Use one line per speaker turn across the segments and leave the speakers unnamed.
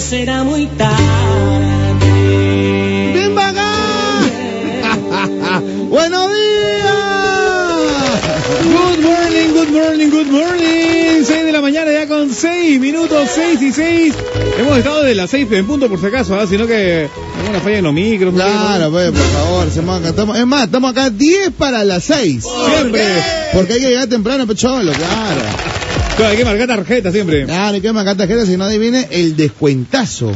será muy tarde.
¡Ven para acá! ¡Buenos días! Good morning, good morning, good morning. 6 de la mañana ya con 6 minutos, 6 y 6. Hemos estado de las 6 en punto por si acaso, ¿ah? sino que alguna falla en los micros.
Claro, pues, por favor, se manca. Estamos, es más, estamos acá 10 para las 6.
Siempre.
Porque hay que llegar temprano, pecholo, claro.
Claro, hay que marcar tarjeta siempre.
Claro, y que marcar tarjeta si no adivine el descuentazo.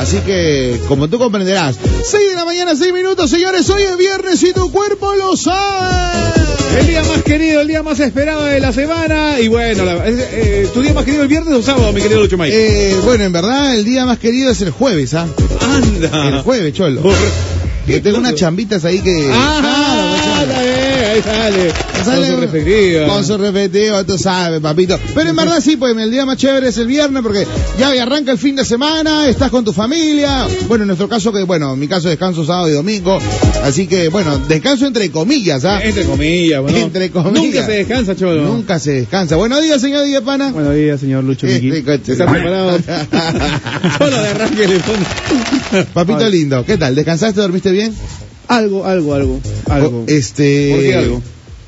Así que, como tú comprenderás, 6 de la mañana, 6 minutos, señores, hoy es viernes y tu cuerpo lo sabe.
El día más querido, el día más esperado de la semana. Y bueno, la- es- eh, ¿tu día más querido el viernes o sábado, mi querido Lucho Mike?
Eh, bueno, en verdad, el día más querido es el jueves, ¿ah?
Anda.
El jueves, cholo.
Por-
Que tengo unas chambitas ahí que.
Ah,
Claro,
está bien, ahí sale.
Sale
con su
un-
respectiva.
Con su respectivo, tú sabes, papito. Pero en verdad sí, pues el día más chévere es el viernes porque ya arranca el fin de semana, estás con tu familia. Bueno, en nuestro caso, que bueno, en mi caso descanso sábado y domingo. Así que, bueno, descanso entre comillas, ¿ah?
Entre comillas, bueno.
Entre comillas.
Nunca se descansa, cholo.
Nunca se descansa. Buenos días, señor Díaz Pana.
Buenos días, señor Lucho
Eh,
Miki.
rico, che.
¿Están preparados? Solo de arranque le pone.
Papito
Ay.
lindo, ¿qué tal? ¿Descansaste? ¿Dormiste bien?
Algo, algo, algo, algo. Eh,
O- este...
¿Por qué algo?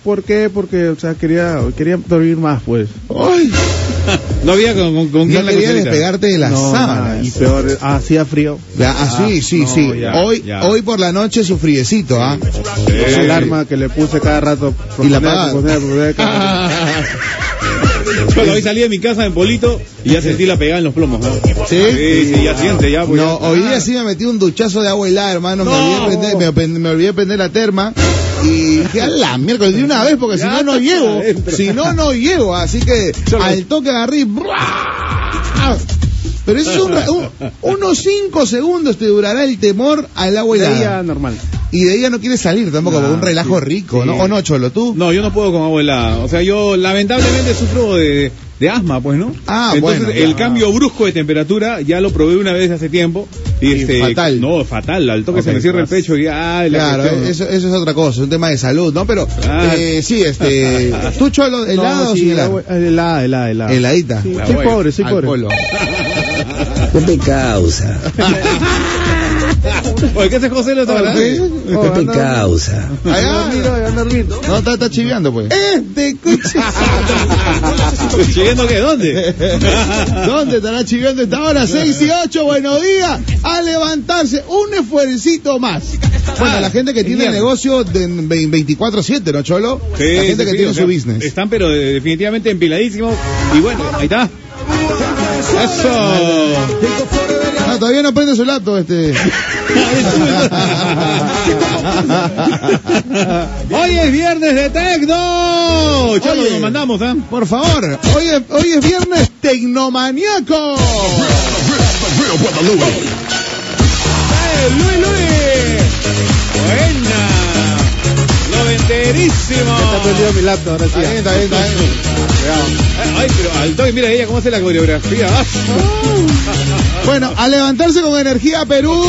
¿Por qué? Porque, o sea, quería, quería dormir más, pues.
Ay,
No había con, con, con
no
quién la
quería
cocinita.
despegarte de las
No,
sábanas.
nada, Y peor, hacía frío.
Ya, ah, sí, sí,
no,
sí.
ya,
hoy,
ya.
hoy por la noche su friecito, ¿ah?
Sí.
La alarma que le puse cada rato.
Y la
proponer,
apagaba.
proponer, proponer, cada-
Cholo, hoy salí de mi casa en Polito y ya sentí la pegada en los plomos. ¿no?
¿Sí?
Sí, sí, ya siente, ya. pues,
No,
ya.
hoy día sí me metí un duchazo de agua helada, hermano. Me,
No.
olvidé prender, me, pen- me olvidé prender la terma. Y dije, a la miércoles de una vez, porque si
Ya,
no, no llego.
adentro.
Si no, no llego. Así que
Solo-
al toque agarré. y ¡bra! Pero eso es un ra- un- unos 5 segundos te durará el temor al agua
Día
helada.
normal.
Y de ella no quieres salir tampoco,
No,
porque un relajo
sí,
rico,
sí.
¿no? ¿O no, Cholo, tú?
No, yo no puedo con agua helada. O sea, yo lamentablemente sufro de, de asma, pues, ¿no?
Ah,
Entonces,
bueno,
el
ya.
cambio brusco de temperatura ya lo probé una vez hace tiempo. Y
Y
este,
fatal.
No, fatal. Al toque se
Ok,
me cierra el
vas.
pecho y ay, la
Claro,
cuestión, ¿no?
eso, eso es otra cosa, un tema de salud, ¿no? Pero
Claro.
eh, sí, este, ¿tú cholo helado
No,
o
sí,
sin helado? Ah.
agua- helada, helada, helada.
Heladita.
Sí,
La
soy
buena.
pobre, soy
Al
pobre.
polo.
No te causa,
Oye, ¿qué hace José lo está
¿Sí?
Oh,
no te
anda-
causa.
Allá.
Dormido, anda dormido.
No, está, está chiviando, pues. Este,
¿Siguiendo qué? ¿Dónde?
¿Dónde estará chiviando esta hora? 6 y 8, buenos días. A levantarse, un esfuercito más. Bueno, la gente que tiene
bien.
negocio de 24-7, ¿no, Cholo?
Sí,
la gente
sí,
que
sí,
tiene su
o sea,
business.
Están, pero eh, definitivamente empiladísimos. Y bueno, ahí está. Eso.
Ah, todavía no prende su laptop, este.
Hoy es viernes de Tecno. Cholo,
Oye.
nos mandamos, ¿ah?
Por favor, hoy es, hoy es viernes tecnomaniaco.
¡Eh, Luis Luis! ¡Buena! ¡Noventerísimo!
Está prendido mi laptop, ahora sí.
Está bien, está bien, está bien.
Eh, Ay, pero al toque, mira ella cómo hace la coreografía. Ah,
Bueno, a levantarse con energía Perú.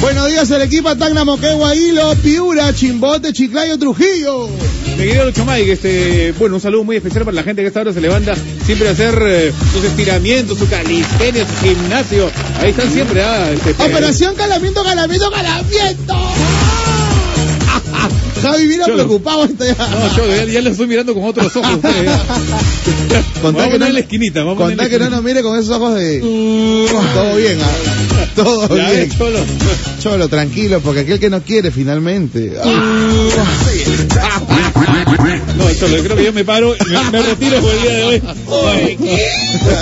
Buenos días, el equipo Tacna, Moquegua, Hilo, Piura, Chimbote, Chiclayo, Trujillo.
Mi querido Lucho Mike, este, bueno, un saludo muy especial para la gente que a esta hora se levanta siempre a hacer eh, sus estiramientos, su calistenia, su gimnasio. Ahí están siempre, ah, este, eh,
Operación Calamiento, Calamiento, Calamiento. Javi vino
Cholo.
preocupado. este Está
No, yo ya, ya lo estoy mirando con ¿eh? otros ojos. ustedes, ya. vamos a poner en la esquinita, vamos a poner en la
Contá que no
esquinita.
nos mire con esos ojos de... Todo bien, ah. todo
Mm. Ya
bien.
ves, Cholo.
Cholo, tranquilo, porque aquel que no quiere finalmente.
No, Cholo, creo que yo me paro, y me, me retiro por el día de hoy. Ay,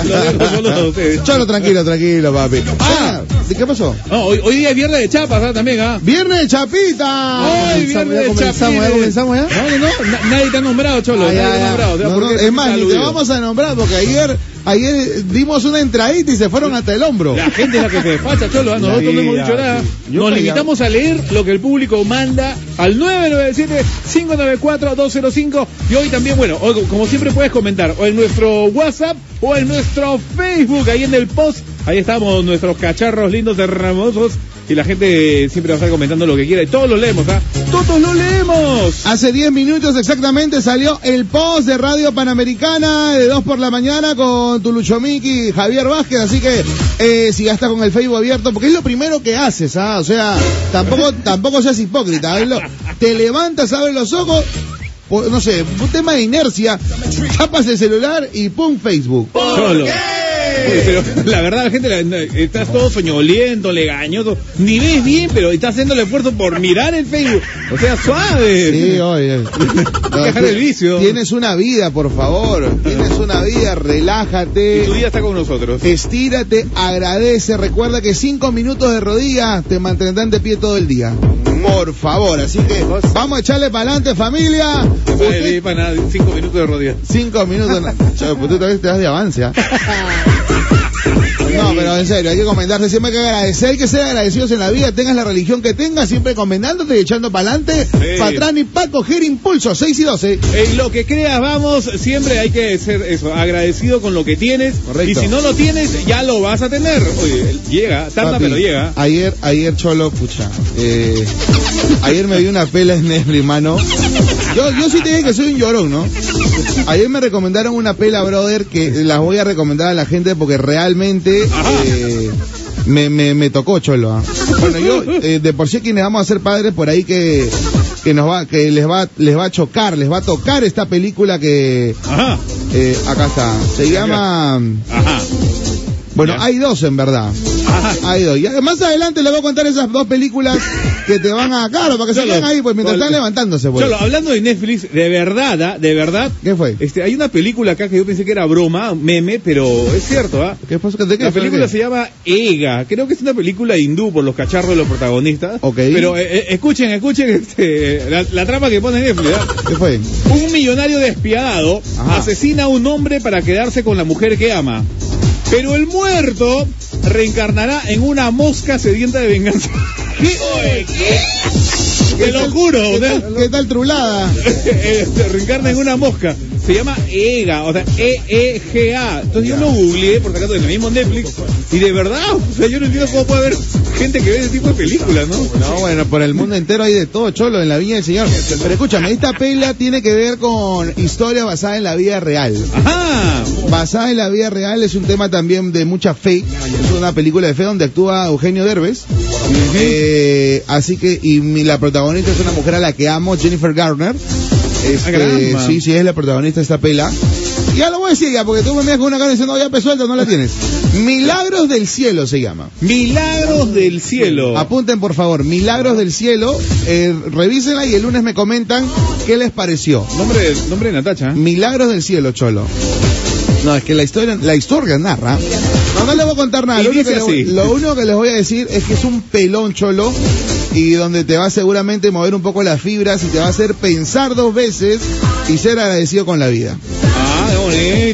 Lo dejo solos a ustedes.
Cholo, tranquilo, tranquilo, papi. Ah, ¿de qué pasó?
No, hoy, hoy día es viernes de chapas ah, también, ¿ah?
Viernes de Chapita.
Ay,
Comenzamos, ya
viernes de
comenzamos, ya
chapines.
comenzamos, ya.
No, no, no, na- nadie te ha nombrado, Cholo.
Ah, ya,
nadie te ha
ya.
nombrado. o sea,
No,
¿por
no,
qué
es más, ni te
aludido?
vamos a nombrar porque ayer, ayer dimos una entradita y se fueron hasta el hombro.
La gente es la que se despacha, Cholo. ¿ah? Nosotros
Sí,
no hemos
ya,
dicho nada.
sí. Yo
Nos
callado.
limitamos a leer lo que el público manda al 997-594-205. Y hoy también, bueno, hoy, como- como siempre puedes comentar o en nuestro WhatsApp o en nuestro Facebook, ahí en el post. Ahí estamos nuestros cacharros lindos, hermosos Y la gente siempre va a estar comentando lo que quiera. Y todos lo leemos, ¿ah? ¡Todos lo leemos!
Hace 10 minutos exactamente salió el post de Radio Panamericana de 2 por la mañana con Tuluchomiki y Javier Vázquez. Así que eh, si ya está con el Facebook abierto, porque es lo primero que haces, ¿ah? O sea, tampoco, tampoco seas hipócrita. ¿ah? Es lo- Te levantas, abres los ojos, po- no sé, un tema de inercia, tapas el celular y pum, Facebook.
Solo. Oye, pero la verdad, la gente, la- no, estás todo soñoliento, legañoso. Ni ves bien, pero estás haciendo el esfuerzo por mirar el Facebook. O sea, suave.
Sí, oye.
que dejar el vicio.
Tienes una vida, por favor. Tienes una vida, relájate.
Y tu día está con nosotros.
Estírate, agradece, recuerda que cinco minutos de rodillas te mantendrán de pie todo el día. Por favor, así que vamos a echarle para adelante familia.
Vale,
Usted-
di para nada, cinco minutos de rodillas.
Cinco minutos. Chau, pues tú también te das de avance. ¿ah? No, pero en serio, hay que comentarse, siempre hay que agradecer, hay que ser agradecidos en la vida, tengas la religión que tengas, siempre comendándote y echando para adelante, para atrás ni para coger impulso, 6 y 12.
En lo que creas, vamos, siempre hay que ser eso, agradecido con lo que tienes.
Correcto.
Y si no lo tienes, ya lo vas a tener. Oye, llega, tarda
Papi,
pero llega.
Ayer, ayer Cholo, pucha, eh, ayer me vi una pela en Netflix, mano. Yo, yo sí te dije que soy un llorón, ¿no? Ayer me recomendaron una pela, brother, que las voy a recomendar a la gente porque realmente eh, me, me, me tocó Cholo. ¿ah? Bueno, yo eh, de por sí quienes vamos a ser padres por ahí que que nos va que les va les va a chocar, les va a tocar esta película que
Ajá,
eh, acá está. Se llama
ajá.
bueno,
Ya.
hay dos en verdad.
Ajá.
Hay dos. Y más adelante les voy a contar esas dos películas que te van a. Claro, para que se
Cholo,
vean ahí, pues mientras
Cholo.
están levantándose, pues.
Cholo, hablando de Netflix, de verdad, ¿ah? de verdad.
¿Qué fue?
Este, hay una película acá que yo pensé que era broma, meme, pero es cierto, ¿ah?
¿Qué pasó? ¿De qué?
La película
¿De qué?
se llama Ega. Creo que es una película hindú por los cacharros de los protagonistas.
Ok.
Pero eh, eh, escuchen, escuchen este, la, la trama que pone Netflix. ¿ah?
¿Qué fue?
Un millonario despiadado
Ajá.
asesina a un hombre para quedarse con la mujer que ama. Pero el muerto reencarnará en una mosca sedienta de venganza. ¿Qué? Te lo juro.
¿Qué
o sea,
tal, qué tal trulada?
eh, se reencarna en una mosca. Se llama E EGA, o sea, E-E-G-A. Entonces yo lo googleé por sacarlo de la mismo Netflix. Y de verdad, o sea, yo no entiendo cómo puede haber gente que ve ese tipo de películas, ¿no?
No, bueno, por el mundo entero hay de todo, Cholo, en la viña del señor. Pero escúchame, esta pela tiene que ver con historia basada en la vida real.
Ajá.
Basada en la vida real es un tema también de mucha fe. Es una película de fe donde actúa Eugenio Derbez. Eh, así que, y mi- la protagonista es una mujer a la que amo, Jennifer Garner. Este,
Ah, caramba.
sí, sí, es la protagonista de esta pela. Ya lo voy a decir ya, porque tú me miras con una cara diciendo, no, ya pues suelta, no la tienes. Milagros del cielo se llama.
Milagros del cielo.
Apunten por favor, Milagros del cielo. Eh, revísenla y el lunes me comentan qué les pareció.
Nombre, nombre de Natacha. ¿eh?
Milagros del cielo, Cholo. No, es que la historia, la historia narra. No, no les voy a contar nada.
Y
Lo único, que
dice
le-
así.
lo único que les voy a decir es que es un pelón, Cholo. Y donde te va a seguramente mover un poco las fibras y te va a hacer pensar dos veces y ser agradecido con la vida.
Ah, qué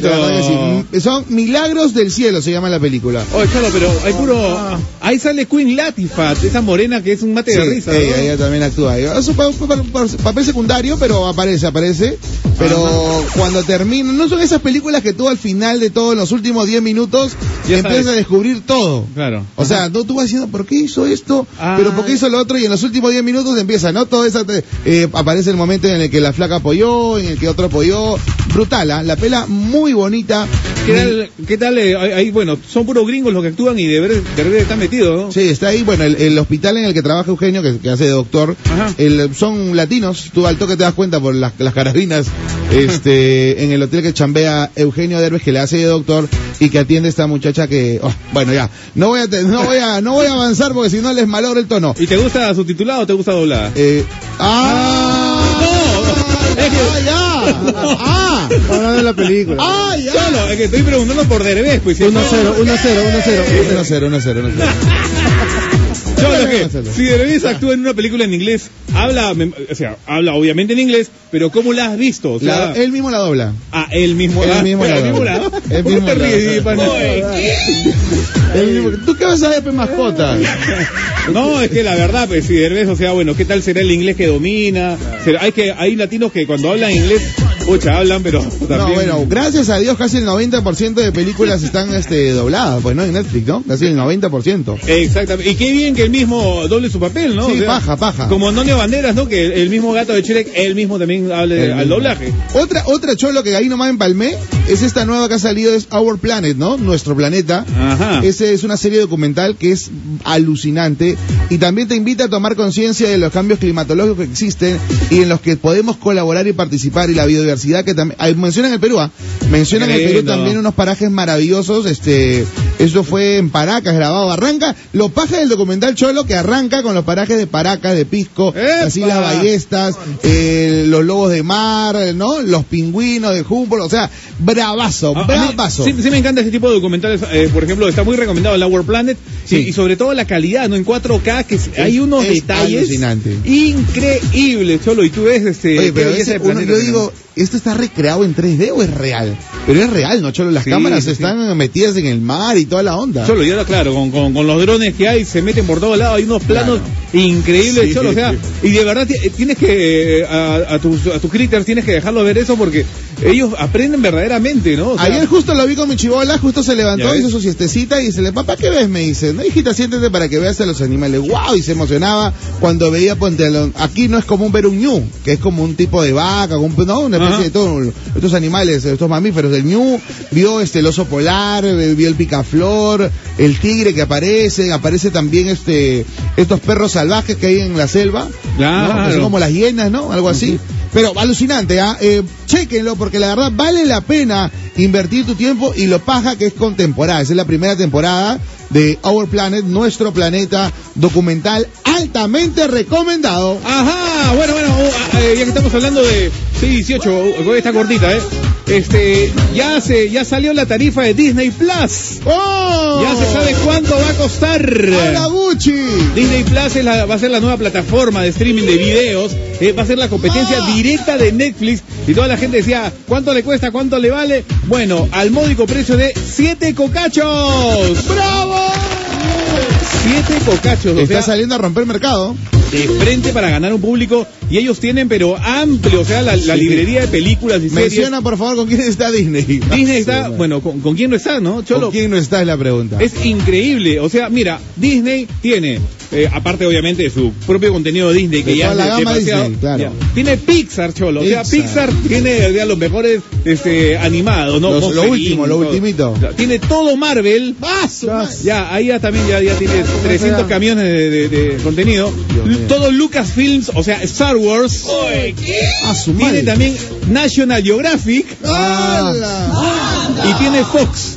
De verdad que sí.
bonito.
Mm, Son Milagros del Cielo, se llama la película.
Oye, claro, pero hay puro. Ahí sale Queen Latifat, esa morena que es un mate
Ah. Sí,
de risa. ¿no?
ella, ella también actúa. Es un pa- pa- pa- papel secundario, pero aparece, aparece. Pero cuando termina, no son esas películas que tú al final de todo, en los últimos 10 minutos,
Ya
empiezas
sabes.
a descubrir todo.
Claro.
O sea, tú, tú vas diciendo, ¿por qué hizo esto?
Ah.
Pero ¿por qué hizo lo otro? Y en los últimos 10 minutos empieza, ¿no? Todo eso te- eh, aparece el momento en el que la flaca apoyó, en el que otro apoyó. Brutal, ¿ah? la pela muy bonita.
¿Qué tal? ¿Qué tal eh, ahí- ahí, bueno, son puros gringos los que actúan y de ver- de verdad están metidos, ¿no?
Sí, está ahí, bueno, el, el hospital en el que trabaja Eugenio, que, que hace de doctor,
Ajá.
el- son latinos, tú al toque te das cuenta por las, las carabinas, este, en el hotel que chambea Eugenio Derbez, que le hace de doctor y que atiende a esta muchacha que, oh, bueno, ya, no voy a, te- no voy a, no voy a avanzar porque si no les malogro el tono.
¿Y te gusta subtitulado o te gusta doblada?
Eh, ¡Ah!
No, es que-
¡Ah, ya!
No.
¡Ah!
Hablando de la película.
¡Ah, ya!
Solo, es que estoy preguntando por Derbez, pues. si
1-0,
no-
1-0, 1-0.
1-0, 1-0, 1-0.
Solo es que,
Solo.
si Derbez actúa en una película en inglés, habla, me- o sea, habla obviamente en inglés, pero ¿cómo la has visto? O sea,
La- Él mismo la dobla.
ah, él mismo.
él
ah,
mismo
pero
la dobla.
lado.
Él
¿Por qué
mismo
te
la eh,
ríes,
dobla.
pana?
Él mismo- ¿Tú qué vas a ver, pe mascota?
No, es que la verdad, pues, si Derbez, o sea, bueno, ¿qué tal será el inglés que domina? Será- hay que hay latinos que cuando hablan inglés Pucha, hablan, pero también...
No, bueno, gracias a Dios casi el 90% de películas están este, dobladas, pues no en Netflix, ¿no? Casi el 90%.
Exactamente. Y qué bien que el mismo doble su papel, ¿no?
Sí, paja, paja.
Como Antonio Banderas, ¿no? Que el- el mismo gato de Chile, él mismo también hable
El
eh, al
mismo.
doblaje.
Otra, otra cholo que ahí nomás empalmé es esta nueva que ha salido, es Our Planet, ¿no? Nuestro planeta.
Ajá.
Ese es una serie documental que es alucinante y también te invita a tomar conciencia de los cambios climatológicos que existen y en los que podemos colaborar y participar y la biodiversidad que también ah, mencionan el Perú, ah. mencionan el
Qué
Perú
lindo.
también unos parajes maravillosos, este eso fue en Paracas grabado, arranca los pajes del documental Cholo que arranca con los parajes de Paracas, de Pisco,
¡Epa!
así las ballestas, eh, los lobos de mar, ¿no? Los pingüinos de Humboldt, o sea, bravazo,
Ah, A- a mí
bravazo.
Sí, sí me encanta ese tipo de documentales. eh, por ejemplo, está muy recomendado Lower Planet.
Sí.
Y, y sobre todo la calidad, ¿no? En 4K, que s- hay unos
es
detalles
alucinante.
increíbles, Cholo. Y tú ves este...
Oye,
qué
pero
belleza
ese
de
uno-
planeta
yo
tenemos.
digo, ¿esto está recreado en 3D o es real? Pero es real, ¿no, Cholo? Las
Sí,
cámaras
sí, sí.
están metidas en el mar y toda la onda.
Cholo, y ahora claro, con, con- con los drones que hay, se meten por todos lados, hay unos planos increíbles,
Sí.
Cholo, o sea, y de verdad ti- tienes que, eh, a, a tus, a tus critters tienes que dejarlos ver eso porque ellos aprenden verdaderamente, ¿no? O sea,
Ayer justo lo vi con mi chibola, justo se
¿Ya
levantó,
ves?
hizo su siestecita y dice, papá, ¿qué ves? Me dice, no, hijita, siéntete para que veas a los animales. ¡Wow! Y se emocionaba cuando veía Ponte Alon. Aquí no es común ver un ñu, que es como un tipo de vaca, como un- ¿no? una especie
Ajá.
de todo, estos animales, estos mamíferos. El ñu vio este, el oso polar, eh, vio el picaflor, el tigre que aparece, aparece también este, estos perros salvajes que hay en la selva.
Claro.
¿no? Que son como las hienas, ¿no? Algo así. Pero alucinante, ¿ah? Eh, chéquenlo porque la verdad vale la pena invertir tu tiempo y lo paja que es con temporada. Esa es la primera temporada de Our Planet, nuestro planeta documental altamente recomendado.
Ajá, bueno, bueno, uh, eh, ya que estamos hablando de sí, 18, uh, está cortita, ¿eh? Este, ya se, ya salió la tarifa de Disney Plus.
¡Oh!
Ya se sabe cuánto va a costar.
¡Hola, Gucci!
Disney Plus es la- va a ser la nueva plataforma de streaming de videos, eh, va a ser la competencia
Ah.
directa de Netflix y toda la gente decía, ¿cuánto le cuesta? ¿Cuánto le vale? Bueno, al módico precio de 7 cocachos.
¡Bravo!
7 cocachos, o
Está
sea,
saliendo a romper mercado.
de frente para ganar un público y ellos tienen pero amplio, o sea, la, la librería de películas y series.
Menciona, por favor, con quién está Disney.
Disney está, bueno, ¿con, con quién no está, no? Cholo.
¿Con quién no está es la pregunta?
Es increíble, o sea, mira, Disney tiene, eh, aparte obviamente de su propio contenido Disney, que
De toda
ya es
la
de-
gama
demasiado,
Disney, claro.
ya. tiene Pixar, Cholo, o sea,
Pixar.
Pixar tiene ya, los mejores este, animados, ¿no?
Los- lo
Monster
último,
Inc,
lo
todo.
ultimito.
Ya, Tiene todo Marvel,
¡Ah, su
Ya.
madre!
ya, ahí ya también ya, ya tiene 300 camiones de, de- de contenido,
Dios mío.
todo Lucasfilms, o sea, Star Wars,
¡Ah, su
tiene
madre!
también National Geographic Ah.
¡Hala!
y tiene Fox.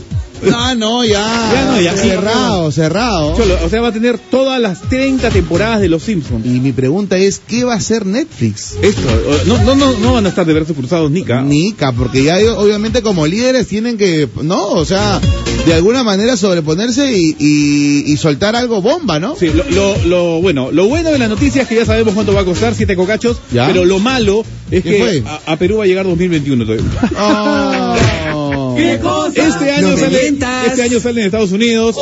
Ah, no, ya.
Ya no, ya.
Cerrado, cerrado.
Cholo, o sea, va a tener todas las 30 temporadas de Los Simpsons.
Y mi pregunta es, ¿qué va a hacer Netflix?
Esto, o- no, no, no, no van a estar de brazos cruzados, Nica.
Nica, porque ya ellos, obviamente como líderes tienen que, no, o sea, de alguna manera sobreponerse y, y- y soltar algo bomba, ¿no?
Sí, lo, lo- lo- bueno, lo bueno de la noticia es que ya sabemos cuánto va a costar, siete cocachos,
Ya.
pero lo malo es
¿Qué
que
fue?
a, a Perú va a llegar 2021 todavía.
Oh.
Este año,
No me
sale,
mientas.
este año sale en Estados Unidos,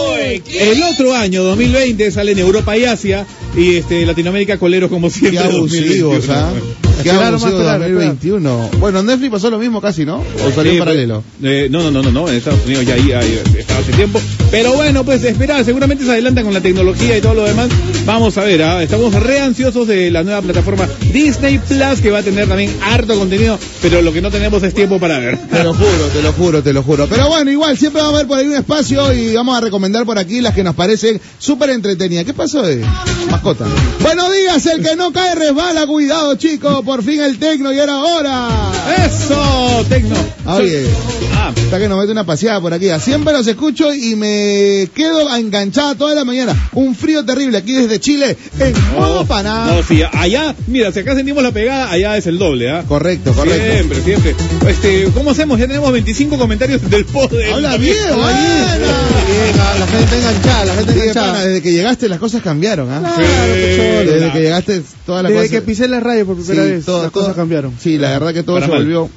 el otro año, 2020, sale en Europa y Asia, y este Latinoamérica coleros como
Qué
siempre.
abusivos,
2021.
¿ah? Qué
Esperar
abusivos
nomás, esperar,
2021. Bueno, Netflix pasó lo mismo casi, ¿no? O salió
Sí,
en paralelo.
pues, eh, no, no, no, no, no, en Estados Unidos ya ahí, ahí, estaba hace tiempo. Pero bueno, pues esperar, seguramente se adelantan con la tecnología y todo lo demás. Vamos a ver, ah, estamos re ansiosos de la nueva plataforma Disney Plus que va a tener también harto contenido, pero lo que no tenemos es tiempo para ver.
Te lo juro, te lo juro, te lo juro. Pero bueno, igual siempre va a haber por ahí un espacio y vamos a recomendar por aquí las que nos parecen súper entretenidas. ¿Qué pasó de mascota? Buenos días, el que no cae resbala, cuidado chicos, por fin el tecno y era hora.
¡Eso! Tecno.
Ah, bien.
Ah,
Hasta que nos mete una paseada por aquí. Siempre los escucho y me quedo enganchada toda la mañana. Un frío terrible aquí desde Chile en modo paná.
no, sí, allá, mira, si acá sentimos la pegada, allá es el doble, ¿ah?
Correcto, correcto.
Siempre, siempre. Este, ¿cómo hacemos? Ya tenemos 25 comentarios del poder.
Habla bien,
También.
habla bien.
La gente enganchada, la gente
Sí, pana,
enganchada.
Desde que llegaste las cosas cambiaron, ¿ah?
Claro, qué
Sí.
cholo.
Desde que llegaste todas las
Desde
cosas
que pisé la radio por
Sí,
primera vez,
todo-
las
todo-
cosas cambiaron.
Sí, la verdad que todo
Para
se
mal.
volvió.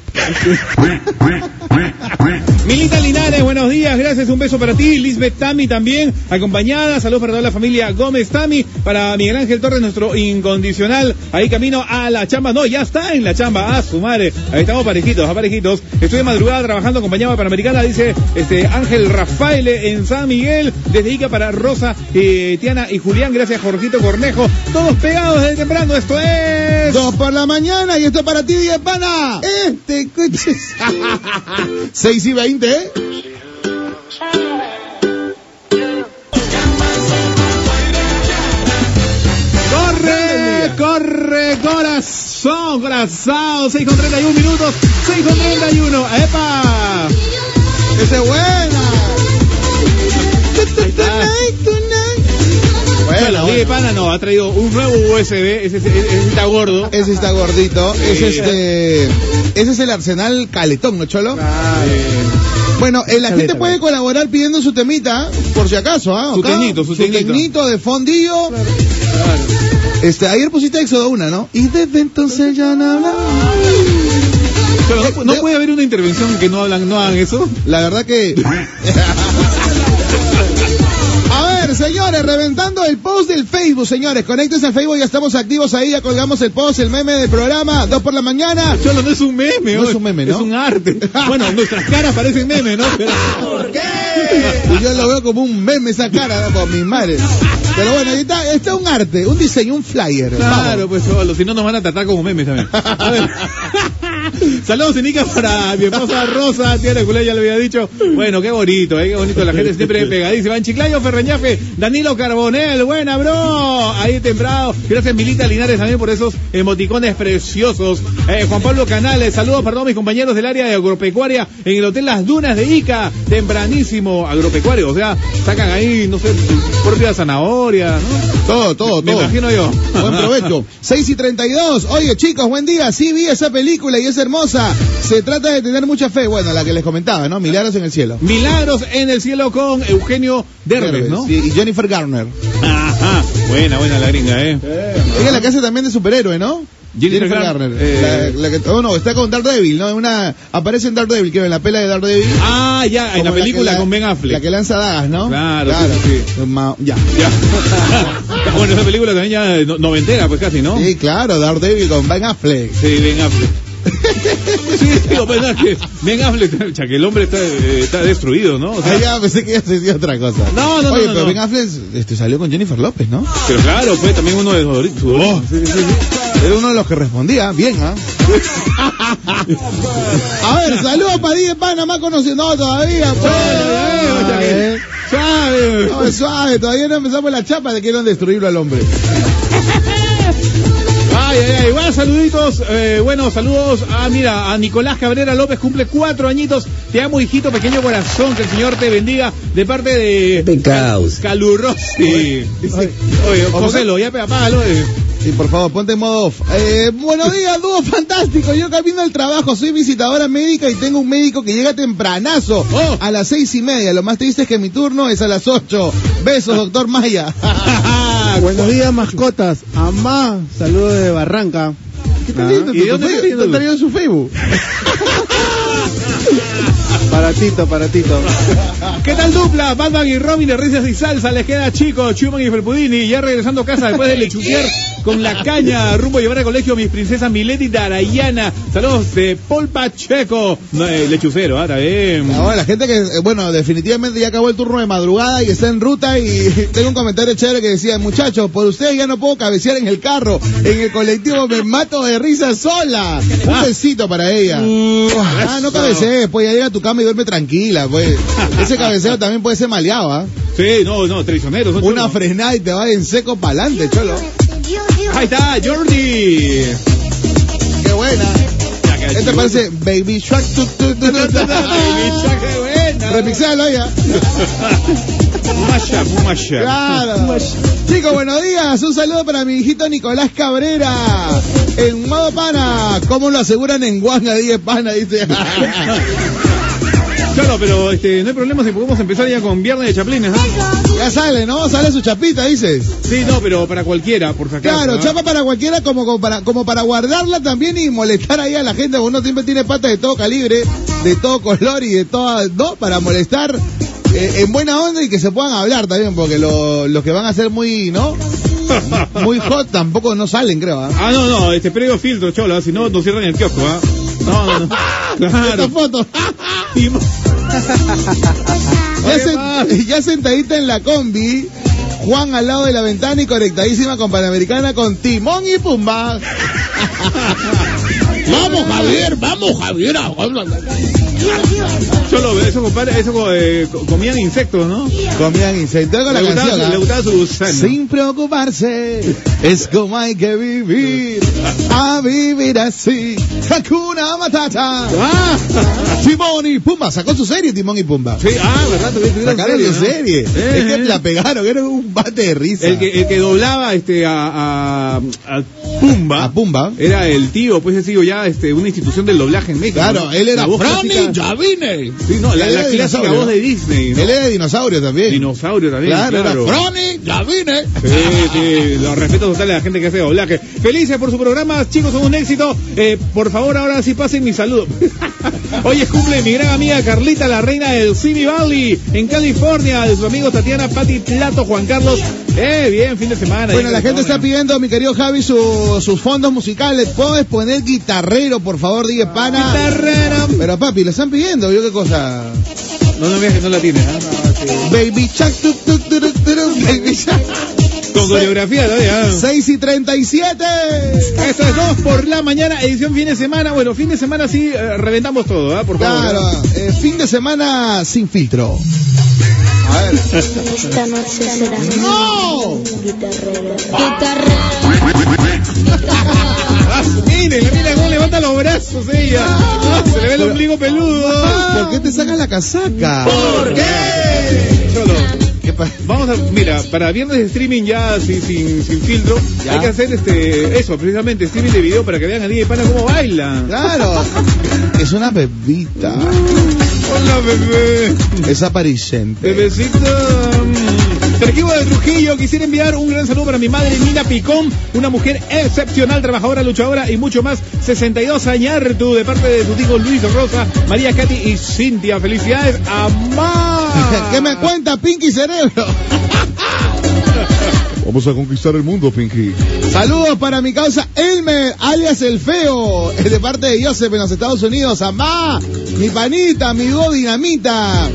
Milita Linares, buenos días, gracias, un beso para ti. Lisbeth Tami también, acompañada. Saludos para toda la familia Gómez Tami, para Miguel Ángel Torres, nuestro incondicional. Ahí camino a la chamba. No, ya está en la chamba, a su madre. Ahí estamos parejitos, a parejitos. Estoy de madrugada trabajando acompañado de Panamericana, dice este Ángel Rafael en San Miguel. Desde Ica para Rosa, eh, Tiana y Julián. Gracias, Jorgito Cornejo. Todos pegados desde temprano, esto es.
Dos por la mañana y esto es para ti, Diez Pana. Este coche. 6 y 20, ¿eh?
Corre, corre, corazón, corazón. 6 con 31 minutos, 6 con 31. ¡Epa!
¡Esa es buena! Bueno,
Oye, pana, no, ha traído un nuevo USB. Ese, ese- ese está gordo.
Ese está gordito. Ese es
Sí.
de- Ese es el arsenal caletón, ¿no, Cholo? Bueno, eh, la gente
Caleta,
puede colaborar pidiendo su temita, por si acaso, ¿ah?
Su
Acá,
tecnito, su tecnito.
tecnito de fondillo. Este, ayer pusiste Éxodo una, ¿no? Y desde entonces ya no hablamos.
Pero no, no puede haber una intervención que no hablan, no hagan eso.
La verdad que. A ver, señores, reventando el post del Facebook, señores. Conéctense al Facebook, ya estamos activos ahí, ya colgamos el post, el meme del programa, dos por la mañana.
Cholo, no es un meme,
No
oye,
es un meme, ¿no?
Es un arte. Bueno, nuestras caras parecen meme, ¿no? Pero-
Y yo lo veo como un meme esa cara, ¿no? con mis madres. Pero bueno, ahí está, está un arte, un diseño, un flyer. Vamos.
Claro, pues solo, si no nos van a tratar como memes también. A ver. Saludos Inica para mi esposa Rosa, tía de Culé, ya lo había dicho. Bueno, qué bonito, ¿eh? qué bonito, la gente siempre pegadísima. En Chiclayo, Ferreñafe, Danilo Carbonel, buena bro, ahí temprano. Gracias Milita Linares también por esos emoticones preciosos. Eh, Juan Pablo Canales, saludos para todos mis compañeros del área de agropecuaria en el Hotel Las Dunas de Ica, tempranísimo agropecuario, o sea, sacan ahí, no sé, su propia zanahoria, ¿no?
Todo, todo,
Me
todo.
imagino yo.
Buen provecho. 6 y 32. Oye, chicos, buen día. Sí, vi esa película y es hermosa. Se trata de tener mucha fe. Bueno, la que les comentaba, ¿no? Milagros en el cielo.
Milagros en el cielo con Eugenio Derbez, ¿no?
Sí, Y Jennifer Garner.
Ajá. Buena, buena la gringa, ¿eh?
Ella es la que hace también de superhéroe, ¿no?
Jennifer Garner. Eh.
La, la que, oh, no, está con Daredevil, ¿no? En Una, aparece en Daredevil, creo, en la pela de Daredevil.
Ah, ya, en
Como
la
que
película
la-
con Ben Affleck.
La que lanza dagas, ¿no?
Claro, sí,
Ma- ya.
Ya. bueno, esa película también ya eh, no- noventera, pues casi, ¿no?
Sí, claro, Daredevil con Ben Affleck.
Sí, Ben Affleck. sí, lo que pasa es que Ben Affleck, cha, que el hombre está, eh, está destruido, ¿no? O sea,
Ah, ya, pensé que ibas a decir otra cosa.
No, no, no,
Oye,
no,
pero
no.
Ben Affleck este, salió con Jennifer López, ¿no?
Pero claro, fue también uno de sus... Oh,
Era uno de los que respondía, bien, ¿ah? A ver, saludos para Díaz Panamá conociendo todavía. pues.
eh, ¿Sabe?
No, es suave, todavía no empezamos la chapa de quieren destruirlo al hombre.
Ay, ay, ay, buenos saluditos, eh, bueno, saludos a, mira, a Nicolás Cabrera López, cumple cuatro añitos, te amo hijito, pequeño corazón, que el Señor te bendiga, de parte de
Qué causa.
Calurrosi, dice, oye, Joselo, ya pe- apágalo, eh.
Sí, por favor, ponte en modo off. Eh, buenos días, dúo fantástico. Yo camino al trabajo, soy visitadora médica y tengo un médico que llega tempranazo,
Oh.
a las seis y media. Lo más triste es que mi turno es a las ocho. Besos, doctor Maya.
Buenos días, mascotas. Amá, saludos de Barranca.
¿Qué tal lindo
¿Y
tu-
de
tu
dónde
Facebook?
te viendo?
Te traigo su Facebook.
Paratito, paratito.
¿Qué tal dupla? Batman y Robin de risas y salsa, les queda chico, Chuman y Felpudini, ya regresando a casa después de lechuquear con la caña, rumbo a llevar al colegio a mis princesas Mileti y Darayana, saludos de Paul Pacheco, no, eh, lechucero, ahora bien.
Ahora, la gente que, eh, bueno, definitivamente ya acabó el turno de madrugada y está en ruta y tengo un comentario chévere que decía, muchachos, por ustedes ya no puedo cabecear en el carro, en el colectivo me mato de risa sola. Un besito para ella. Ah, no cabecees, pues ya llega a tu cama y duerme tranquila, pues. Ese cabeceo también puede ser maleado, ¿ah?
Sí, no, no, traicioneros. son
Una
chulos.
frenada y te va en seco pa'lante, cholo.
Ahí está, Jordi.
Qué buena. Este parece Baby Shark. tu, tu, tu, tu, tu. Remixéalo ya.
Masha, Masha.
Claro. Chicos, buenos días. Un saludo para mi hijito Nicolás Cabrera. En modo pana. ¿Cómo lo aseguran en Guanga? Dice pana, dice.
Claro, pero este, no hay problema si podemos empezar ya con Viernes de Chaplines. ¿ah?
ya sale, ¿no? Sale su chapita, dices.
Sí, no, pero para cualquiera, por si acaso.
Claro,
¿ah?
chapa para cualquiera, como, como para, como para guardarla también y molestar ahí a la gente. Uno siempre tiene patas de todo calibre. de todo color y de todas, ¿no? Para molestar eh, en buena onda y que se puedan hablar también, porque lo- los que van a ser muy, ¿no? Muy hot tampoco no salen, creo. ¿ah?
Ah, no, no, este previo filtro, cholo, ¿ah? si no, nos cierran el kiosco, ¿ah? No, no, no. Claro.
Estas fotos.
Y mo-
Ya,
Oye,
sen-
más.
ya sentadita en la combi, Juan al lado de la ventana y conectadísima con Panamericana con Timón y Pumba. vamos, Javier, vamos, Javier.
Cholo, eso, compadre, eso eh, co- comían insectos, ¿no?
Comían insectos con la
le, gustaba,
canción.
su-
¿ah?
le gustaba su gusano.
Sin preocuparse, es como hay que vivir, a vivir así. Hakuna Matata.
Ah,
Timón y Pumba, sacó su serie Timón y Pumba.
sí, ah, verdad, también tuvieron
Sacaron su
¿no?
serie.
Eh,
Es que
eh.
la pegaron, era un bate de risa.
El que, el que doblaba este a, a, a Pumba.
A Pumba.
Era el tío, pues ese tío ya este, una institución del doblaje en México.
Claro,
¿no?
él era
La voz
Franny
clásica-
Javine.
Sí, no, la,
Él
la
era
clásica
dinosaurio,
voz
¿no?
de Disney. ¿no?
Él era dinosaurio también.
Dinosaurio también.
claro,
Claro,
era Franny Javine.
Sí, sí, los respetos totales a la gente que hace doblaje. Felices por su programa, chicos, son un éxito. Eh, por favor, ahora sí pasen mi saludo. Hoy es cumple mi gran amiga Carlita, la reina del Simi Valley, en California, de sus amigos Tatiana, Pati, Plato, Juan Carlos. Eh, bien, fin de semana.
Bueno, la gente está
pidiendo
pidiendo, mi querido Javi, su- sus fondos musicales. ¿Puedes poner guitarrero, por favor, dije pana? Pero papi, lo están pidiendo, yo qué cosa.
No, no veas que no la tienes. ¿ah?
Baby Chuck, tuc, tuc, turuc, turuc, Baby
Con
Chuck.
coreografía todavía. ¿ah?
6 y 37.
Eso es dos por la mañana, edición fin de semana. Bueno, fin de semana sí eh, reventamos todo, ¿ah? Por favor.
Claro, eh, fin de semana sin filtro. A ver.
Esta noche será
¡No!
guitarrera. Guitarrera.
Ah, miren, miren cómo levanta los brazos ella. Ah, se le ve el ombligo peludo.
¿Por qué te sacas la casaca?
¿Por qué? Cholo.
¿Qué pa-
Vamos a, mira, para viernes de streaming ya sin, sin, sin filtro,
Ya.
hay que hacer este eso, precisamente streaming de video para que vean a DJ Pana cómo baila.
Claro. Es una bebita.
Hola bebé.
Es aparicente.
Bebecito. mm. El equipo de Trujillo quisiera enviar un gran saludo para mi madre Nina Picón, una mujer excepcional, trabajadora, luchadora y mucho más. 62 añartu de parte de sus hijos Luis Rosa, María Katy y Cintia. Felicidades, amá.
¿Qué me cuenta Pinky Cerebro? Vamos a conquistar el mundo, Pinky. Saludos para mi causa Elmer, alias El Feo, de parte de Joseph en los Estados Unidos. Amá, mi panita, mi go dinamita.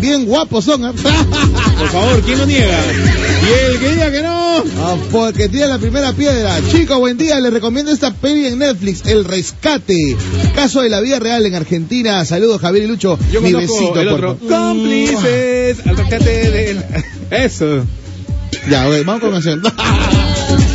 Bien guapos son. ¿eh?
Por favor, ¿quién lo niega? Y el que diga que no.
Ah, Porque tiene la primera piedra. Chicos, buen día. Les recomiendo esta peli en Netflix, El Rescate. Caso de la vida real en Argentina. Saludos, Javier y Lucho.
Yo
mi
conozco
besito,
el otro.
puerco.
Cómplices, al rescate del... Eso.
Ya, güey, vamos con canción.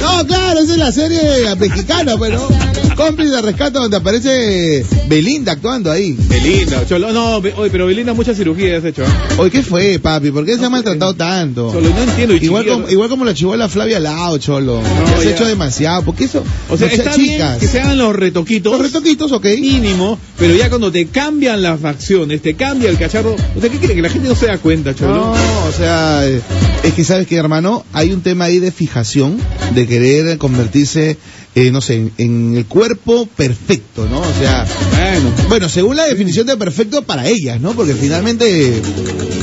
No, claro, esa es la serie mexicana, pero cómplice de rescate donde aparece Belinda actuando ahí.
Belinda, cholo. No, be- oye, pero Belinda muchas cirugías has hecho. ¿ah?
Oye, ¿qué fue, papi? ¿Por qué se ha maltratado tanto?
Cholo, no entiendo. y
Igual
chiquilla,
como, igual como la chivola Flavia Lao, cholo.
No,
se ha
ya.
hecho demasiado. Porque eso,
O sea,
muchas
está bien
chicas.
que se hagan los retoquitos.
Los retoquitos, ok.
mínimo, pero ya cuando te cambian las facciones, te cambia el cacharro, o sea, ¿qué quiere? Que la gente no se da cuenta,
No,
cholo.
o sea, eh, es que sabes que, hermano, hay un tema ahí de fijación, de querer convertirse, eh, no sé, en, en el cuerpo perfecto, ¿no? O sea,
Bueno,
Bueno, según la definición de perfecto para ellas, ¿no? Porque finalmente,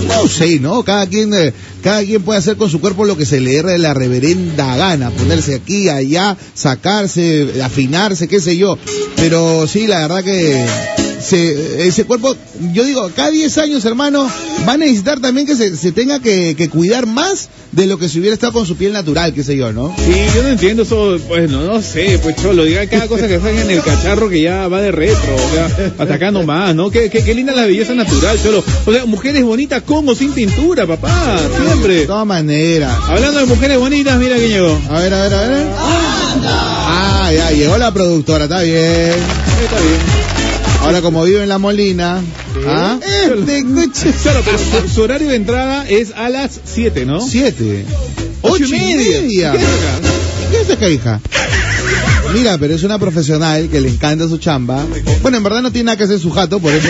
no sé, ¿no? Cada quien, eh, cada quien puede hacer con su cuerpo lo que se le dé la reverenda gana, ponerse aquí, allá, sacarse, afinarse, qué sé yo. Pero sí, la verdad que se- ese cuerpo, yo digo, cada 10 años, hermano, va a necesitar también que se, se tenga que, que cuidar más de lo que se hubiera estado con su piel natural, qué sé yo, ¿no?
sí, yo no entiendo eso, bueno, no sé, pues cholo, diga cada cosa que salga en el cacharro que ya va de retro, o sea, hasta acá nomás, ¿no? Qué, qué, qué linda la belleza natural, cholo. O sea, mujeres bonitas con o sin tintura, papá,
De
siempre.
todas maneras.
Hablando de mujeres bonitas, mira quién llegó.
A ver, a ver, a ver. Ah, ya llegó la productora, está bien.
Está bien.
Ahora como vive en La Molina, ¿ah? Este coche
Claro, pero su, su horario de entrada es a las 7, ¿no?
7. 8 y media.
¿Qué hora?
¿Qué haces acá, hija? Mira, pero es una profesional que le encanta su chamba. Bueno, en verdad no tiene nada que hacer su jato, por eso,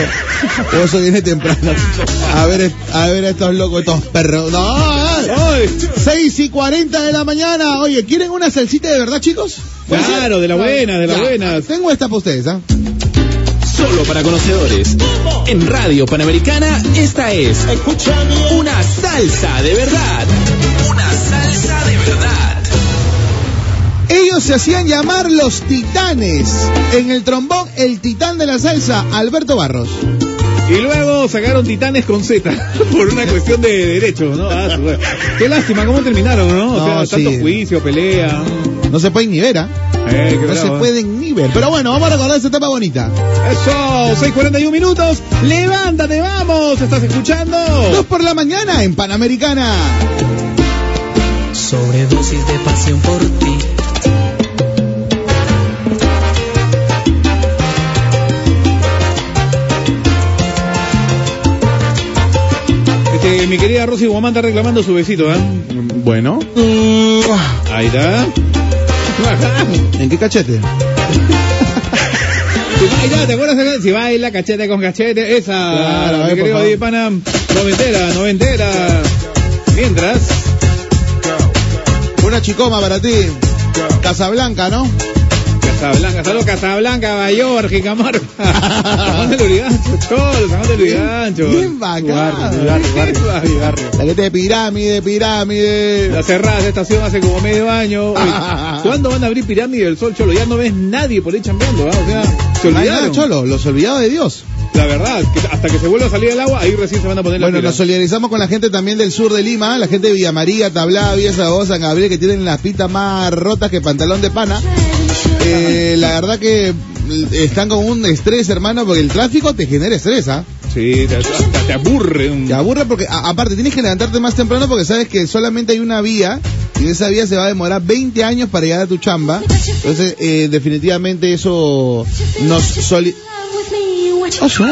por eso viene temprano. A ver, est- a ver a estos locos, estos perros. No,
¡Ay!
6 y 40 de la mañana. Oye, ¿quieren una salsita de verdad, chicos?
Claro, de la buena, de la
Ya,
buena.
Tengo esta para ustedes, ¿ah?
Solo
Solo para conocedores. En Radio Panamericana, esta es una salsa de verdad. Una salsa de verdad.
Ellos se hacían llamar los titanes. En el trombón, el titán de la salsa, Alberto Barros.
Y luego sacaron Titanes con Z por una cuestión de derechos, ¿no? Ah, su- qué lástima, ¿cómo terminaron, no? O sea,
No,
tanto
sí.
juicio, pelea.
No se pueden ni ver, ¿ah?
Eh, qué
No se
bravo, ¿eh?
pueden ni ver. Pero bueno, vamos a recordar esta etapa bonita.
Eso, 6.41 minutos. Levántate, vamos. ¿Estás escuchando?
Dos por la mañana en Panamericana.
Sobredosis de pasión por ti.
Este, mi querida Rosy Guamán está reclamando su besito, ¿eh?
Bueno,
Ahí está. Ajá.
¿en qué cachete?
Si baila, ¿te acuerdas? de- Si baila cachete con cachete, esa.
Claro,
mi
eh, por
querido
favor.
Di Pana, noventera, noventera. Mientras,
Una chicoma para ti. Casablanca, ¿no?
Casablanca, saludos Casablanca, Bayorgi, Camargo. San Juan de Lurigancho, cholo, San Juan de Lurigancho.
Bien bacán. La gente de pirámide,
La
pirámide.
cerrada esta estación hace como medio año. Oye, ¿Cuándo van a abrir Pirámide del Sol, Cholo? Ya no ves nadie por ahí chambeando, ¿ah? O sea, se
No hay nada,
olvidaron.
cholo, los olvidados de Dios.
La verdad, que hasta que se vuelva a salir el agua, ahí recién se van a poner
Bueno,
la
nos solidarizamos con la gente también del sur de Lima, la gente de Villa María, Tablá, Villa Sabosa, San Gabriel, que tienen las pitas más rotas que pantalón de pana. Eh, la verdad que mm, están con un estrés, hermano, porque el tráfico te genera estrés, ¿ah?
Sí, te, hasta te aburre. un-
Te aburre porque, a- aparte, tienes que levantarte más temprano porque sabes que solamente hay una vía y esa vía se va a demorar 20 años para llegar a tu chamba. Entonces, eh, definitivamente eso nos, soli- Oh, sí.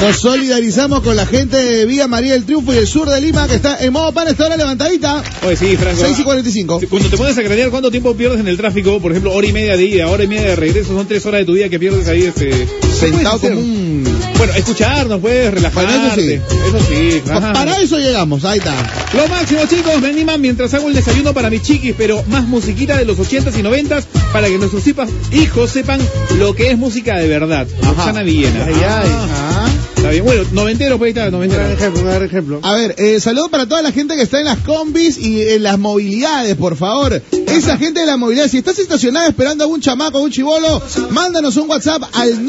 nos solidarizamos con la gente de Villa María del Triunfo y el sur de Lima que está en modo pan, está ahora levantadita.
Oye, sí, Franco.
6 y
ah,
45.
sí, Cuando te pones a cranear, ¿cuánto tiempo pierdes en el tráfico? Por ejemplo, hora y media de ida, hora y media de regreso, son tres horas de tu vida que pierdes ahí. Este...
Sentado
¿Qué
como
puedes hacer?
un.
Bueno, escucharnos, puedes relajarte.
Bueno,
eso sí. ajá.
Para eso llegamos, ahí está.
Lo máximo, chicos, me animan mientras hago el desayuno para mis chiquis, pero más musiquita de los 80s y 90s para que nuestros hipas- hijos sepan lo que es música de verdad. Roxana Villena. Ah,
Ay, ay.
Ajá.
Está bien, bueno, noventero, pues ahí está,
Un gran
noventero.
ejemplo, un gran ejemplo.
A ver, eh, saludo para toda la gente que está en las combis y en las movilidades, por favor. Esa gente de la movilidad, si estás estacionada esperando a un chamaco, a un chivolo, mándanos un WhatsApp al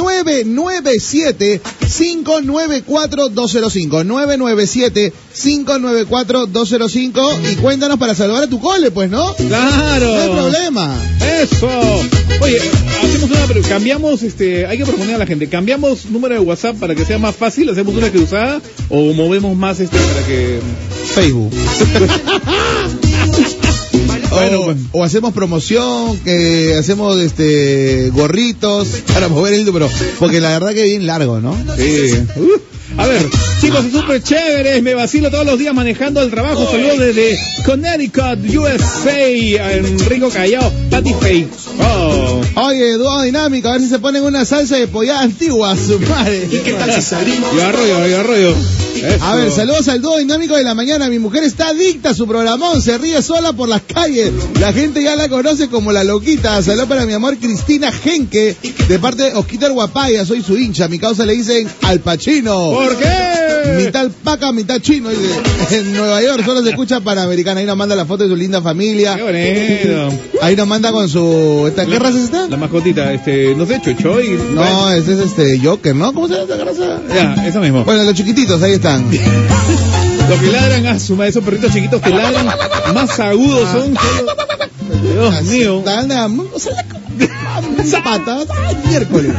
997-594-205. 997-594-205 y cuéntanos para saludar a tu cole, pues, ¿no?
Claro.
No hay problema.
Eso. Oye, hacemos una, pero cambiamos, este, hay que proponer a la gente, cambiamos número de WhatsApp para que sea más fácil, hacemos una cruzada o movemos más este para que.
Facebook. O, o hacemos promoción, que hacemos este gorritos pues para mover el número, porque la verdad que bien largo, ¿no?
Sí. Uh, A ver, chicos, es súper chévere. Me vacilo todos los días manejando el trabajo. Saludos desde Connecticut, USA. Enrico Callao, Patty Fake. Oh.
Oye, Eduardo Dinámico, a ver si se ponen una salsa de pollada antigua, su madre.
Yo arroyo, yo arroyo. Eso.
A ver, saludos al dúo dinámico de la mañana. Mi mujer está adicta a su programón, se ríe sola por las calles. La gente ya la conoce como la loquita. Saludos para mi amor Cristina Genke, de parte de Osquitar Guapaya, soy su hincha. Mi causa le dicen al Pachino.
¿Por qué?
Mitad paca, mitad chino. dice. En Nueva York solo se escucha Panamericana. Ahí nos manda la foto de su linda
Qué
familia.
bonito.
Ahí nos manda con su. esta- ¿Qué raza es esta?
La mascotita, este, no sé, Chochoy.
No, ese es este Joker, ¿no? ¿Cómo se llama esta raza?
Ya, eso mismo.
Bueno, los chiquititos, ahí están.
Los que ladran, a su madre, esos perritos chiquitos que ladran, más agudos son. solo- Dios mío.
Están a- o sea, la- zapatas, ay, miércoles.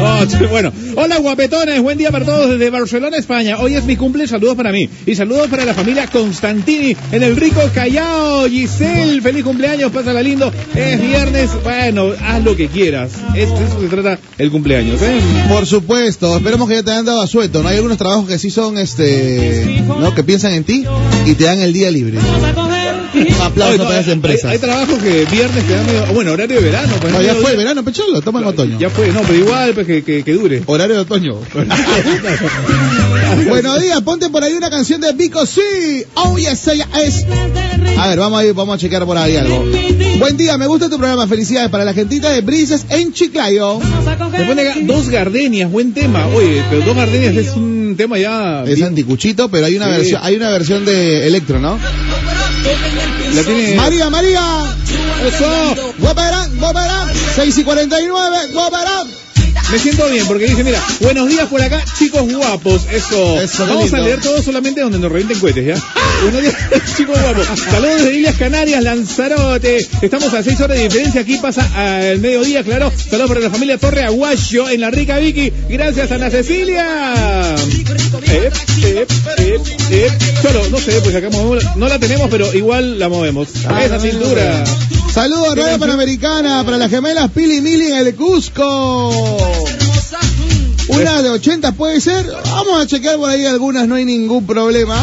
Oh, che, bueno, hola guapetones, buen día para todos desde Barcelona, España. Hoy es mi cumple, saludos para mí y saludos para la familia Constantini en el rico Callao. Giselle, feliz cumpleaños, pásala lindo. Es viernes, bueno, haz lo que quieras. Es, de eso se trata el cumpleaños, ¿eh?
Por supuesto, esperemos que ya te hayan dado asueto, ¿no? Hay algunos trabajos que sí son, este, ¿no? Que piensan en ti y te dan el día libre.
Un aplauso
Oye, no,
para esa
hay-
empresa.
Hay, hay trabajos que viernes que dan medio- Bueno, horario de verano. pues,
No, ya
medio-
fue verano, pechalo, toma en otoño.
Ya fue, no, pero igual pues, que, que, que dure.
Horario de otoño. Buenos días, ponte por ahí una canción de Vico sí. Oh, yes, ella es. A ver, vamos a ir, vamos a chequear por ahí algo. Buen día, me gusta tu programa. Felicidades para la gentita de Brises en Chiclayo.
Se pone acá, dos gardenias, buen tema. Oye, pero dos gardenias es un tema ya.
Es anticuchito, pero hay una
Sí.
versión, hay una versión de Electro, ¿no?
La tiene.
María, María.
Eso.
Guaperán, guaperán. 6 y 49, guaperán.
Me siento bien porque dice, mira, buenos días por acá, chicos guapos. Eso.
Eso, qué
Vamos
lindo.
a leer todo solamente donde nos revienten cohetes, ¿ya? buenos días, chicos guapos. Saludos de Islas Canarias, Lanzarote. Estamos a 6 horas de diferencia. Aquí pasa el mediodía, claro. Saludos para la familia Torre Aguayo en la rica Vicky. Gracias, Ana Cecilia. Ep, ep, ep, ep. Solo, no sé, pues acá movemos la- No la tenemos, pero igual la movemos.
Ah,
Esa cintura.
Saludos, Radio Panamericana, para las gemelas Pili y Mili en el Cusco. Una de 80 puede ser. Vamos a chequear por ahí algunas, no hay ningún problema.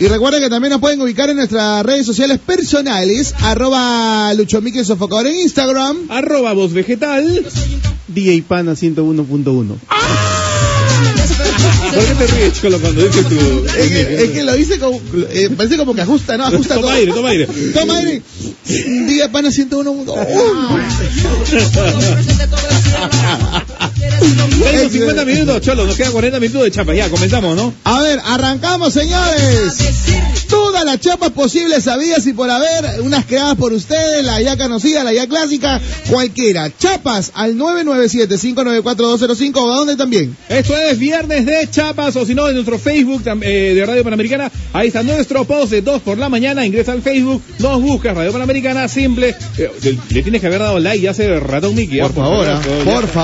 Y recuerden que también nos pueden ubicar en nuestras redes sociales personales, arroba Luchomique Sofocador en Instagram.
Arroba voz vegetal.
DJ Pana 101.1.
¿Por qué te ríes, Cholo, cuando dices tu...
Es que, es que lo dice como, eh, parece como que ajusta, ¿no? Ajusta
Toma
todo.
aire, toma aire.
Toma aire. Día pana 101.
Tenemos 50 minutos, Cholo, nos quedan 40 minutos de chapa. Ya, comenzamos, ¿no?
A ver, arrancamos, señores. Todas las chapas posibles, sabidas y por haber, unas creadas por ustedes, la ya conocida, la ya clásica, cualquiera. Chapas al 997-594-205 o a dónde también.
Esto es Viernes de Chapas, o si no, en nuestro Facebook tam- eh, de Radio Panamericana. Ahí está nuestro post de 2 por la mañana. Ingresa al Facebook, nos buscas Radio Panamericana, simple. Eh, le, le tienes que haber dado like ya hace ratón Mickey.
Por favor, ah,
favor,
por favor,
ya.
por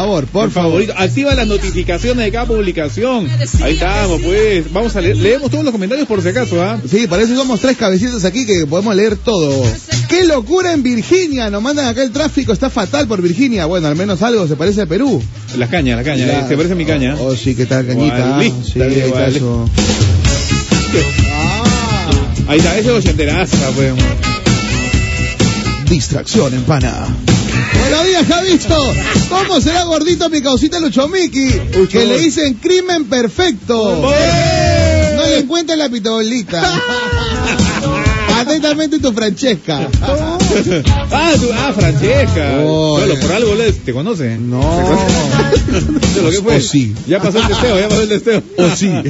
favor.
Favorito. Activa las notificaciones de cada publicación. Ahí estamos, pues. Vamos a leer. Leemos todos los comentarios por si acaso, ¿ah?
Sí, parece somos tres cabecitas aquí que podemos leer todo. ¡Qué locura en Virginia! Nos mandan acá el tráfico, está fatal por Virginia. Bueno, al menos algo se parece a Perú.
Las cañas, las cañas. eh, se parece a mi caña.
Oh, sí, que tal cañita.
Gualí,
Sí,
dale,
ahí está
gualí.
eso. Ah.
Ahí está, ese es ochenteraza, pues.
Distracción en pana. Buenos días, Javito. ¿Cómo será gordito mi causita Lucho Miki? Que le dicen crimen perfecto. No le encuentran la pitolita. Atentamente tu Francesca.
Ah, tú- ah, Francesca.
Oh,
Solo
eh.
por algo le- te conocen.
No.
¿Lo que fue?
O Oh, sí.
Ya pasó el testeo, ya pasó el testeo.
O sí. Ah.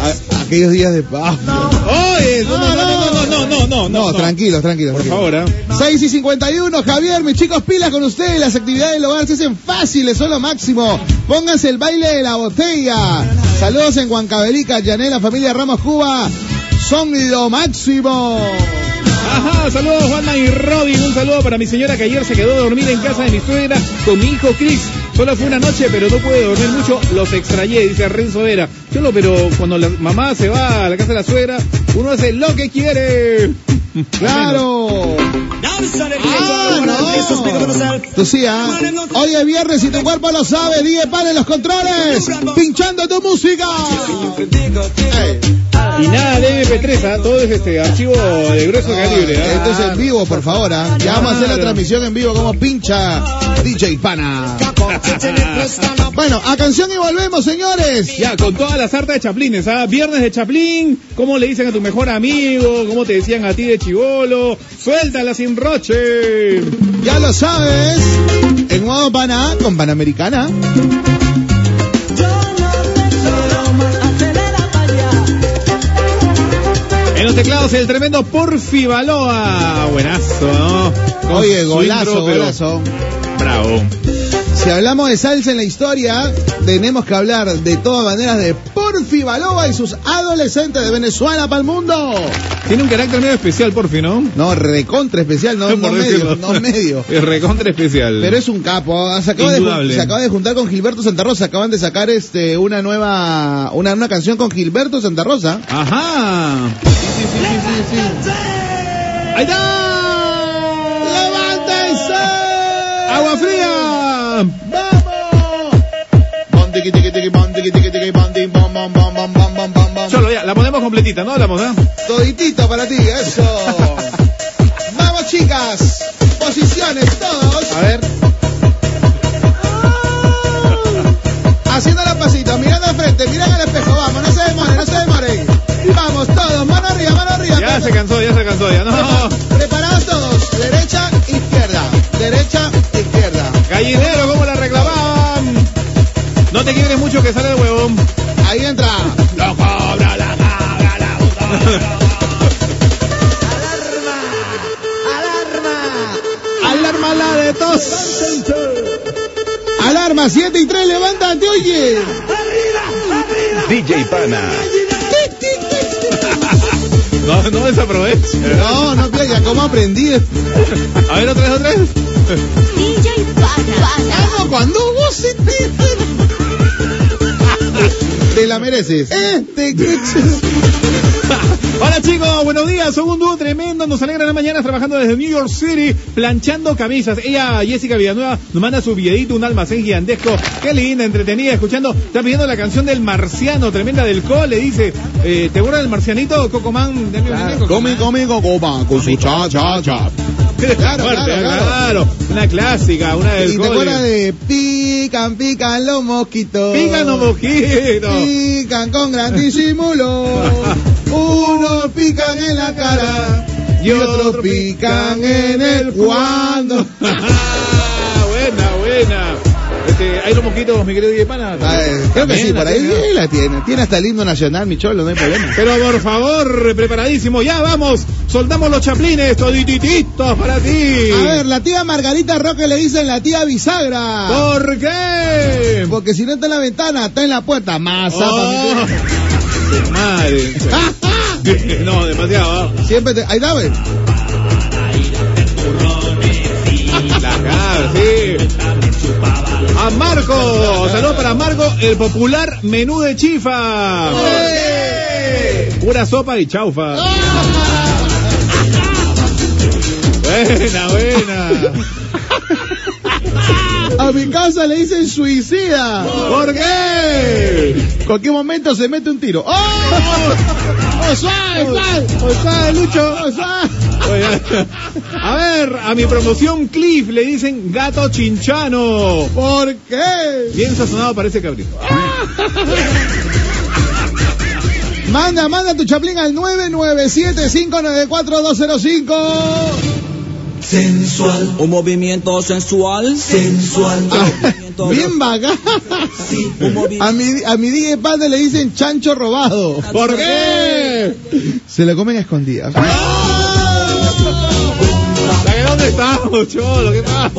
A- aquellos días de paz.
Oye, no, no, no, no, no, no, no, no,
No, tranquilos, tranquilos.
Por
tranquilos.
favor, ¿ah?
6 y 51, Javier, mis chicos, pilas con ustedes. Las actividades del hogar se hacen fáciles, son lo máximo. Pónganse el baile de la botella. Saludos en Huancabelica, Yanela, familia Ramos Cuba. Son lo máximo.
Ajá, saludos Juanma y Robin. Un saludo para mi señora que ayer se quedó dormida en casa de mi suegra con mi hijo Chris. Solo fue una noche, pero no pude dormir mucho. Los extrañé, dice Renzo Vera. Cholo, pero cuando la mamá se va a la casa de la suegra, uno hace lo que quiere.
Claro. Ah, no. Tú sí, ah. Hoy es viernes y tu cuerpo lo sabe. Dije, pare los controles. Pinchando tu música. Ey.
Y nada de MP3, ¿ah? todo es este archivo de grueso calibre. ¿ah?
Esto es en vivo, por favor. ¿ah? Ya vamos a hacer la
Claro.
transmisión en vivo como pincha DJ Pana.
Ah.
Bueno, a canción y volvemos, señores.
Ya, con toda la sarta de chaplines, ¿ah? Viernes de chaplín, ¿cómo le dicen a tu mejor amigo? ¿Cómo te decían a ti de chivolo? ¡Suéltala sin roche!
Ya lo sabes. En modo Pana con Panamericana.
En los teclados el tremendo Porfi Baloa. Buenazo, ¿no? Con
Oye,
su
golazo,
intro, pero
golazo.
Bravo.
Si hablamos de salsa en la historia, tenemos que hablar de todas maneras de Porfi Baloba y sus adolescentes de Venezuela para el mundo.
Tiene un carácter medio especial, Porfi, ¿no?
No, recontra especial, no, no
Por
medio,
decirlo.
no medio.
Es recontra especial.
Pero es un capo. ah, Se acaba, de, jun-
Indudable.
se acaba de juntar con Gilberto Santa Rosa. Acaban de sacar este una nueva una, una canción con Gilberto Santa Rosa.
Ajá. ¡Ahí está!
¡Levántense!
¡Agua fría!
¡Vamos! Bom, tiqui, tiqui, tiqui, bom, tiqui, tiqui, tiqui, bom, tiqui, bom, bom, bom, bom, bom, bom, bom, bom.
Cholo, ya, la ponemos completita, ¿no? La ponemos. ¿eh?
Toditita para ti, eso. Vamos, chicas. Posiciones, todos.
A ver.
Haciendo los pasitos, mirando al frente, miran al espejo. Vamos, no se demoren, no se demoren. Vamos, todos. Mano arriba, mano arriba.
Ya se cansó, ya se cansó, ya. No.
Preparados todos. Derecha, izquierda. Derecha, izquierda.
Gallinero, ¿cómo la reclamaban? No te quiebres mucho que sale el huevón.
Ahí entra.
Lo cobra la cabra, la
Alarma la de tos. Alarma 7 y 3, levántate, oye.
DJ Pana.
No, no desaproveches.
No, no, playa, ¿cómo aprendí?
A ver, otra vez, otra vez.
DJ Pana.
Vamos, cuando vos se te... Te la mereces. Este
Hola chicos, buenos días. Son un dúo tremendo. Nos alegran las mañanas trabajando desde New York City, planchando camisas. Ella, Jessica Villanueva, nos manda su videito, un almacén gigantesco. Qué linda, entretenida, escuchando. Está pidiendo la canción del marciano, tremenda del cole. Dice, eh, ¿te acuerdas del marcianito? Cocomán, dame un muñeco,
Come, come, cocopa, con su cha, cha, cha.
Fuerte,
claro, claro.
Una clásica, una del
Y te
cole.
acuerdas de pican, pican los mosquitos.
Pícanos, mosquito.
Pican con gran disimulo. Unos pican en la cara y otros pican en el cuando.
Ah, buena, buena. Este, hay los mosquitos, mi querido Diez Pana.
Ah, eh, Creo que
También
sí,
la
por ahí
tiene, ¿no?
eh, la tiene. Tiene hasta el himno nacional, mi cholo, no hay problema.
Pero por favor, preparadísimo, ya vamos, soltamos los chaplines, todititos para ti.
A ver, la tía Margarita Roque le dicen la tía bisagra.
¿Por qué?
Porque si no está en la ventana, está en la puerta. Más
Oh, madre. No, demasiado. ¿ah?
Siempre te... Ahí dame.
La cara, sí. A Marco, saludos para Marco, el popular menú de chifa. Pura sopa y chaufa. Buena, buena.
A mi casa le dicen suicida.
¿Por qué?
Cualquier momento se mete un tiro. ¡Oh! ¡Oh, suave, suave! ¡Oh, suave, Lucho! ¡Oh, suave!
Oye, A ver, a mi promoción Cliff le dicen gato chinchano.
¿Por qué?
Bien sazonado parece cabrito.
Manda, manda tu chaplín al 997-594-205.
Sensual. Un movimiento sensual. Sensual.
Ah, bien vaga.
Un
A
movimiento.
mi, a mi DJ Padre le dicen chancho robado.
¿Por qué?
Se lo comen a escondidas.
Ah.
¿La que dónde estamos, Cholo? ¿Qué pasa?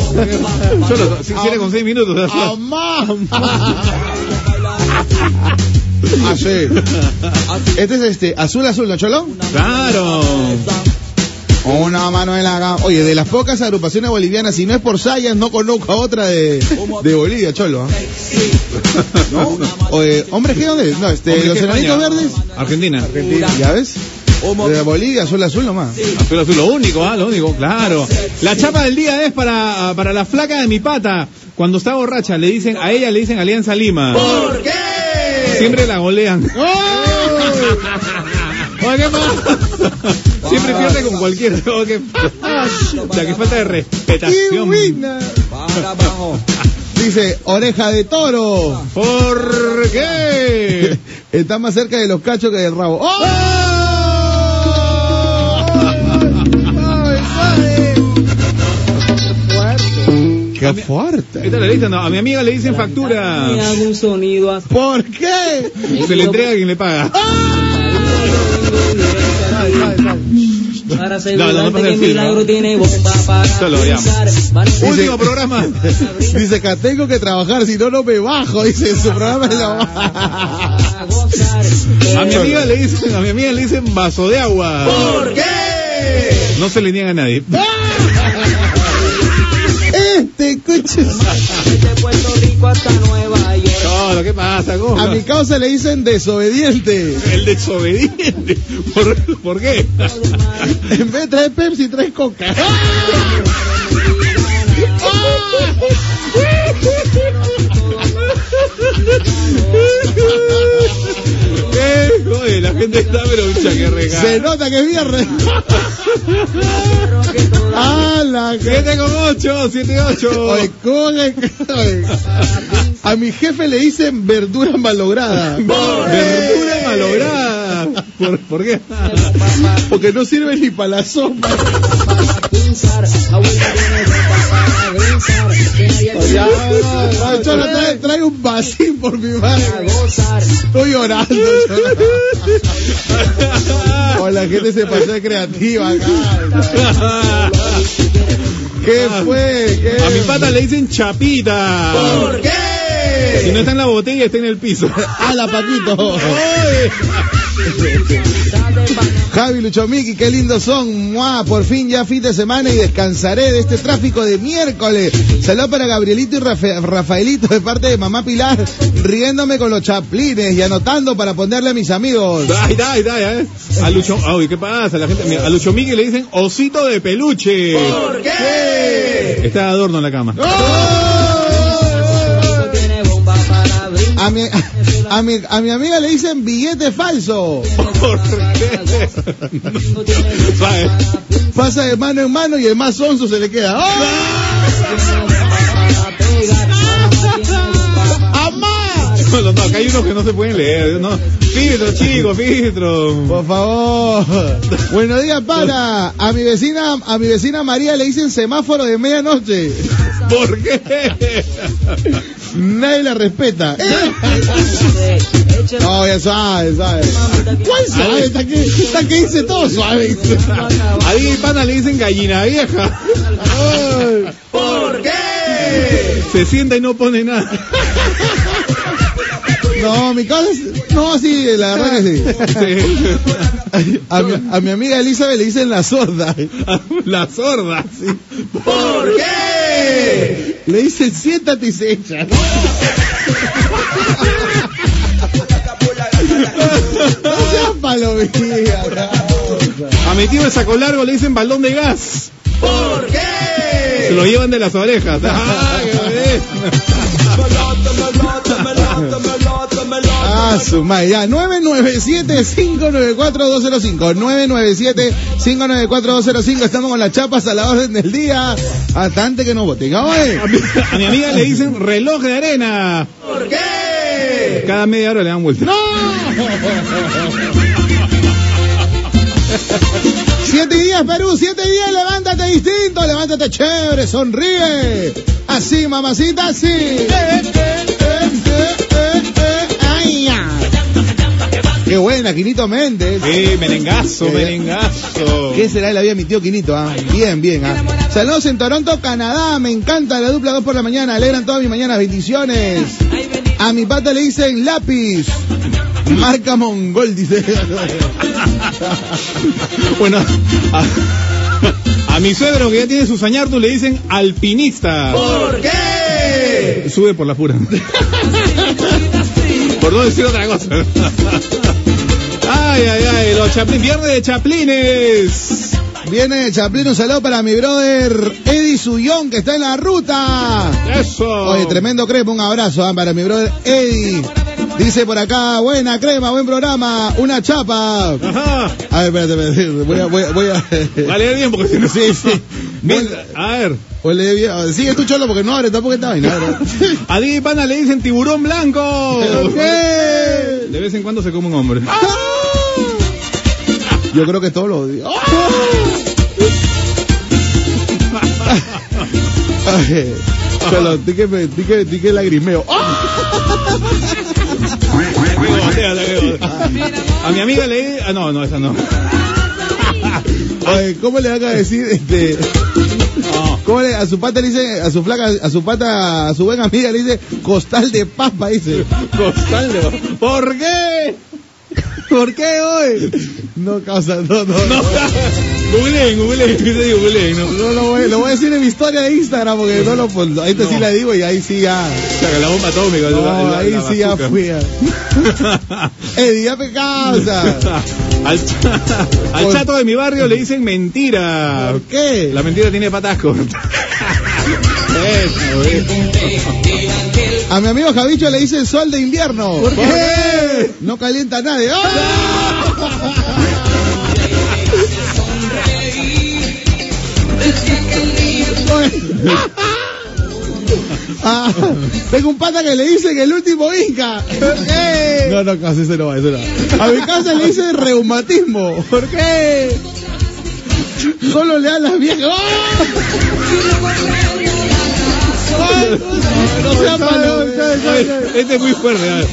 Cholo, si quiere con seis minutos. o sea,
Así. Ah, Este es este, azul, azul, ¿no, Cholo?
Claro.
Una mano en la gama. Oye, de las pocas agrupaciones bolivianas, si no es por Sayas, no conozco a otra de, de Bolivia, Cholo. ¿ah? ¿No? Oye, ¿Hombres qué dónde? No, este,
Hombre,
los
¿qué
enanitos
España?
verdes.
Argentina.
¿Ya ves? De Bolivia, azul, azul nomás.
Pero eso es lo único, ¿ah? Lo único, claro. La chapa del día es para, para la flaca de mi pata. Cuando está borracha, le dicen, a ella le dicen Alianza Lima. ¿Por qué? Siempre la golean.
¡Oh!
Oye, ¿qué pasa? Siempre pierde con cualquiera. Oye, ¿qué pasa? O sea, que falta de
¡Qué
respetación.
buena!
Para abajo.
Dice, oreja de toro.
¿Por qué?
Está más cerca de los cachos que del rabo. ¡Oh! ¡Qué
¿Qué
fuerte!
tal la lista? No, a mi amiga le dicen factura.
¿Por qué? ¡Oh!
Se le entrega a quien le paga.
Para
No, no, no pasa el film, ¿no?
tiene bomba para
Solo, ya.
Van
Último programa.
Dice que tengo que trabajar, si no, no me bajo. Dice, su programa es la...
a gozar.
A mi amiga le dicen, a mi amiga le dicen vaso de agua. ¿Por qué? No se le niega a nadie.
Este, escuches.
Desde Puerto Rico hasta Nueva York.
Cholo, ¿qué pasa? ¿Cómo?
A mi causa le dicen desobediente.
El desobediente. ¿Por, por qué?
En vez de traer Pepsi, traes coca. ¡Ah!
¿Qué? Joder, gente está pero un chaquerreja.
Se nota que es viernes. ¡A la que-
7 con 8, 7 y 8.
Oye, ¿cómo le- oye, A mi jefe le dicen verdura malograda.
Verdura malograda. ¿Por, por qué?
Porque no sirve ni para la sopa. Cholo, trae, trae un vasín por mi madre. Estoy llorando. Cholo. Oh, la gente se pasó de creativa acá. ¿Qué fue? ¿Qué?
Ah, A mi pata le dicen chapita.
¿Por
Si no
qué?
está en la botella, está en el piso.
A la Paquito.
Ay.
Javi Luchomiki, qué lindos son. ¡Mua! Por fin ya fin de semana y descansaré de este tráfico de miércoles. Saludos para Gabrielito y Rafa- Rafaelito de parte de mamá Pilar, riéndome con los chaplines y anotando para ponerle a mis amigos.
Ay, dai, dai, eh. A Lucho, ay, ¿qué pasa? La gente, mira, a Lucho Miguel le dicen osito de peluche. ¿Por qué? Está de adorno en la cama.
A mi, a, mi, a mi amiga le dicen billete falso.
¿Por qué? ¿Sabes?
Pasa de mano en mano y el más onzo se le queda. ¡Oh! ¡Amá!
No, no, no, acá hay unos que no se pueden leer. No. Filtro, chico, filtro.
Por favor. Buenos días, para. A mi vecina, a mi vecina María le dicen semáforo de medianoche.
¿Por qué?
Nadie la respeta. No, ya sabe, sabe. ¿Cuál sabe? Está que, está que dice todo suave.
A mi pana le dicen gallina vieja.
¿Por qué?
Se sienta y no pone nada.
No, mi casa es... No, sí, la verdad que sí. A mi, a mi amiga Elizabeth le dicen la sorda.
La sorda. sí.
¿Por qué? Le dicen siéntate y se echa. No seas palomilla.
A mi tío de saco largo le dicen balón de gas.
¿Por
Se
qué?
lo llevan de las orejas. Ah, qué bueno.
Ah, su madre, ya, 997-594-205 997-594-205 Estamos con las chapas a la orden del día Hasta antes que nos voten
A mi- A mi amiga le dicen reloj de arena.
¿Por qué?
Cada media hora le dan vuelta.
7 y 10 Perú, 7 y 10, levántate distinto, levántate chévere, sonríe. Así, mamacita, así. Eh, eh, eh, eh, eh, ay, ya. Qué buena, Quinito Méndez.
Eh, merengazo, merengazo.
¿Qué será de la vida de mi tío Quinito? ah? Bien, bien. ah. Saludos en Toronto, Canadá. Me encanta la dupla 2 por la mañana. Alegran todas mis mañanas. Bendiciones. A mi pata le dicen lápiz. Marca Mongol, dice.
Bueno, a, a mi suegro que ya tiene su sañardo le dicen alpinista.
¿Por qué?
Sube por la pura. por no decir otra cosa. ay, ay, ay, los chaplines, viernes de chaplines.
Viene Chaplin, un saludo para mi brother Eddie Suyón, que está en la ruta.
Eso.
Oye, tremendo crema, un abrazo ah, para mi brother Eddie. Dice por acá, buena crema, buen programa, una chapa.
Ajá.
A ver, espérate, espérate, voy a... Voy a, voy a...
Va a leer bien porque si no.
Sí, sí.
Bien, a ver.
O le debía- o- Sigue tú cholo porque no abre tampoco esta vaina. ¿verdad?
A Diego y Pana le dicen tiburón blanco.
¿Pero qué?
De vez en cuando se come un hombre.
Yo creo que todo lo odio. Ay, Cholo, di que, me- di que, di que lagrimeo. ¡Ah!
A mi amiga le ah, no, no, esa no.
Ay, ¿Cómo le van a decir este?
No.
¿Cómo le- a su pata le dice, a su flaca, a su pata, a su buena amiga le dice costal de papa, dice.
Costal de- ¿Por qué?
¿Por qué hoy? No causa, no, no.
No.
No,
Googleen, googleen, dice googleen, no.
no lo, voy, lo voy a decir en mi historia de Instagram porque no lo pongo. Ahí te sí
No.
la digo y ahí sí ya.
Saca la bomba atómica.
No,
la- la-
ahí
la
sí ya
bazooka.
fui. ah. Eddie, ya me causa.
al, cha- al chato de mi barrio le dicen mentira.
¿Por qué?
La mentira tiene patas cortas. Eso,
A mi amigo Javicho le dice sol de invierno. ¿Por qué? No calienta a nadie. ¡Ah!
Ah, tengo un pata que le dice que el último Inca. ¿Por qué?
No, no, casi se lo va, eso no.
A mi casa le dice reumatismo. ¿Por qué? Solo le dan las viejas.
No sea malo. A ver, Este es muy fuerte. A, ver.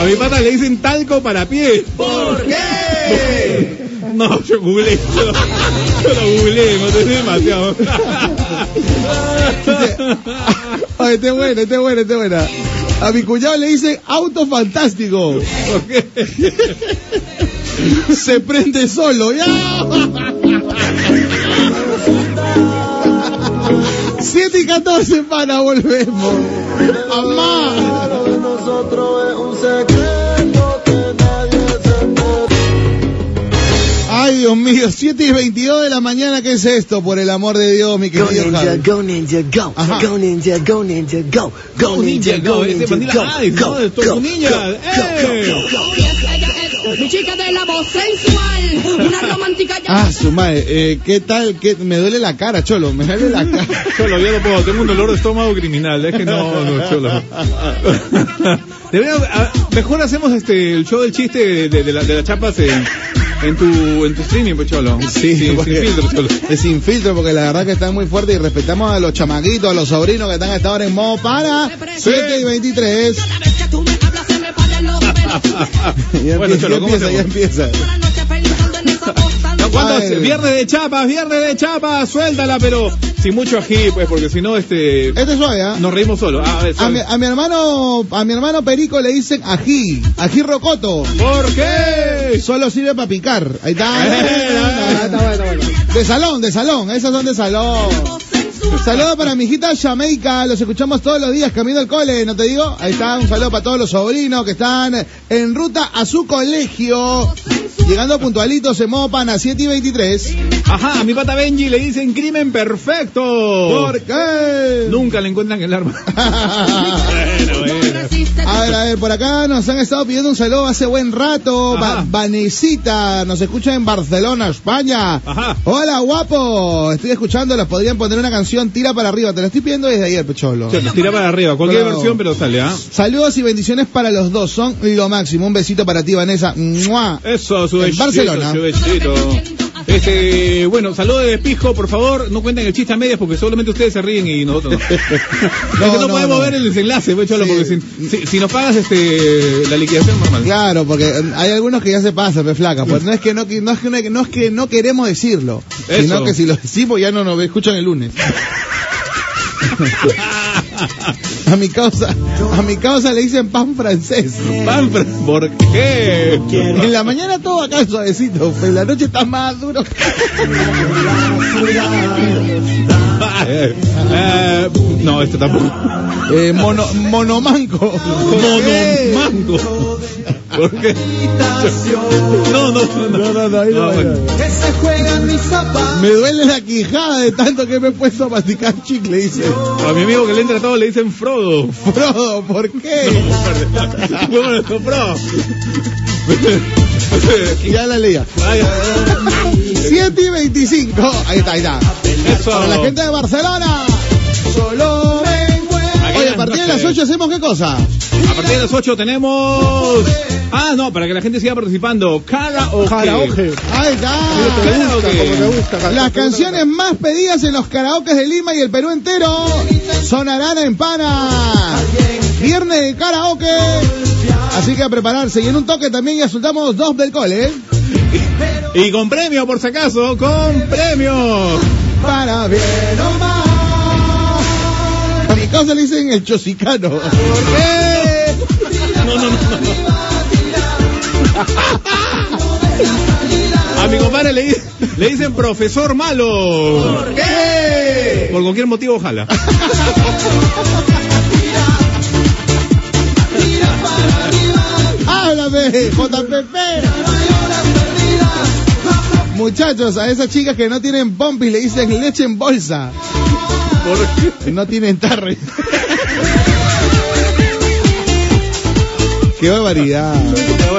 a mi pata le dicen talco para pie. ¿Por qué? No, yo googleé. Yo, yo lo googleé, no te demasiado.
Ay, este es bueno, este es bueno, este es buena. A mi cuñado le dicen auto fantástico.
¿Por qué?
Se prende solo. ¡Ya! 7 y 14 para volvemos. Amá.
Ay, Dios mío, 7 y 22 de la mañana, ¿qué es esto? Por el amor de Dios, mi
Go
querido
ninja,
Javi.
go ninja, go.
Ajá.
Go ninja, go ninja, go. Go
Go ninja,
ninja,
go.
go
Ese
ninja, go.
mandila live, ¿no? De Tortu Ninja. ¡Eh!
Mi chica de la voz sensual, una romántica ya.
Ah, su madre, eh, ¿qué tal? ¿Qué? Me duele la cara, cholo, me duele la cara.
Cholo, yo no puedo, tengo un dolor de estómago criminal, es que no, no, cholo. Debería- a- mejor hacemos este el show del chiste de, de- de la- de las chapas en, en tu en tu streaming, pues cholo. Sí, sin
porque-
filtro, cholo.
Es sin filtro, porque la verdad que están muy fuertes y respetamos a los chamaquitos, a los sobrinos que están a esta hora en modo para 7 y 23.
Cada vez que tú me hablas se me paran los pelos.
Ya
bueno,
empie-
cholo,
ya
¿cómo
empieza, ya
hacemos?
empieza.
Toda la noche pensando en esa voz tan
No, ¿cuándo?
Ay.
Viernes de chapas, viernes de chapas, suéltala, pero sin mucho ají, pues, porque si no, este,
Este es suave, ¿ah?
nos reímos solo. Ah, a ver,
A mi,
suave.
a mi hermano, a mi hermano Perico le dicen ají, ají rocoto.
¿Por qué?
Solo sirve para picar. Ahí
Ah,
está. De salón, de salón, esas son de salón. Saludos para mi hijita Jamaica, los escuchamos todos los días camino al cole, ¿no te digo? Ahí está, un saludo para todos los sobrinos que están en ruta a su colegio. Llegando puntualitos en Mopan a 7 y 23.
Ajá, a mi pata Benji le dicen crimen perfecto.
¿Por qué?
Oh. Nunca le encuentran el arma.
a ver, a ver, por acá nos han estado pidiendo un saludo hace buen rato.
Ajá.
Va- Vanesita, nos escucha en Barcelona, España.
Ajá.
Hola, guapo. Estoy escuchando, los podrían poner una canción tira para arriba. Te la estoy pidiendo desde ayer, Pecholo.
Cholo, tira para arriba, cualquier
Bravo.
versión, pero sale, ¿ah?
Saludos y bendiciones para los dos, son lo máximo. Un besito para ti, Vanessa. ¡Mua!
Eso, su
En
besito,
Barcelona.
su besito. Este, bueno, saludos de Pisco, por favor, no cuenten el chiste a medias porque solamente ustedes se ríen y nosotros no. Es que no,
no, no.
podemos ver el desenlace, pues, Cholo,
Sí.
porque si, si, si nos pagas este, la liquidación normal.
Claro, porque eh, hay algunos que ya se pasan, pe flaca. Pues no es que no, que- no es que no, no es que no queremos decirlo,
Eso.
sino que si lo decimos ya no nos escuchan el lunes. A mi causa, a mi causa le dicen pan francés.
Pan, pero, ¿por qué?
En la mañana todo acá es suavecito, pero en la noche está más duro.
Eh, no, esto tampoco.
Eh, mono, monomanco. Eh.
Monomango. ¿Por qué? No, no, no. No, no, no. Ah, bueno.
Me duele la quijada de tanto que me he puesto a masticar chicle, dice.
A mi amigo que le entra todo le dicen Frodo.
Frodo, ¿por qué?
Bueno, esto, Frodo.
Ya la leía.
Ay,
7 y 25. Ahí está, ahí está.
Eso.
Para la gente de Barcelona. Solo me encuentro. Oye, a partir de las 8 hacemos qué cosa?
A partir de las 8 tenemos. Ah, no, para que la gente siga participando. Karaoke.
Karaoke.
Ahí está.
Como te
Karaoke.
gusta, Carlos.
Las canciones más pedidas en los karaokes de Lima y el Perú entero sonarán en pana. Viernes de karaoke. Así que a prepararse. Y en un toque también ya soltamos dos del cole. ¿eh?
Y con premio, por si acaso, con premio.
Para bien o mal. A mi causa le dicen el chosicano.
No, no, no, no. A mi compadre le, di- le dicen profesor malo. ¿Por qué? Por cualquier motivo, ojalá.
Háblame, JPP. Muchachos, a esas chicas que no tienen pompis le dicen leche en bolsa.
¿Por qué?
No tienen tarre. Qué barbaridad.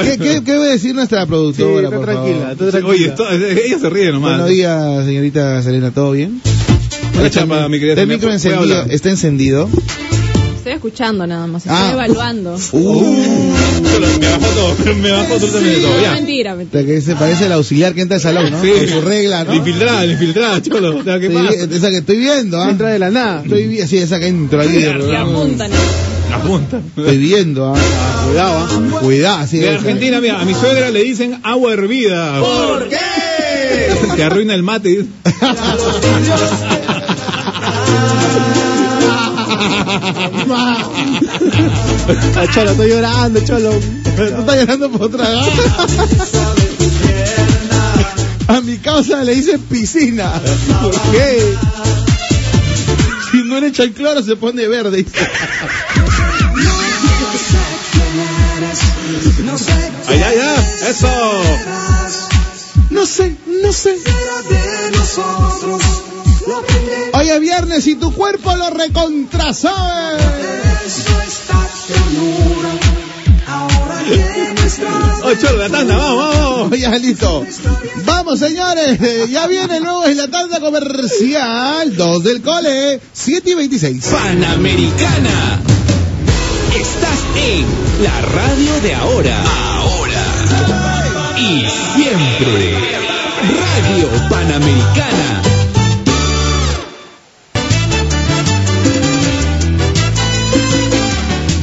¿Qué, qué, qué va a decir nuestra productora? por favor?
Oye, esto- eh, ella se ríe nomás.
Buenos días, señorita Selena, ¿todo bien?
Una chapa, mi querida
¿Está el
Selena,
micro
¿puedo
encendido? eh.
hablar?
¿Está encendido?
Estoy escuchando nada más, estoy
Ah.
evaluando.
Solo Me bajó todo, me bajó absolutamente todo.
No,
Ya.
mentira, mentira.
La que se parece al auxiliar que entra al salón, ¿no? Con su regla, ¿no? eh,
La infiltrada, la infiltrada, cholo. O sea, ¿Qué
Estoy
pasa?
vi- esa que estoy viendo, ¿ah? Entra de la nada. Estoy vi- sí, esa que entra ahí.
Le apuntan.
Apunta.
Estoy viendo, ¿ah? Cuidado, ¿ah? Cuidado, sí.
De
esa.
Argentina, mira, a mi suegra le dicen agua hervida. ¿Por qué? Te arruina el mate.
Ah,
Ah, cholo, estoy llorando, cholo.
Tú estás llorando por otra A mi causa le dicen piscina. ¿Por qué? Si no le echa el cloro se pone verde.
Ay, ay, ay. Eso.
No sé, no sé.
Hoy es viernes y tu cuerpo lo recontrasabe.
Oh, cholo, la tanda, vamos, vamos.
Oye, listo. Vamos, señores. Ya viene el nuevo en la tarde comercial. Dos del cole. 7 y 26.
Panamericana. Estás en la radio de ahora. Ahora. Y siempre. Radio Panamericana.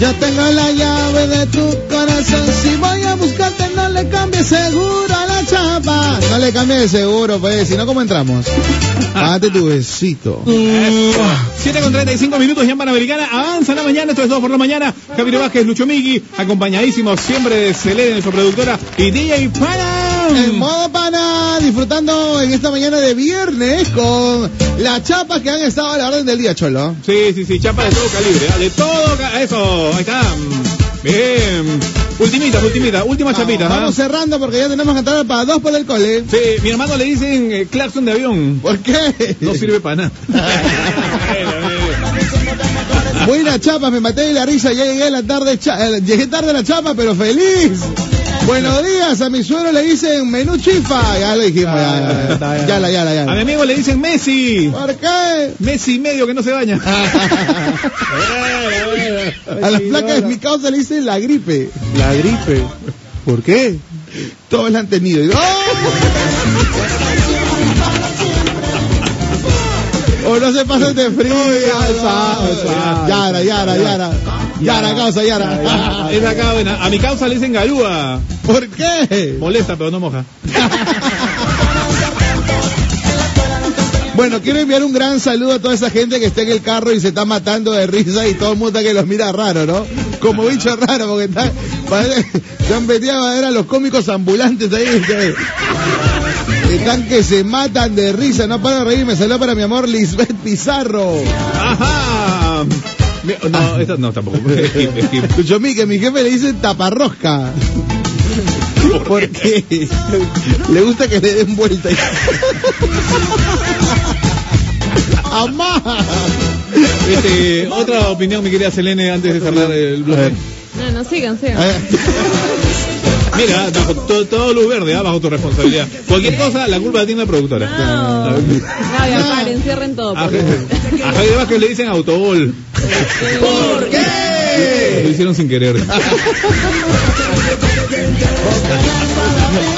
Yo tengo la llave de tu corazón. Si voy a buscarte, no le cambies seguro a la chapa. No le cambies de seguro, pues. Si no, ¿cómo entramos? Date tu besito.
7 con 35 minutos ya en Panamericana. Avanza la mañana, esto es 2 por la mañana. Javier Vázquez, Lucho Migui, acompañadísimo siempre de Selene, nuestra productora, y DJ
En
Panam.
modo pana, disfrutando en esta mañana de viernes con las chapas que han estado a la orden del día, Cholo.
Sí, sí, sí, chapa de todo calibre, ¿ah? de todo ca- Eso, ahí está. Bien. Ultimitas, ultimitas, últimas chapitas. ¿ah?
Vamos cerrando porque ya tenemos que entrar para dos por el cole.
Sí, mi hermano le dicen eh, claxon de avión.
¿Por qué?
No sirve para nada.
Buena chapa, me maté de la risa, ya llegué a la tarde, cha- eh, llegué tarde a la chapa, pero feliz. Buenos días, a mi suegro le dicen menú chifa. Ya lo dijimos, ya, ya, ya, ya, la, ya, la, ya
A mi
la.
amigo le dicen Messi.
¿Por qué?
Messi y medio que no se baña.
A las placas de mi causa le dicen la gripe.
La gripe. ¿Por qué?
Todos la han tenido. Y- ¡Oh! O no se pasan de frío. Yara, Yara, Yara. Yara, causa, Yara.
Es acá, buena. A mi causa le dicen garúa.
¿Por qué?
Molesta, pero no moja.
Bueno, quiero enviar un gran saludo a toda esa gente que está en el carro y se está matando de risa y todo el mundo que los mira raro, ¿no? Como bicho raro, porque está, parece- se han metido a ver a los cómicos ambulantes ahí. ¿viste? Están que se matan de risa, no para de reírme. Saludo para mi amor Lisbeth Pizarro.
Ajá. Mi- No, esta no tampoco. Skip, skip.
Escuchó mi que mi jefe le dice taparrosca. Porque le gusta que le den vuelta. ¡Amá!
Este, otra opinión, mi querida Selene, antes de cerrar el bloque.
No, no, sigan, sigan.
Mira, bajo todo, todo luz verde, ¿ah? bajo tu responsabilidad. Cualquier cosa, la culpa la tiene la productora.
No, no, ya paren, cierren todo.
A
por
Ja- a Javier Vázquez le dicen autogol. ¿Por
¡Eh!
qué? Lo hicieron sin querer.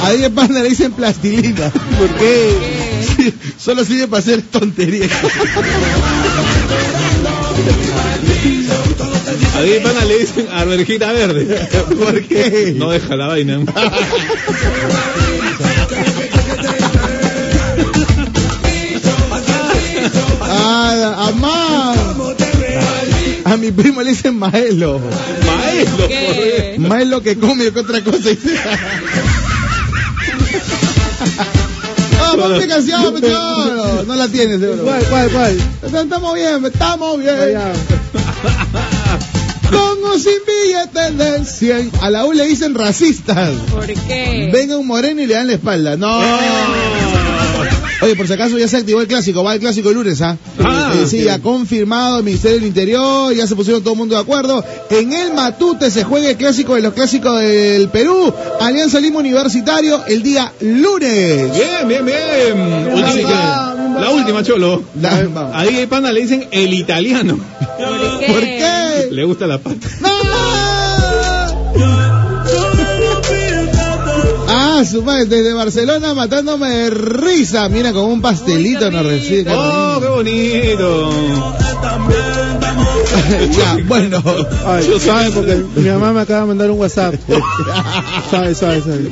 A Diego Panda le dicen plastilina. ¿Por qué? Sí, solo sirve para hacer tonterías.
A Diego Pana le dicen arberjita verde. ¿Por qué? No deja la vaina.
Ah, amá. A mi primo le dicen maelo.
Maestro,
¿Qué?
Maelo que come que otra cosa. Ah, ponte canción, pecholo. No la tienes, seguro.
¿Cuál, cuál, cuál?
Estamos bien, estamos bien.
Vaya.
Con o sin billetes del 100. A la U le dicen racistas.
¿Por qué?
Venga un moreno y le dan la espalda. No. Oye, por si acaso ya se activó el clásico, va el clásico el lunes, ¿ah?
Ah,
Eh, sí,
bien.
ha confirmado el Ministerio del Interior, ya se pusieron todo el mundo de acuerdo. En el Matute se juega el clásico de los clásicos del Perú, Alianza Lima Universitario, el día lunes.
Bien, bien, bien. Última-
Vamos.
la última, Cholo.
La- vamos.
A DJ Pana le dicen el italiano.
¿Por qué?
Le gusta la pata.
Ah, su madre, desde Barcelona matándome de risa. Mira, con un pastelito nos recibe.
¡Oh, qué bonito!
ya, bueno.
Ay, sabe, porque mi mamá me acaba de mandar un WhatsApp. sabe, sabe, sabe.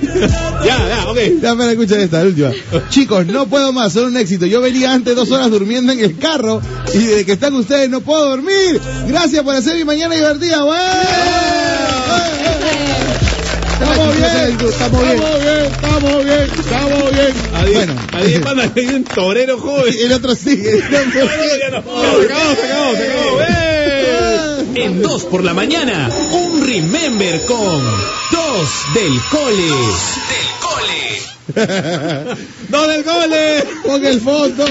Ya, ya, ok.
Ya, espera, escucha esta, la última. Chicos, no puedo más, son un éxito. Yo venía antes dos horas durmiendo en el carro y desde que están ustedes no puedo dormir. Gracias por hacer mi mañana divertida, güey. Estamos bien, estamos bien, estamos bien, estamos bien.
A DJ,
Bueno.
a DJ Pana le dicen torero joven.
El otro sigue. estamos
No, no, ya
bien.
no. Se acabó, se acabó, se acabó. ¡Eh!
En 2 por la mañana, un Remember con 2 del Cole.
¡Dos del gole!
Ponga el fondo.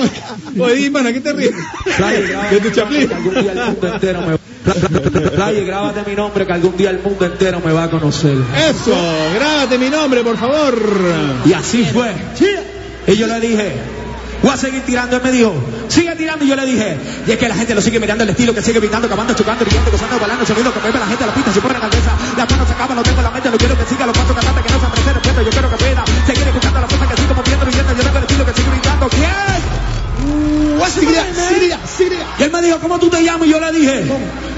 Oye, DJ Pana, ¿qué te ríes? De tu chaplín.
Algún día el mundo entero me Playa, grábate mi nombre que algún día el mundo entero me va a conocer.
Eso, grábate mi nombre, por favor.
Y así fue. Y yo le dije, voy a seguir tirando. Él me dijo, sigue tirando. Y yo le dije, y es que la gente lo sigue mirando el estilo, que sigue gritando, acabando, chocando, gritando, gozando, balando, sonido que mueve la gente a la pista, se pone la cabeza. La mano se acaba, no tengo la mente, no quiero que siga los cuatro cantantes que no se aprenden respeto. Yo quiero que pueda seguir escuchando la cosa que sigo moviendo, viviendo. Yo tengo el estilo que sigue gritando. ¿Quién? What's the
Siria,
name?
Siria, Siria.
Y él me dijo, ¿cómo tú te llamas? Y yo le dije,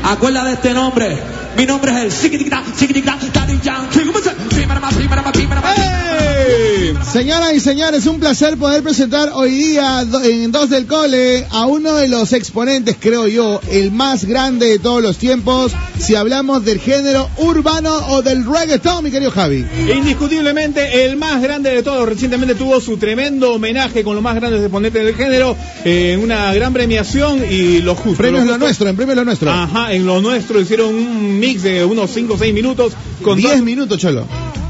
acuerda de este nombre. Mi nombre es el Sikitikita, Sikitikita, Daddy Yankee. ¿Cómo se? Sí, marama, sí, marama, sí, marama.
Señoras y señores, un placer poder presentar hoy día do- en Dos del Cole a uno de los exponentes, creo yo, el más grande de todos los tiempos, si hablamos del género urbano o del reggaetón, mi querido Javi.
Indiscutiblemente el más grande de todos. Recientemente tuvo su tremendo homenaje con los más grandes exponentes del género en una gran premiación y los justos.
Premio es lo nuestro, en premio es lo nuestro.
Ajá, en lo nuestro hicieron un mix de unos 5 o 6 minutos con
10
dos-
minutos, Cholo.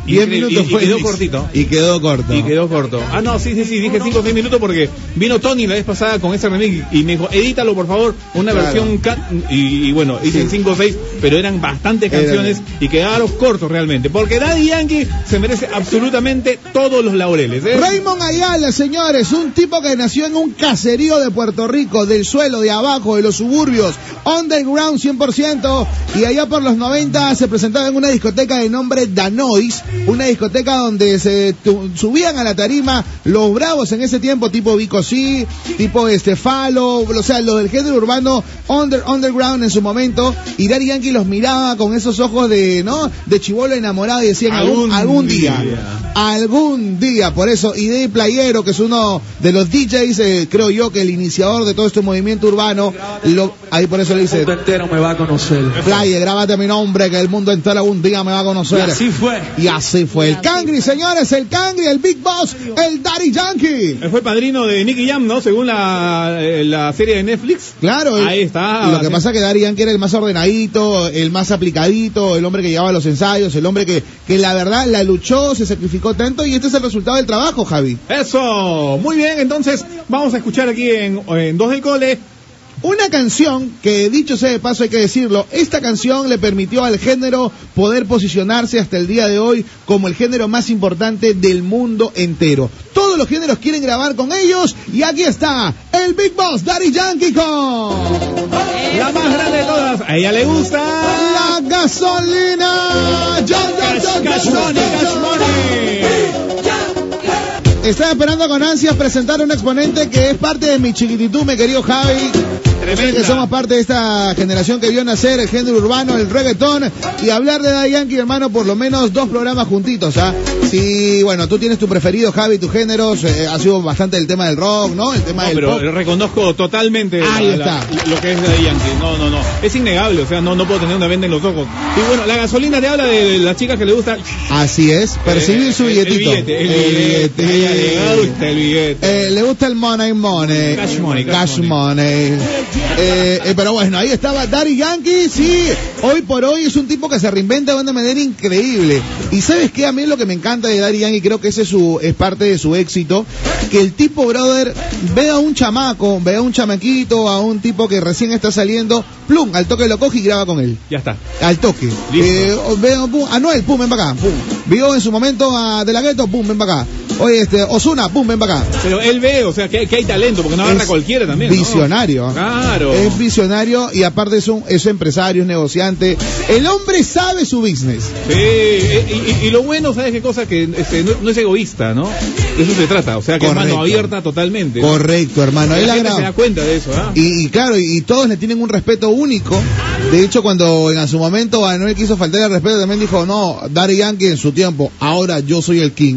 Y
10
cre-
minutos
y- y
fue el
quedó
mix.
cortito.
Y quedó corto.
Y quedó corto. Ah, no, sí, sí, sí, dije 5 o 6 minutos porque vino Tony la vez pasada con ese remix y me dijo, edítalo por favor, una
Claro.
versión cat. Y, y bueno, hice 5 o 6, pero eran bastantes
Eran.
canciones y quedaron cortos realmente. Porque Daddy Yankee se merece absolutamente todos los laureles. ¿eh?
Raymond Ayala, señores, un tipo que nació en un caserío de Puerto Rico, del suelo, de abajo, de los suburbios, underground 100%, y allá por los 90 se presentaba en una discoteca de nombre Danois, una discoteca donde se tu- subían a la tarima los bravos en ese tiempo, tipo Vico C, tipo este Falo, o sea, los del género urbano under, underground en su momento, y Daddy Yankee los miraba con esos ojos de, ¿no?, de chivolo enamorado y decían, algún,
Algún
algún día,
día.
algún día, por eso ID Playero, que es uno de los DJs, eh, creo yo que el iniciador de todo este movimiento urbano, lo- ahí por eso le
El
dice,
mundo entero me va a conocer.
Player, grábate mi nombre, que el mundo entero algún día me va a
Y
conocer.
así fue.
Y así fue el Cangri, señores, el Cangri, el Big Boss, el Daddy Yankee.
Eh, Fue padrino de Nicky Jam, ¿no? Según la, eh, la serie de Netflix.
Claro, el-
Ahí está.
Lo que
Sí.
pasa es que Daddy Yankee era el más ordenadito, el más aplicadito, el hombre que llevaba los ensayos, el hombre que, que la verdad la luchó, se sacrificó tanto y este es el resultado del trabajo, Javi.
Eso, muy bien, entonces vamos a escuchar aquí en, en Dos del Cole.
Una canción que, dicho sea de paso, hay que decirlo, esta canción le permitió al género poder posicionarse hasta el día de hoy como el género más importante del mundo entero. Todos los géneros quieren grabar con ellos y aquí está el Big Boss Daddy Yankee con
La más grande de todas, a ella le gusta.
la gasolina. Yo,
Cash,
yo, yo,
cash
yo,
money,
yo,
cash
yo.
money.
Estaba esperando con ansias presentar a un exponente que es parte de mi chiquititud, mi querido Javi. Creo que
Tremenda.
somos parte de esta generación que vio nacer el género urbano, el reggaetón y hablar de Daddy Yankee, hermano, por lo menos dos programas juntitos, ¿ah? Sí, bueno, tú tienes tu preferido, Javi, tus géneros, eh, ha sido bastante el tema del rock, ¿no? El tema
No,
del
pero
pop.
reconozco totalmente la-
Ahí
la-
está.
lo que es Daddy Yankee. No, no, no. Es innegable, o sea, no, no puedo tener una venda en los ojos. Y bueno, la gasolina te habla de las chicas que le gusta.
Así es, percibir
eh,
su
el-
billetito.
El billete, el billete. A ella le gusta el billete.
Eh, le gusta el money, money.
Cash money,
Cash
cash
money. Eh, eh, pero bueno, ahí estaba Daddy Yankee, sí. Hoy por hoy es un tipo que se reinventa de una manera increíble. Y sabes qué, a mí lo que me encanta de Daddy Yankee, creo que ese es, su, es parte de su éxito, que el tipo, brother, ve a un chamaco, ve a un chamaquito, a un tipo que recién está saliendo, plum, al toque lo coge y graba con él.
Ya está.
Al toque. Eh, o- veo, pum, Anuel, pum, ven para acá. Pum. Vio en su momento a De La Ghetto, pum, ven para acá. Oye, este, Osuna, pum, ven para acá.
Pero él ve, o sea, que, que hay talento, porque no agarra
Es
cualquiera también. ¿no?
Visionario.
Claro.
Es visionario y aparte es un es empresario, es negociante. El hombre sabe su business.
Sí, eh, y, y- y lo bueno, ¿sabes qué cosa? Que este, no, no es egoísta, ¿no? De eso se trata, o sea, que es
Correcto.
mano abierta totalmente. ¿no?
Correcto, hermano.
La
Él ha
gente
grabado.
se da cuenta de eso, ¿ah?
Y, y claro, y, y todos le tienen un respeto único. De hecho, cuando en su momento Anuel quiso faltar el respeto, también dijo, no, Daddy Yankee en su tiempo, ahora yo soy el king.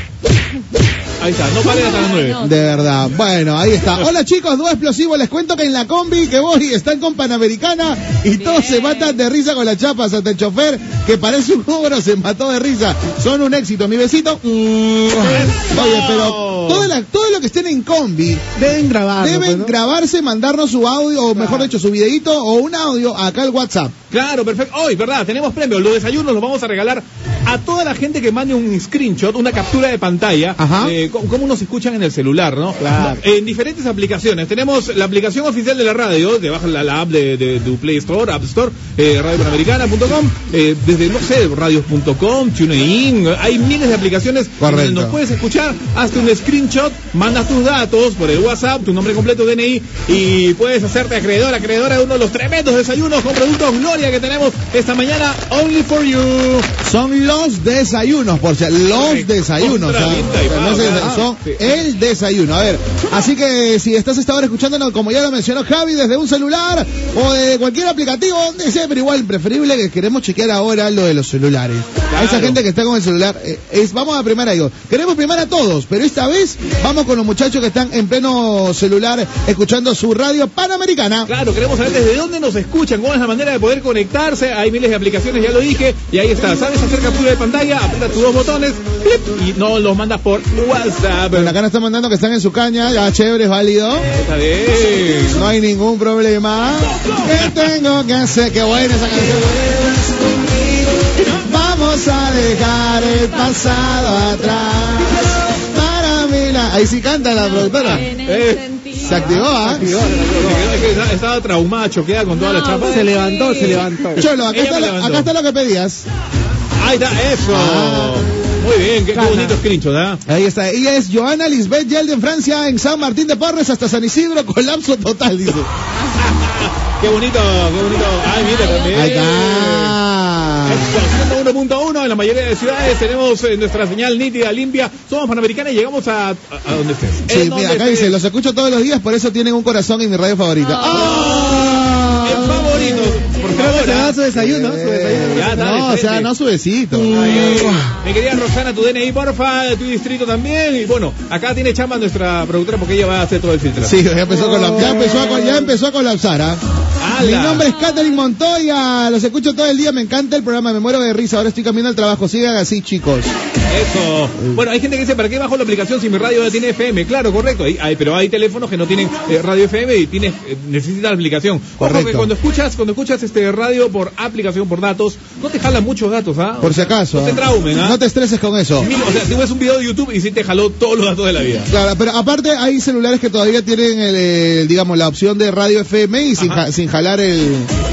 Ahí está, no pare hasta las nueve.
De verdad. Bueno, ahí está. Hola chicos, dúo explosivo. Les cuento que en la combi que voy están con Panamericana y todos se matan de risa con las chapas hasta el chofer que parece un ogro se mató de risa. Son un éxito. Mi besito. mm, Oye, pero toda la- todo lo que estén en combi
Deben grabar.
deben grabarse, mandarnos su audio, o mejor dicho, su videito o un audio acá al WhatsApp.
Claro, perfecto. Hoy, ¿verdad? Tenemos premios. Los desayunos los vamos a regalar a toda la gente que mande un screenshot, una captura de pantalla, eh, co- cómo nos escuchan en el celular, ¿no?
Claro.
En diferentes aplicaciones. Tenemos la aplicación oficial de la radio, te bajas la, la app de, de- de Play Store, App Store, eh, radiopanamericana.com, eh, desde, no sé, radios.com, TuneIn, hay miles de aplicaciones
Correcto.
donde nos puedes escuchar, hazte un screenshot, mandas tus datos por el WhatsApp, tu nombre completo, DNI, y puedes hacerte acreedor, acreedora de uno de los tremendos desayunos con productos Gloria que tenemos esta mañana, Only for You.
Son los desayunos, por si los desayunos.
Contra
¿ah?
Linda y
O sea, no
Pau,
se-
¿verdad?
son
Sí.
el desayuno. A ver, así que si estás esta hora escuchándonos, como ya lo mencionó Javi, desde un celular o de cualquier aplicativo, donde sea, pero igual preferible que queremos chequear ahora lo de los celulares. A esa gente que está con el celular, eh, es, vamos a primar a ellos. Queremos primar a todos, pero esta vez vamos con los muchachos que están en pleno celular escuchando su radio panamericana.
Claro, queremos saber desde dónde nos escuchan, cómo es la manera de poder conectarse. Hay miles de aplicaciones, ya lo dije, y ahí está. ¿Sabes hacer captura de pantalla? Aprieta tus dos botones ¡plip! y no los mandas por WhatsApp.
Bueno, acá nos están mandando que están en su caña, ya chévere, es válido.
Está bien.
No hay ningún problema. ¿Qué tengo que hacer? Qué buena esa canción. Vamos a dejar el pasado atrás. Para mí la- Ahí sí canta la productora.
Eh,
Se activó, ¿ah?
estaba traumada, choqueada con toda la chapa.
Se levantó, se levantó.
Cholo, acá
Ella
está,
me
lo,
levantó.
acá está lo que pedías.
Ahí está, eso.
Ah.
Muy bien, qué, qué bonito screenshot, ¿ah?
Ahí está. Ella es Joana Lisbeth Yelden, Francia, en San Martín de Porres hasta San Isidro. Colapso total, dice.
Qué bonito, qué bonito. Ay, mira también.
Ahí está.
Eso, 101.1 en la mayoría de ciudades tenemos eh, nuestra señal nítida, limpia. Somos panamericanos y llegamos a, a, a donde estés. En
Sí,
donde
mira, acá
estés.
dice, los escucho todos los días, por eso tienen un corazón en mi radio favorita. ¡Ah!
En favoritos, por favor.
Ah,
¿ah?
su desayuno, su desayuno.
Ya, dale,
No, o
frente.
sea, no su besito.
Ahí. Me quería Rosana, tu DNI, porfa, tu distrito también. Y bueno, acá tiene chamba nuestra productora porque ella va a hacer todo el filtro.
Sí, ya empezó, con la- ya, empezó a, col- ya empezó a colapsar. ¿ah?
¡Hala!
Mi nombre es Catherine Montoya, los escucho todo el día, me encanta el programa, me muero de risa, ahora estoy caminando al trabajo, sigan así chicos.
Eso. Bueno, hay gente que dice, ¿para qué bajo la aplicación si mi radio ya tiene FM? Claro, correcto. Hay- hay- pero hay teléfonos que no tienen eh, radio FM y tienes, eh, necesitas la aplicación. Ojo que
Correcto.
cuando escuchas, cuando escuchas este radio por aplicación, por datos, no te jalan muchos datos, ¿ah?
Por si acaso.
No te
¿ah?
traumen, ¿ah?
No te estreses con eso.
Mil- o sea, si ves un video de YouTube y sí te jaló todos los datos de la vida.
Claro, pero aparte hay celulares que todavía tienen, el, eh, digamos, la opción de radio FM y sin, ja- sin jalar el...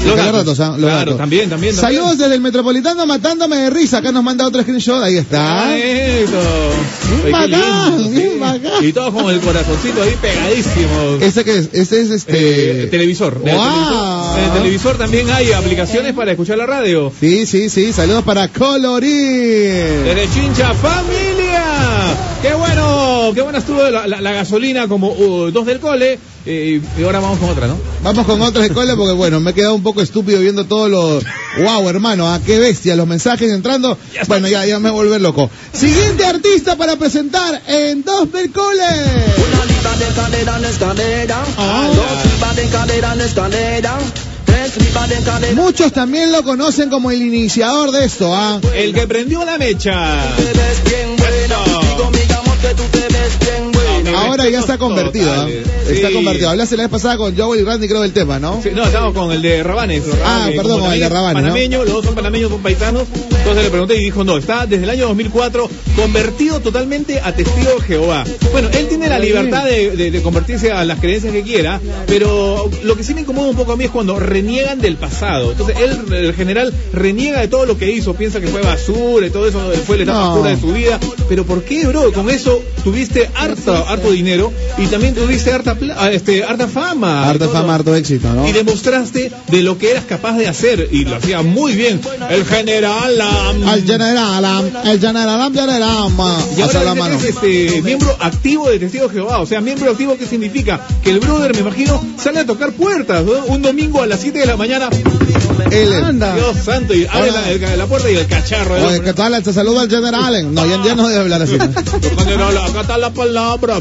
sin
Los
jalar
datos.
datos, ¿ah? Los
Claro,
datos.
también, también, también.
Saludos desde el Metropolitano matándome de risa. Acá nos manda otro screenshot, ahí está.
Ah, eso. Ay, qué
bacán,
lindo,
bien
sí.
bacán.
Y todos con el corazoncito ahí pegadísimo.
¿Ese que es? Ese es
Eh,
este...
televisor. En el
¡Guau!
televisor- En el televisor también hay aplicaciones para escuchar la radio.
Sí, sí, sí. Saludos para Colorín.
Derechincha familia. Qué bueno, qué buena estuvo la, la- la gasolina como uh, dos del cole. eh, y ahora vamos con otra, ¿no?
Vamos con otras escuelas porque, bueno, me he quedado un poco estúpido viendo todos los... ¡Wow, hermano! ¿A qué bestia! Los mensajes entrando. bueno, ya, ya me voy a volver loco. Siguiente artista para presentar en Dos del Cole.
Una libra de cadera en escalera.
Ah.
Dos libras de cadera en escalera. Tres libras de cadera.
Muchos también lo conocen como el iniciador de esto, ¿ah?
El que prendió la mecha.
Te ves bien bueno.
ahora ya está
respetos
convertido. ¿ah?
totales.
Está
eh. Sí.
convertido. Hablaste la vez pasada con Joel y Randy, creo, del tema, ¿no?
Sí, no, estamos con el de Rabanes.
Ah,
Eh,
perdón,
como
con el de
también es
Rabanes, ¿no?
Panameño, los dos son panameños, son paisanos. Entonces le pregunté y dijo, no, está desde el año 2004 convertido totalmente a testigo de Jehová. Bueno, él tiene la libertad de, de- de convertirse a las creencias que quiera, pero lo que sí me incomoda un poco a mí es cuando reniegan del pasado. Entonces él, el general, reniega de todo lo que hizo, piensa que fue basura y todo eso, fue la etapa
No.
oscura de su vida. Pero ¿por qué, bro? Con eso tuviste harto, harto dinero y también tuviste harta, pla- ah, este, harta fama.
Harta
Todo-
fama, harto éxito, ¿no?
y demostraste de lo que eras capaz de hacer y lo hacía muy bien el general Am.
Al general, am, el general, am, general, am, ah,
y
alza la
ahora
mano.
eres este, miembro activo de Testigo de Jehová, o sea, miembro activo que significa que el brother, me imagino, sale a tocar puertas ¿no? un domingo a las 7 de la mañana,
Él es.
Dios santo, y abre la, el- la puerta y el cacharro. ¿no?
Oye, que tal? Te saluda el general. No, ya, ya no debe hablar así.
General, acá está la palabra.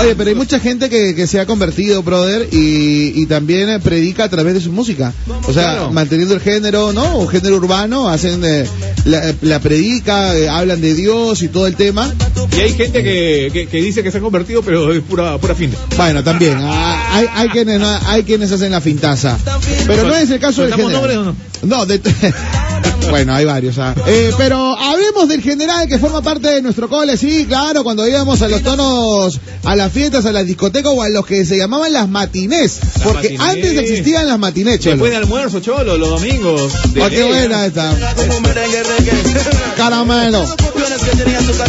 Oye, pero hay mucha gente que, que se ha convertido, brother, y, y también eh, predica a través de su música. O sea,
Claro.
manteniendo el género, ¿no? O género urbano, hacen eh, la, la predica, eh, hablan de Dios y todo el tema.
Y hay gente que, que- que dice que se ha convertido, pero es pura, pura finta.
Bueno, también, ah, hay, hay, quienes, no- hay quienes hacen la fintaza. Pero no es el caso del
¿Soltamos
general.
nombres
No, de- bueno, hay varios. ah. Eh, pero hablemos del general que forma parte de nuestro cole. Sí, claro, cuando íbamos a los tonos, a las fiestas, a las discotecas o a los que se llamaban las matinés.
Las
Porque
matinés.
antes existían las matinés, cholo.
Después de almuerzo, cholo, los domingos. de
Ah, qué
ley, ¿no?
buena esta. Caramelo.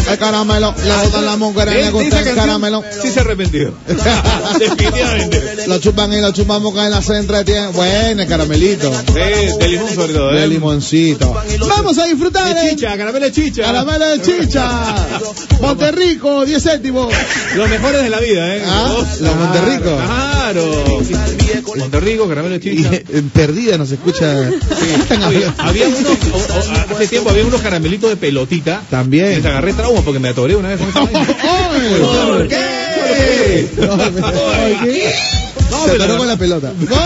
El caramelo. Le gustan las mujeres,
De-
le
de
gusta
esa
el
canción,
caramelo.
Sí se ha arrepentido. Definitivamente.
Lo chupan y lo chupamos con la centra. tiene- Bueno, el caramelito.
Eh, de limón sobre todo.
De
eh.
limoncito. Vamos a disfrutar.
De
eh.
chicha, caramelo de chicha.
Caramelo de chicha. Monterrico, 10 céntimos.
Los mejores de la vida, ¿eh?
Ah, los Monterrico.
Claro. Monterrico, caramelo de
Y
chicha.
en perdida nos escucha. Están
Oye,
hablando.
había unos, o- o- hace tiempo había unos caramelitos de pelotita. Les
También.
agarré trauma porque me atoré una vez con esa vaina.
¿Por qué? ¿Por qué?
No,
Se
pero-
paró con la pelota. ¡Gol!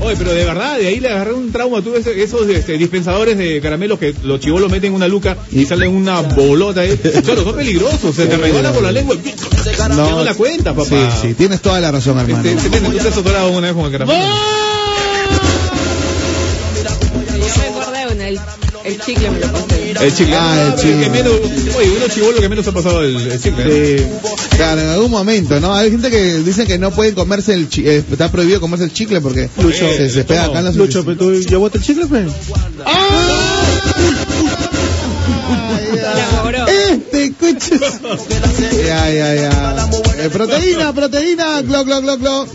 Oye, pero de verdad, de ahí le agarré un trauma. Tuve ese- esos este, dispensadores de caramelos que los chivos los meten en una luca y salen una bolota. ahí. Claro, son peligrosos. Se te resbala por la lengua. No, no la cuenta, papá.
Sí, sí, tienes toda la razón, hermano.
Este, se meten un peso dorado una vez con el caramelo.
Yo me acordé, bueno, el, el chicle me lo pasé.
El chicle.
Ah, el
Ah, pero
chicle.
que menos, oye, uno chivolo que menos ha pasado el, el chicle. ¿eh?
Sí. Claro, en algún momento, ¿no? Hay gente que dice que no pueden comerse el chicle, está prohibido comerse el chicle porque
Lucho.
se, se pega acá en ¡Ah! las
Lucho, pero tú llevaste el chicle, pues.
Este, Eh, escucha. Ya, ya, ya. Eh, proteína, proteína, clo, clo, clo, clo.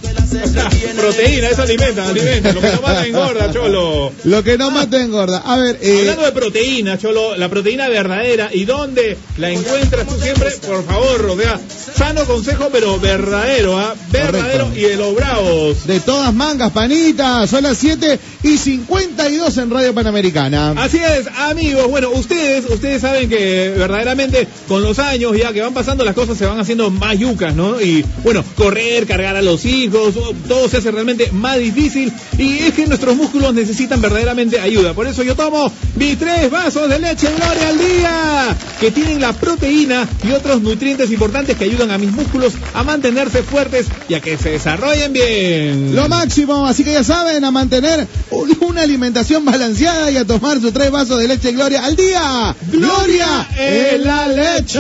Proteína, eso alimenta, alimenta. Lo que no mata engorda, cholo.
Lo que no mata engorda. A ver, eh,
Hablando de proteína, Cholo, la proteína verdadera y dónde la encuentras tú siempre, por favor, o sea, sano consejo, pero verdadero, ¿ah? Verdadero
Correcto.
y de los bravos.
de todas mangas, panitas, son las 7 y 52 en Radio Panamericana.
Así es, amigos. Bueno, ustedes, ustedes saben que verdaderamente con los años ya que van pasando las cosas se van haciendo más yucas, ¿no? Y bueno, correr, cargar a los hijos, o- todo se hace realmente más difícil. Y es que nuestros músculos necesitan verdaderamente ayuda. Por eso yo tomo mis tres vasos de leche Gloria al día, que tienen la proteína y otros nutrientes importantes que ayudan a mis músculos a mantenerse fuertes y a que se desarrollen bien.
Lo máximo, así que ya saben, a mantener un- una alimentación balanceada y a tomar sus tres vasos de leche Gloria al día. Gloria es la leche.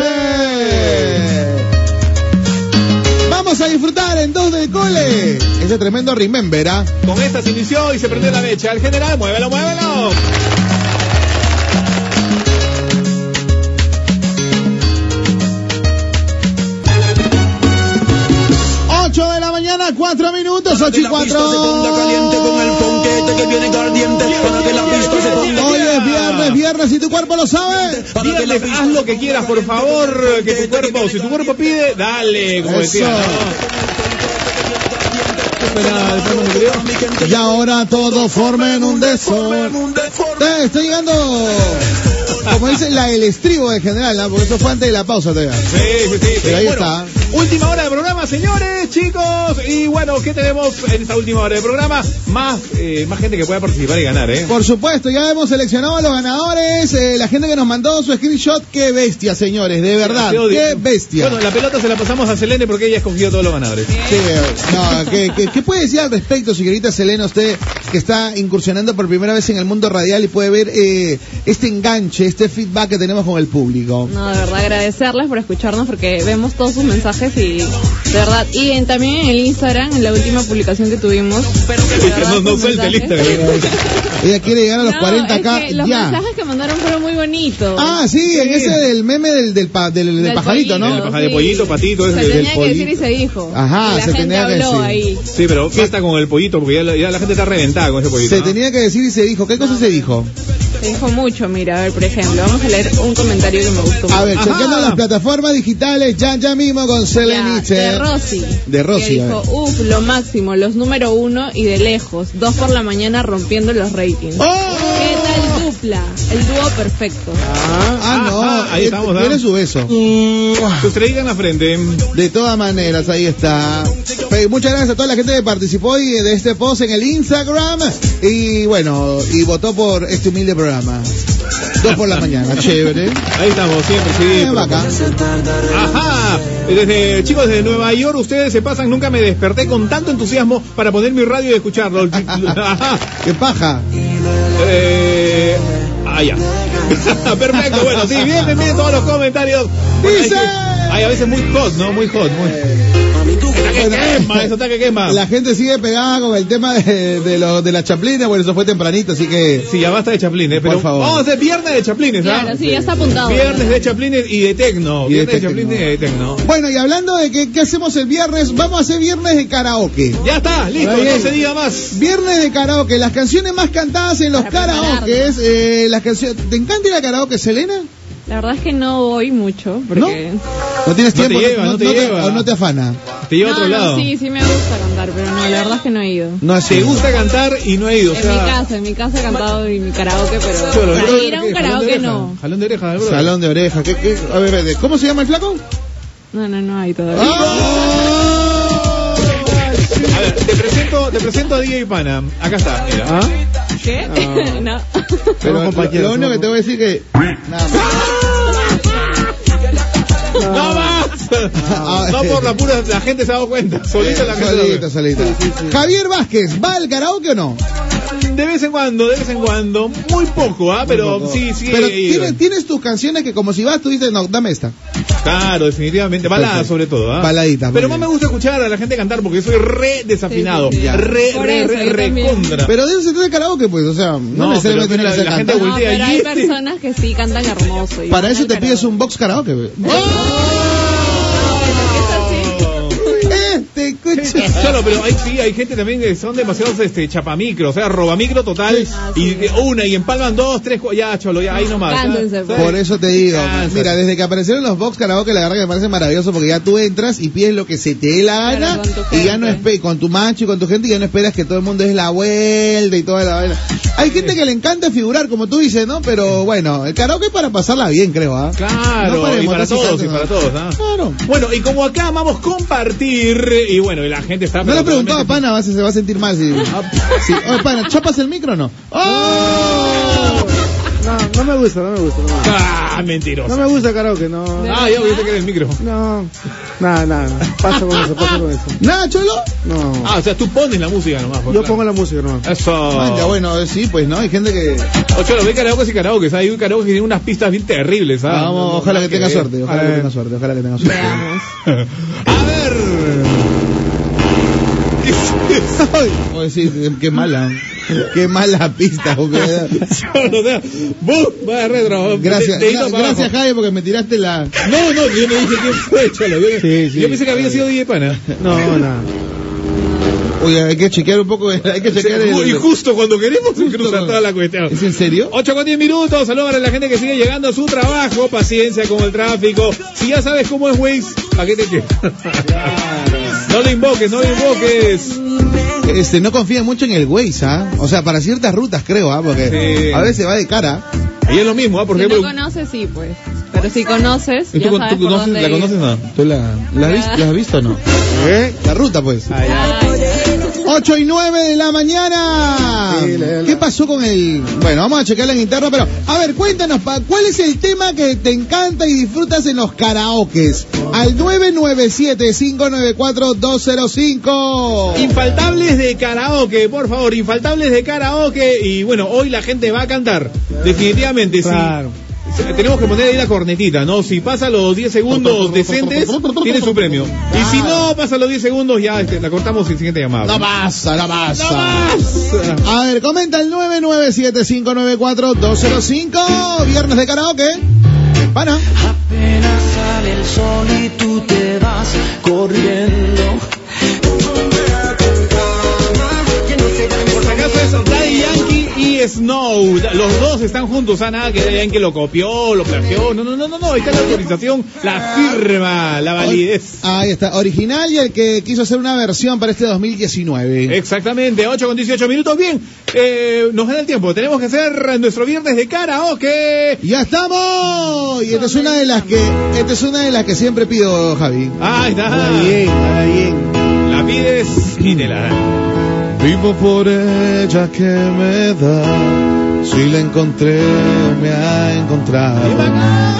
Vamos a disfrutar en dos del cole. Ese tremendo remember, ¿ah?
Con esta se inició y se prendió la mecha. El general, muévelo, muévelo.
Ocho de la mañana, cuatro minutos, ocho y
pista se ponga caliente con el
cuatro.
ponquete que viene ardiente. Para que la pista se ponga
Hoy es viernes, viernes, y tu cuerpo lo sabe.
Viernes, haz lo que quieras, por favor, que tu cuerpo, si tu cuerpo pide, dale, como decía.
Eso.
¿no? Espera, espera, ¿no me creo?
Y ahora todos formen un desorden. Eh, está llegando, como dice, la el estribo de general, ¿ah? porque eso fue antes de la pausa todavía.
Sí, sí, sí.
Pero ahí
Bueno,
está.
Última hora de programa, señores, chicos. Y bueno, ¿qué tenemos en esta última hora de programa? Más, eh, más gente que pueda participar y ganar, ¿eh?
Por supuesto, ya hemos seleccionado a los ganadores, eh, la gente que nos mandó su screenshot, qué bestia, señores, de verdad,
Te odio.
Ah, qué bestia.
Bueno, la pelota se la pasamos a Selene porque ella ha escogido todos los ganadores.
Sí, eh, no, ¿qué, qué, qué puede decir al respecto, señorita Selena, usted que está incursionando por primera vez en el mundo radial y puede ver eh, este enganche, este feedback que tenemos con el público?
No, de verdad, agradecerles por escucharnos porque vemos todos sus mensajes y de verdad. Y en- también en el Instagram, en la última publicación que tuvimos. de verdad,
No, no
sus
suelte el
mensajes-
Instagram.
Ella quiere llegar a los
No,
40k
es que los
ya.
mensajes que mandaron fueron muy bonitos.
Ah, sí, en ese del meme del, del, pa- del- del
Del
pajarito,
pollito,
¿no?
Del paja- de pollito, patito,
se
es del- del
tenía que decir y
pollito.
se dijo.
Ajá,
Y la
se
gente
tenía que
habló
decir.
ahí.
Sí, pero basta con el pollito porque ya la, ya la gente está reventada con ese pollito.
Se
¿no?
tenía que decir y se dijo. ¿Qué cosa se dijo?
Se dijo mucho, mira, a ver, por ejemplo, vamos a leer un comentario que me gustó.
A ver,
mucho.
chequeando las plataformas digitales ya, ya mismo con Selenice.
de Rosy.
De Rosy,
Que
a
dijo,
ver.
uff, lo máximo, los número uno y de lejos. Dos por la mañana rompiendo los ratings. ¿Qué tal dupla? El dúo perfecto.
Ah, no.
Ajá, ahí
eh,
estamos, ¿ah?
Tiene su beso.
Sus traídas en la frente.
De todas maneras, ahí está. Pe- Muchas gracias a toda la gente que participó y de este post en el Instagram. Y bueno, y votó por este humilde programa. Dos por la mañana, chévere.
Ahí estamos, siempre, sí.
Eh, bacán.
Ajá. Desde, chicos, desde Nueva York, ustedes se pasan. Nunca me desperté con tanto entusiasmo para poner mi radio y escucharlo. Ajá.
Qué paja.
Eh, ah, ya. Perfecto, bueno, sí, bien, bien, bien, todos los comentarios. Bueno,
Dice-
hay que- Hay a veces muy hot, ¿no? Muy hot, muy. Está que quema, eso está que quema.
La gente sigue pegada con el tema de, de, lo- de la chaplina. Bueno, eso fue tempranito, así que.
Sí, ya basta de chaplines, pero
Por favor.
vamos a hacer viernes de chaplines, ¿ah?
Claro, sí, ya está apuntado.
Viernes de chaplines y de tecno.
Y de
Viernes de
techno.
chaplines y de tecno.
Bueno, y hablando de que, qué hacemos el viernes, vamos a hacer viernes de karaoke.
Ya está, listo,
Muy bien.
no se diga más.
Viernes de karaoke, las canciones más cantadas en los
Para
karaokes. eh, las canciones. ¿Te encanta ir a karaoke, Selena?
La verdad es que no voy mucho. Porque...
No tienes
No te
tiempo,
lleva, no te lleva.
o no te afana.
Te lleva a otro
no,
lado.
sí, sí me gusta cantar, pero no, la verdad es que no he ido.
No así.
Te gusta cantar y no he ido, o
En mi
sea.
casa, en mi casa he cantado en mi karaoke, pero
Cholo,
para
yo-
ir a un
¿qué? Jalón de
karaoke
oreja,
no.
Jalón de oreja, bro.
Salón de oreja. ¿qué- qué? A ver, espérate, ¿cómo se llama el flaco?
No, no, no hay todavía.
¡Ah!
A ver, te presento, te presento a DJ Pana. Acá está, mira.
Ah.
¿Qué? no.
Pero lo,
compañeros,
lo único
somos
que te voy a decir que.
¡No más!
Ah.
No por la pura, la gente se ha dado cuenta. Solita la gente. se ha
Solita,
dado
solita. Javier Vázquez, ¿va al karaoke o no?
cuenta. De vez en cuando, de vez en cuando. Muy poco, ¿ah? Pero sí, sí.
Pero
he ido.
tienes, tienes tus canciones que como si vas, tú dices, no, dame esta.
Claro, definitivamente. Baladas
Perfecto.
sobre todo, ¿ah?
Baladita, muy
Pero más
bien.
me gusta escuchar a la gente cantar porque soy re desafinado.
Sí, sí, sí.
Re,
Por
re,
eso,
re,
yo
re
también.
contra.
Pero de eso se trata el karaoke, pues, o sea, no,
No,
necesariamente tiene
pero
que ser
la gente
cantante.
No,
voltea
pero
y
hay
este-
personas que sí cantan hermoso. y
Para
van
eso
al
te pides
karaoke.
un box karaoke. pues. Este cucho.
Claro, pero hay, sí, hay gente también que son demasiados este, chapamicro, o sea, robamicro total.
Ah,
y de una, y empalman dos, tres, cuatro, ya, cholo, ya, ahí nomás.
Cálmense,
Ya,
pues.
Por eso te digo,
Cáncer.
mira, desde que aparecieron los box karaoke, la verdad que me parece maravilloso porque ya tú entras y pides lo que se te dé la
Claro,
gana
con tu
y ya no
gente.
espe- con tu macho y con tu gente y ya no esperas que todo el mundo es la vuelta y toda la vaina. Hay gente que le encanta figurar, como tú dices, ¿no? Pero bueno, el karaoke es para pasarla bien, creo, ¿ah? No
Claro,
para
y para
emocionarse
todos, y
tanto,
para
¿no?
todos, ¿ah?
Claro.
Bueno, y como acá amamos compartir, y bueno, y la gente está...
No le he preguntado a
totalmente-
Pana, vas a- se va a sentir mal si... Ah, Sí. Oye, Pana, ¿chapas el micro o no? ¡Oh!
No, no me gusta, no me gusta. No me gusta,
Ah, mentiroso.
No me gusta karaoke, no.
Ah, ya, porque te querés el micro.
No. Nada, nada. Paso con eso, paso con eso.
¿Nada, cholo?
No.
Ah, o sea, tú pones la música nomás. pues,
Yo
claro.
pongo la música, hermano.
Eso.
Manda, bueno, eh, sí, pues, ¿no? Hay gente que...
O cholo, ve karaoke y karaoke, ¿sabes? Hay un karaoke que tiene unas pistas bien terribles, ¿ah? ¿sabes?
Vamos, ojalá que tenga suerte, ojalá que
Eh.
tenga suerte, ojalá que tenga suerte.
A ver.
Oye, sí, eh, qué mala. Qué mala pista. porque-
Cholo, o sea, ¡bum! Va de retro.
Gracias,
De- dedito
gra-
para
gracias
abajo.
Javi porque me tiraste la...
No, no, yo no dije quién fue, cholo. Yo,
Sí, sí.
yo pensé que había sido DJ Pana.
No, nada.
Oye, hay que chequear un poco, hay que chequear el...
Y justo cuando queremos se cruza
cuando-
toda la cuestión.
¿Es en serio?
8 con 10 minutos, saludos para la gente que sigue llegando a su trabajo, paciencia con el tráfico. Si ya sabes cómo es Waze, ¿para qué te quedas? No lo invoques, no lo invoques.
Este, no confía mucho en el Waze, ¿ah? O sea, para ciertas rutas creo, ¿ah? Porque
Sí.
a veces va de cara.
Ella es lo mismo, ¿ah? Por
si
ejemplo.
no conoces, sí, pues. Pero si conoces,
¿Y
ya
tú,
sabes
tú
por
conoces-
dónde
la
ir.
conoces o no?
¿Tú la, la has visto- la has visto o no?
¿Eh?
La ruta, pues.
8 y 9 de la mañana. ¿Qué pasó con el.? Bueno, vamos a checarla en interno, pero. A ver, cuéntanos, pa- ¿cuál es el tema que te encanta y disfrutas en los karaokes? Al 997-594-205.
Infaltables de karaoke, por favor, infaltables de karaoke. Y bueno, hoy la gente va a cantar. Definitivamente, sí. Tenemos que poner ahí la cornetita, ¿no? Si pasa los 10 segundos decentes, tiene su premio. Y si no pasa los 10 segundos, ya este, la cortamos y siguiente llamada.
No pasa, no pasa. A ver, comenta el 997-594-205. Viernes de karaoke. Para.
Apenas sale el sol y tú te vas corriendo.
Por si acaso es Daddy Yankee y Snow. Los dos están juntos, ah, nada que Daddy Yankee lo copió, lo plagió. No, no, no, no, no. Ahí está la autorización, la firma, la validez.
Ahí está, original y el que quiso hacer una versión para este 2019.
Eh. Exactamente, 8 con 18 minutos. Bien, eh, nos da el tiempo. Tenemos que hacer nuestro viernes de karaoke.
¡Ya estamos! Y esta es una de las que, esta es una de las que siempre pido, Javi.
Ahí está. La pides y te la dan.
Vivo por ella que me da. Si la encontré, me ha encontrado.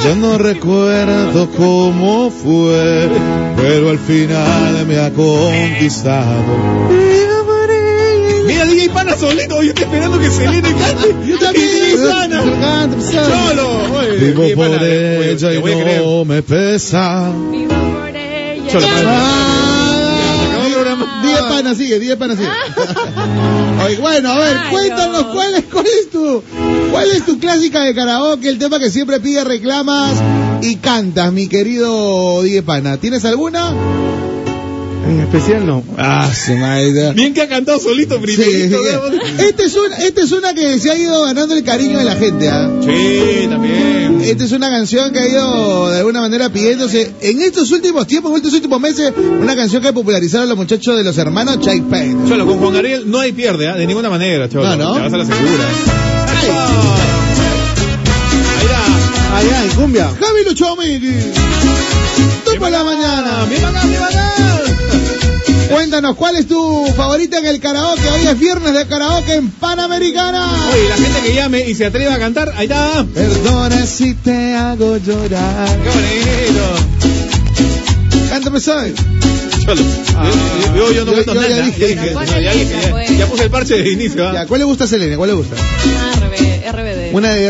Ya no recuerdo cómo fue, pero al final me ha conquistado.
Mira, DJ Pana solito. Yo estoy esperando que Selena cante. Yo también. Y DJ Pana. Cholo. Oye,
Vivo
DJ
por
Pana, oye,
ella
pues, te
y
voy a creer.
no me pesa.
Vivo por ella.
Solo para-
Ah, 10 panas sigue, 10 panas sigue. Oye, bueno, a ver,
Ay,
cuéntanos
no.
cuál es, cuál es tu, cuál es tu clásica de karaoke, el tema que siempre pide reclamas y cantas, mi querido 10 pana. ¿Tienes alguna?
En especial no. Ah, se me ha ido.
Bien que ha cantado solito,
Sí.
primerito. ¿no?
Esta es una, esta es una que se ha ido ganando el cariño de la gente, ¿ah?
Sí, también.
Eh.
Esta es una canción que ha ido de alguna manera pidiéndose en estos últimos tiempos, en estos últimos meses, una canción que popularizaron los muchachos de los hermanos Chai Pain.
Cholo, con Juan Gabriel no hay pierde, ¿ah? de ninguna manera, Cholo.
No, ¿no?
Te vas a la segura. ¿eh?
Ay.
Ahí va.
Allá, en cumbia.
Javi Lucho Miki. Tú por la mañana.
¡Mi maná, mi maná!
Cuéntanos, ¿cuál es tu favorita en el karaoke? Hoy es viernes de karaoke en Panamericana.
Oye, la gente que llame y se atreva a cantar, ahí está.
Perdona si te hago llorar.
¡Qué bonito!
Cántame, ¿sabes?
Cholo. yo, Ah. yo no
Yo-
canto
yo ya
nada. Ya,
dije.
dije,
Pon
no, ya
el
dije,
inicio,
ya-
pues.
ya puse el parche de inicio. ¿ah?
Ya, ¿cuál le gusta a Selena? ¿Cuál le gusta?
Ah, RBD. RBD.
Una de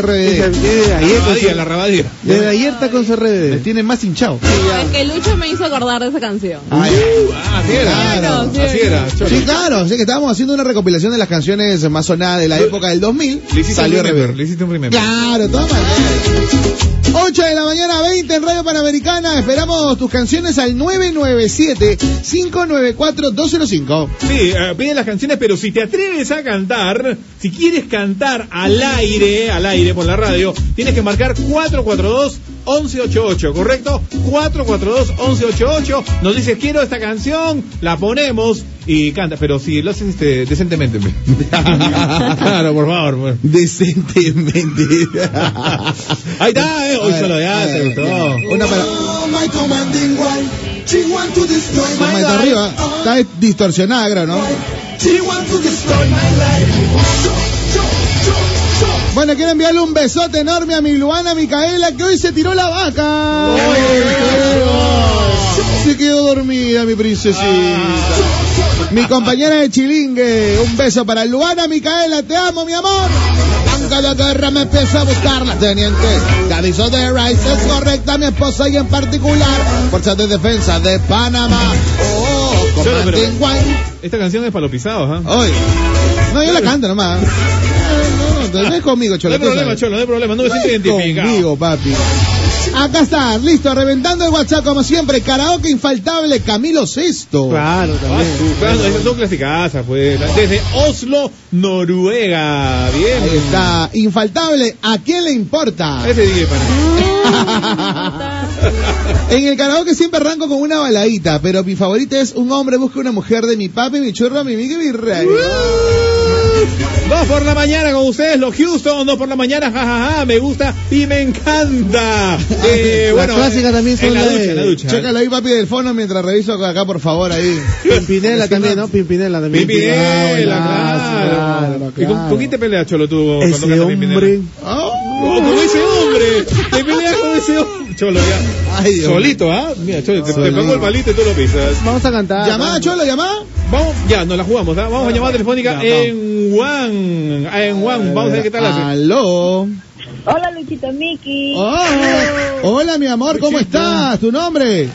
Desde
RBD.
La
ayer,
rabadilla, la rabadilla.
desde ayer está con su
Me
RBD.
tiene más hinchado.
Es que Lucho me hizo acordar de esa canción.
Ay,
Uh, ah, así era.
Claro, sí.
así era, Cholo.
Sí, claro, sí que estábamos haciendo una recopilación de las canciones más sonadas de la época del 2000.
Le hiciste
Salió
un remember,
RBD.
le hiciste un remember.
Claro, toma. 8 de la mañana, 20 en Radio Panamericana. Esperamos tus canciones al 997-594-205.
Sí, eh, piden las canciones, pero si te atreves a cantar, si quieres cantar al aire, al aire por la radio, tienes que marcar 442-1188, ¿correcto? 442-1188, nos dices quiero esta canción, la ponemos y canta, pero si lo haces este, decentemente. pues. claro, por favor. pues.
Decentemente.
Ahí está, eh,
A
hoy
ver,
solo
a
ya, se
ver,
gustó.
Una para. Maito arriba. Está distorsionada, creo, ¿no? Bueno, quiero enviarle un besote enorme a mi Luana Micaela que hoy se tiró la vaca. Se quedó dormida, mi princesita. Mi compañera de chilingue. Un beso para Luana Micaela. Te amo, mi amor. Aunque la guerra me empieza a buscarla, teniente. Te aviso de Rice es correcta, mi esposa y en particular. Fuerza de Defensa de Panamá. Oh,
Solo, pero-
comandante Guay.
Esta canción es para los pisados, ¿ah?
Oye. No, yo la canto nomás. No, no, no, no es conmigo,
No
Cholo.
hay
tú
problema,
sabes.
Cholo, no hay problema, no me siento identificado.
Conmigo, papi. Acá está, listo, reventando el WhatsApp como siempre. Karaoke infaltable, Camilo Sesto.
Claro,
Ah, su- claro, esas son clasicazas, pues. Desde Oslo, Noruega. Bien.
Ahí está, infaltable, ¿a quién le importa?
Ese DJ para.
En el karaoke siempre arranco con una baladita, pero mi favorita es Un hombre busca una mujer de mi papi, mi churro, mi miga y mi rey.
Dos por la mañana con ustedes, los Houston. Dos por la mañana, jajaja. me gusta y me encanta. Eh,
Las
bueno,
clásicas también
en
son
la
las
ducha,
de-
en la ducha.
Chécalo ahí, papi, del fono mientras reviso acá, por favor, ahí.
Pimpinela también, ¿no? Pimpinela también.
Pimpinela,
Ah,
claro.
bueno,
¿Y con, con quién te peleas, Cholo, tú? cuando
Ese
cantas Pimpinela?
hombre.
Oh, con ese hombre. Te peleas con ese hombre. Cholo, ya.
Ay, Dios.
Solito, ¿ah? Mira, Cholo, te, te pongo el palito y tú lo pisas.
Vamos a cantar.
Llamada, Cholo, llamada.
Vamos, ya, nos la jugamos, ¿ah? Vamos a llamar
Ya,
telefónica en Juan. Ah, En Juan, vamos a ver qué tal
Ah,
hace.
Aló.
Hola Luchito Miki.
Oh, hola, mi amor, ¿cómo estás? ¿Tu nombre?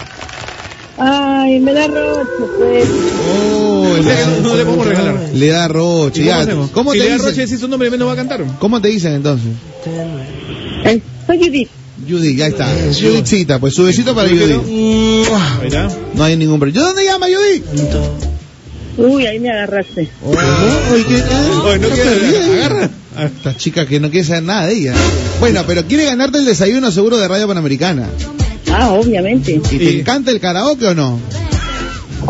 Ay, me da roche, pues.
Oh,
O sea, que no, no le podemos regalar.
Le da roche.
¿Y
ya.
¿Cómo hacemos?
¿Cómo
si
te
le da
dicen?
Roche decís su nombre, menos va a cantar.
¿Cómo te dicen entonces?
Eh, soy Judith.
Judith, ya está.
Eh,
Judithcita, pues su besito para Judith.
Ahí está.
No hay ningún problema. ¿Yo dónde llama Judith?
Uy, ahí me agarraste.
Ah, Oye, ¿qué tal?
Oye, no
Está
quiere
perdida.
agarra.
Esta chica que no quiere saber nada de ella. Bueno, pero quiere ganarte el desayuno seguro de Radio Panamericana.
Ah, obviamente.
¿Y te encanta el karaoke o no?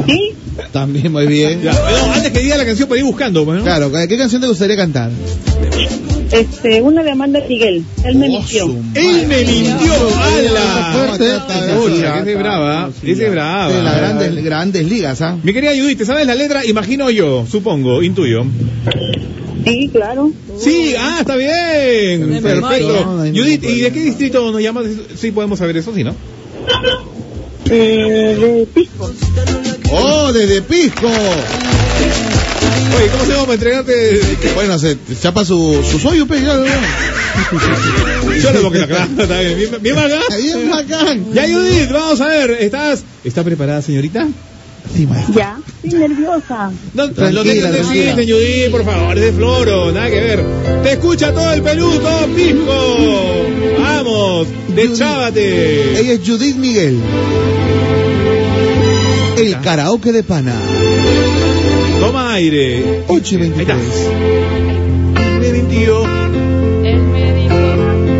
¿Sí?
También muy bien.
Ya. No, antes que diga la canción para ir buscando, pues, ¿no?
Claro, ¿qué canción te gustaría cantar?
Este, una de Amanda Miguel. Él
Oh,
me mintió.
Él me mintió, ala.
Fuerte.
Ocha, ese es brava, ese es brava.
De las grandes, grandes ligas, ¿ah?
Mi querida Judith, ¿te sabes la letra? Imagino yo, supongo, intuyo.
Sí, claro.
Sí, ah, está bien.
De
Perfecto.
memoria.
Judith, ¿y de qué distrito nos llamas? Sí, podemos saber eso, sí, ¿no?
Eh, de Pisco.
¡Oh, desde Pisco!
Oye, ¿cómo hacemos para entregarte?
Bueno, se se chapa su, su soyo, pe, ya, ya.
Yo no lo que la claro, está bien. Bien, bien acá.
Bien bacán.
Ya, Judith, vamos a ver. ¿Estás, ¿está preparada, señorita?
Sí, maestro.
Ya. Estoy nerviosa.
No,
Tranquila,
lo que te
tranquila.
decís, Judith, por favor, es de floro, nada que ver. Te escucha todo el Perú, todo Pisco. Vamos, deschávate.
Ella es Judith Miguel. El karaoke de pana.
Toma aire.
8 y 23.
Me mintió.
Él me dijo,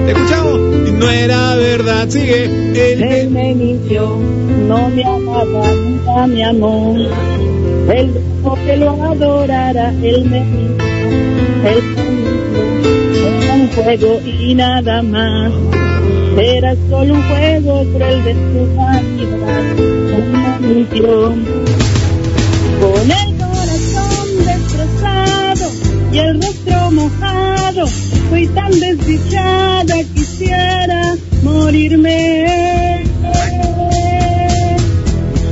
¿Te escuchamos? Y No era verdad, sigue. Él
Él
me-
me mintió. No me amaba, nunca me amó. Él dijo que lo adorara. Él me mintió. Él me mintió. Era un juego y nada más. Era solo un juego cruel de su vanidad. Él me mintió con el corazón destrozado y el rostro mojado. Fui tan desdichada, quisiera morirme.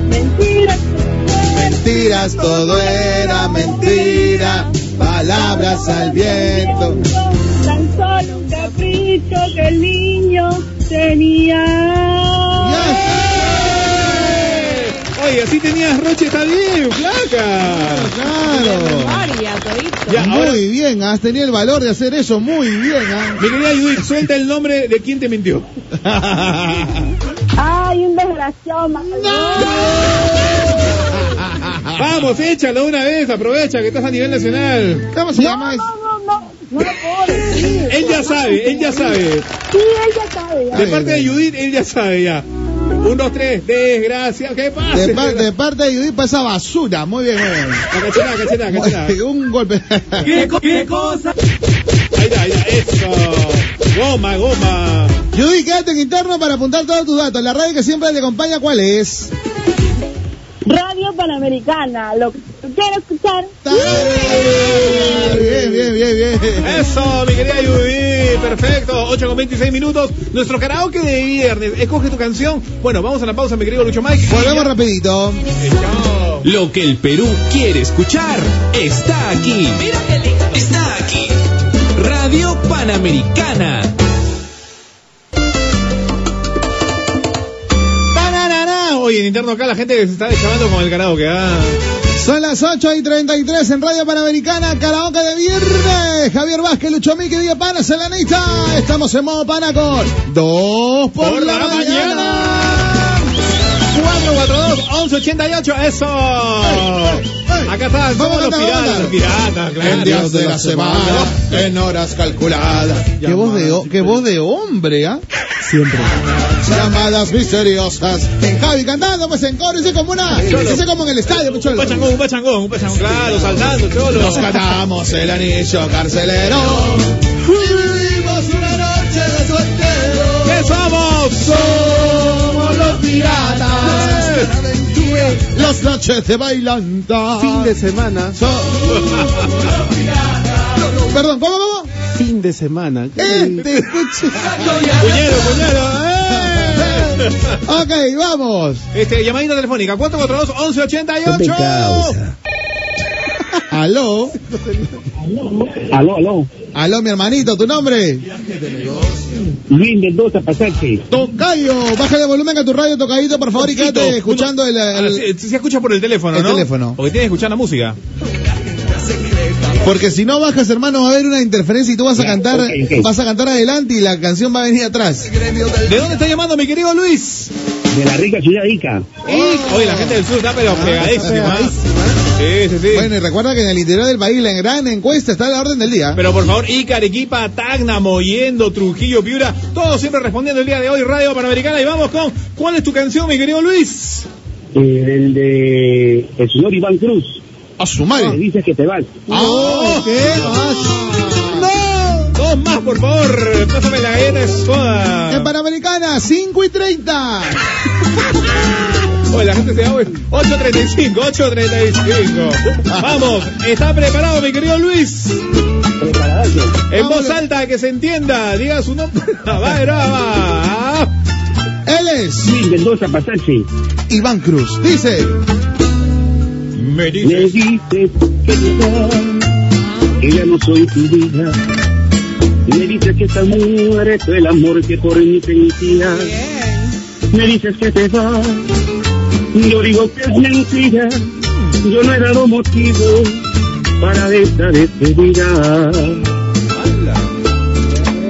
Mentiras.
Mentiras, todo era mentira. Palabras al viento.
Tan solo un capricho que el niño tenía.
Oye, así tenías Roche, está bien, flaca.
Claro.
María, todito.
Ya, ahora,
Muy bien, has tenido el valor de hacer eso muy bien. ¿ah?
mi querida Judith, suelta el nombre de quien te mintió.
Ay, un desgraciado.
Vamos, échalo una vez, aprovecha que estás a nivel nacional.
¿Cómo se llama?
No, no, no, no lo puedo decir.
Él ya sabe, él ya sabe.
Sí, ella sabe.
De parte de Judith, él ya sabe ya. Un, dos, tres, desgracia, ¿qué pasa? Ah,
De, par- de parte de Judith pasa basura. Muy bien, muy bien.
La cachetada, cachetada, cachetada.
Un golpe.
Ahí está, ahí está, eso. Goma, goma.
Judith, quédate en interno para apuntar todos tus datos. La radio que siempre te acompaña, ¿cuál es?
Radio Panamericana, lo que tú quieras escuchar.
Bien, bien, bien, bien.
Eso, mi querida Judith, perfecto. 8 con 26 minutos. Nuestro karaoke de viernes. Escoge tu canción. Bueno, vamos a la pausa, mi querido Lucho Mike.
Volvemos rapidito.
Lo que el Perú quiere escuchar está aquí. Está aquí. Radio Panamericana.
Tararara. Oye, en interno acá la gente se está llamando con el karaoke. ah.
Son las 8 y 33 en Radio Panamericana, karaoke de viernes. Javier Vázquez, Lucho Mique, Díaz Pana, Selenita. Estamos en modo pana con dos por, la, mañana.
442-1188, eso. Acá
Vamos,
están, somos los
banda,
piratas.
banda.
Los piratas,
En días
claro.
de la semana, en horas calculadas. Qué voz de, ho- qué voz de hombre, ¿ah?
Siempre.
Llamadas misteriosas. En Javi cantando, pues en coro, ese como una. Ese como en el estadio, pues, cholo.
Un pachangón, un pachangón, un pachangón. Claro, saltando, cholo.
Nos catamos el anillo carcelero.
Vivimos una noche de soltero.
¿Qué somos?
Somos los piratas.
Las noches de bailanta.
Fin de semana.
Perdón, ¿cómo, cómo?
Fin de semana.
Este, escuche.
Puñero, ¿eh? puñero. ¡eh!
Ok, vamos.
Este, llamadita telefónica, 442-1188.
Aló.
Aló, aló.
Aló, mi hermanito, ¿tu nombre?
Luis Mendoza, Pasaje.
Tocayo. Bájale volumen a tu radio, Tocayito, por favor, y
Poquito,
quédate
uno-
escuchando el... el-
Ah, Se, se escucha por el teléfono,
El
¿no?
teléfono.
Porque tienes que escuchar la música.
Porque si no bajas, hermano, va a haber una interferencia y tú vas a cantar,
ok, ok.
vas a cantar adelante y la canción va a venir atrás.
¿De dónde está llamando mi querido Luis?
De la rica ciudad de Ica.
Y- Oh. Oye, la gente del sur Ah, está pero pegadísima. Sí, sí, sí.
Bueno, y recuerda que en el interior del país la gran encuesta está a la orden del día.
Pero por favor, Ica, Arequipa, Tacna, Moyendo, Trujillo, Piura, todos siempre respondiendo el día de hoy, Radio Panamericana. Y vamos con, ¿cuál es tu canción, mi querido Luis?
Eh, del de el señor Iván Cruz.
A su
Me
madre.
dices que te vas.
¡Ah!
Oh, Dos más, por favor. Pásame la galleta de soda.
En Panamericana, 5 y 30.
Oye, la gente se da vuelta. 8.35, 8.35. Vamos, ¿está preparado mi querido Luis? En voz alta, que se entienda, diga su nombre. Va, brava.
Él es
Luis Mendoza, Pasaje.
Iván Cruz. Dice.
Me
Me dices que te vas, que ya no soy tu vida. Me dices que está muerto el amor que por mí sentía. Me dices que te vas, yo digo que es mentira. Yo no he dado motivo para esta despedida.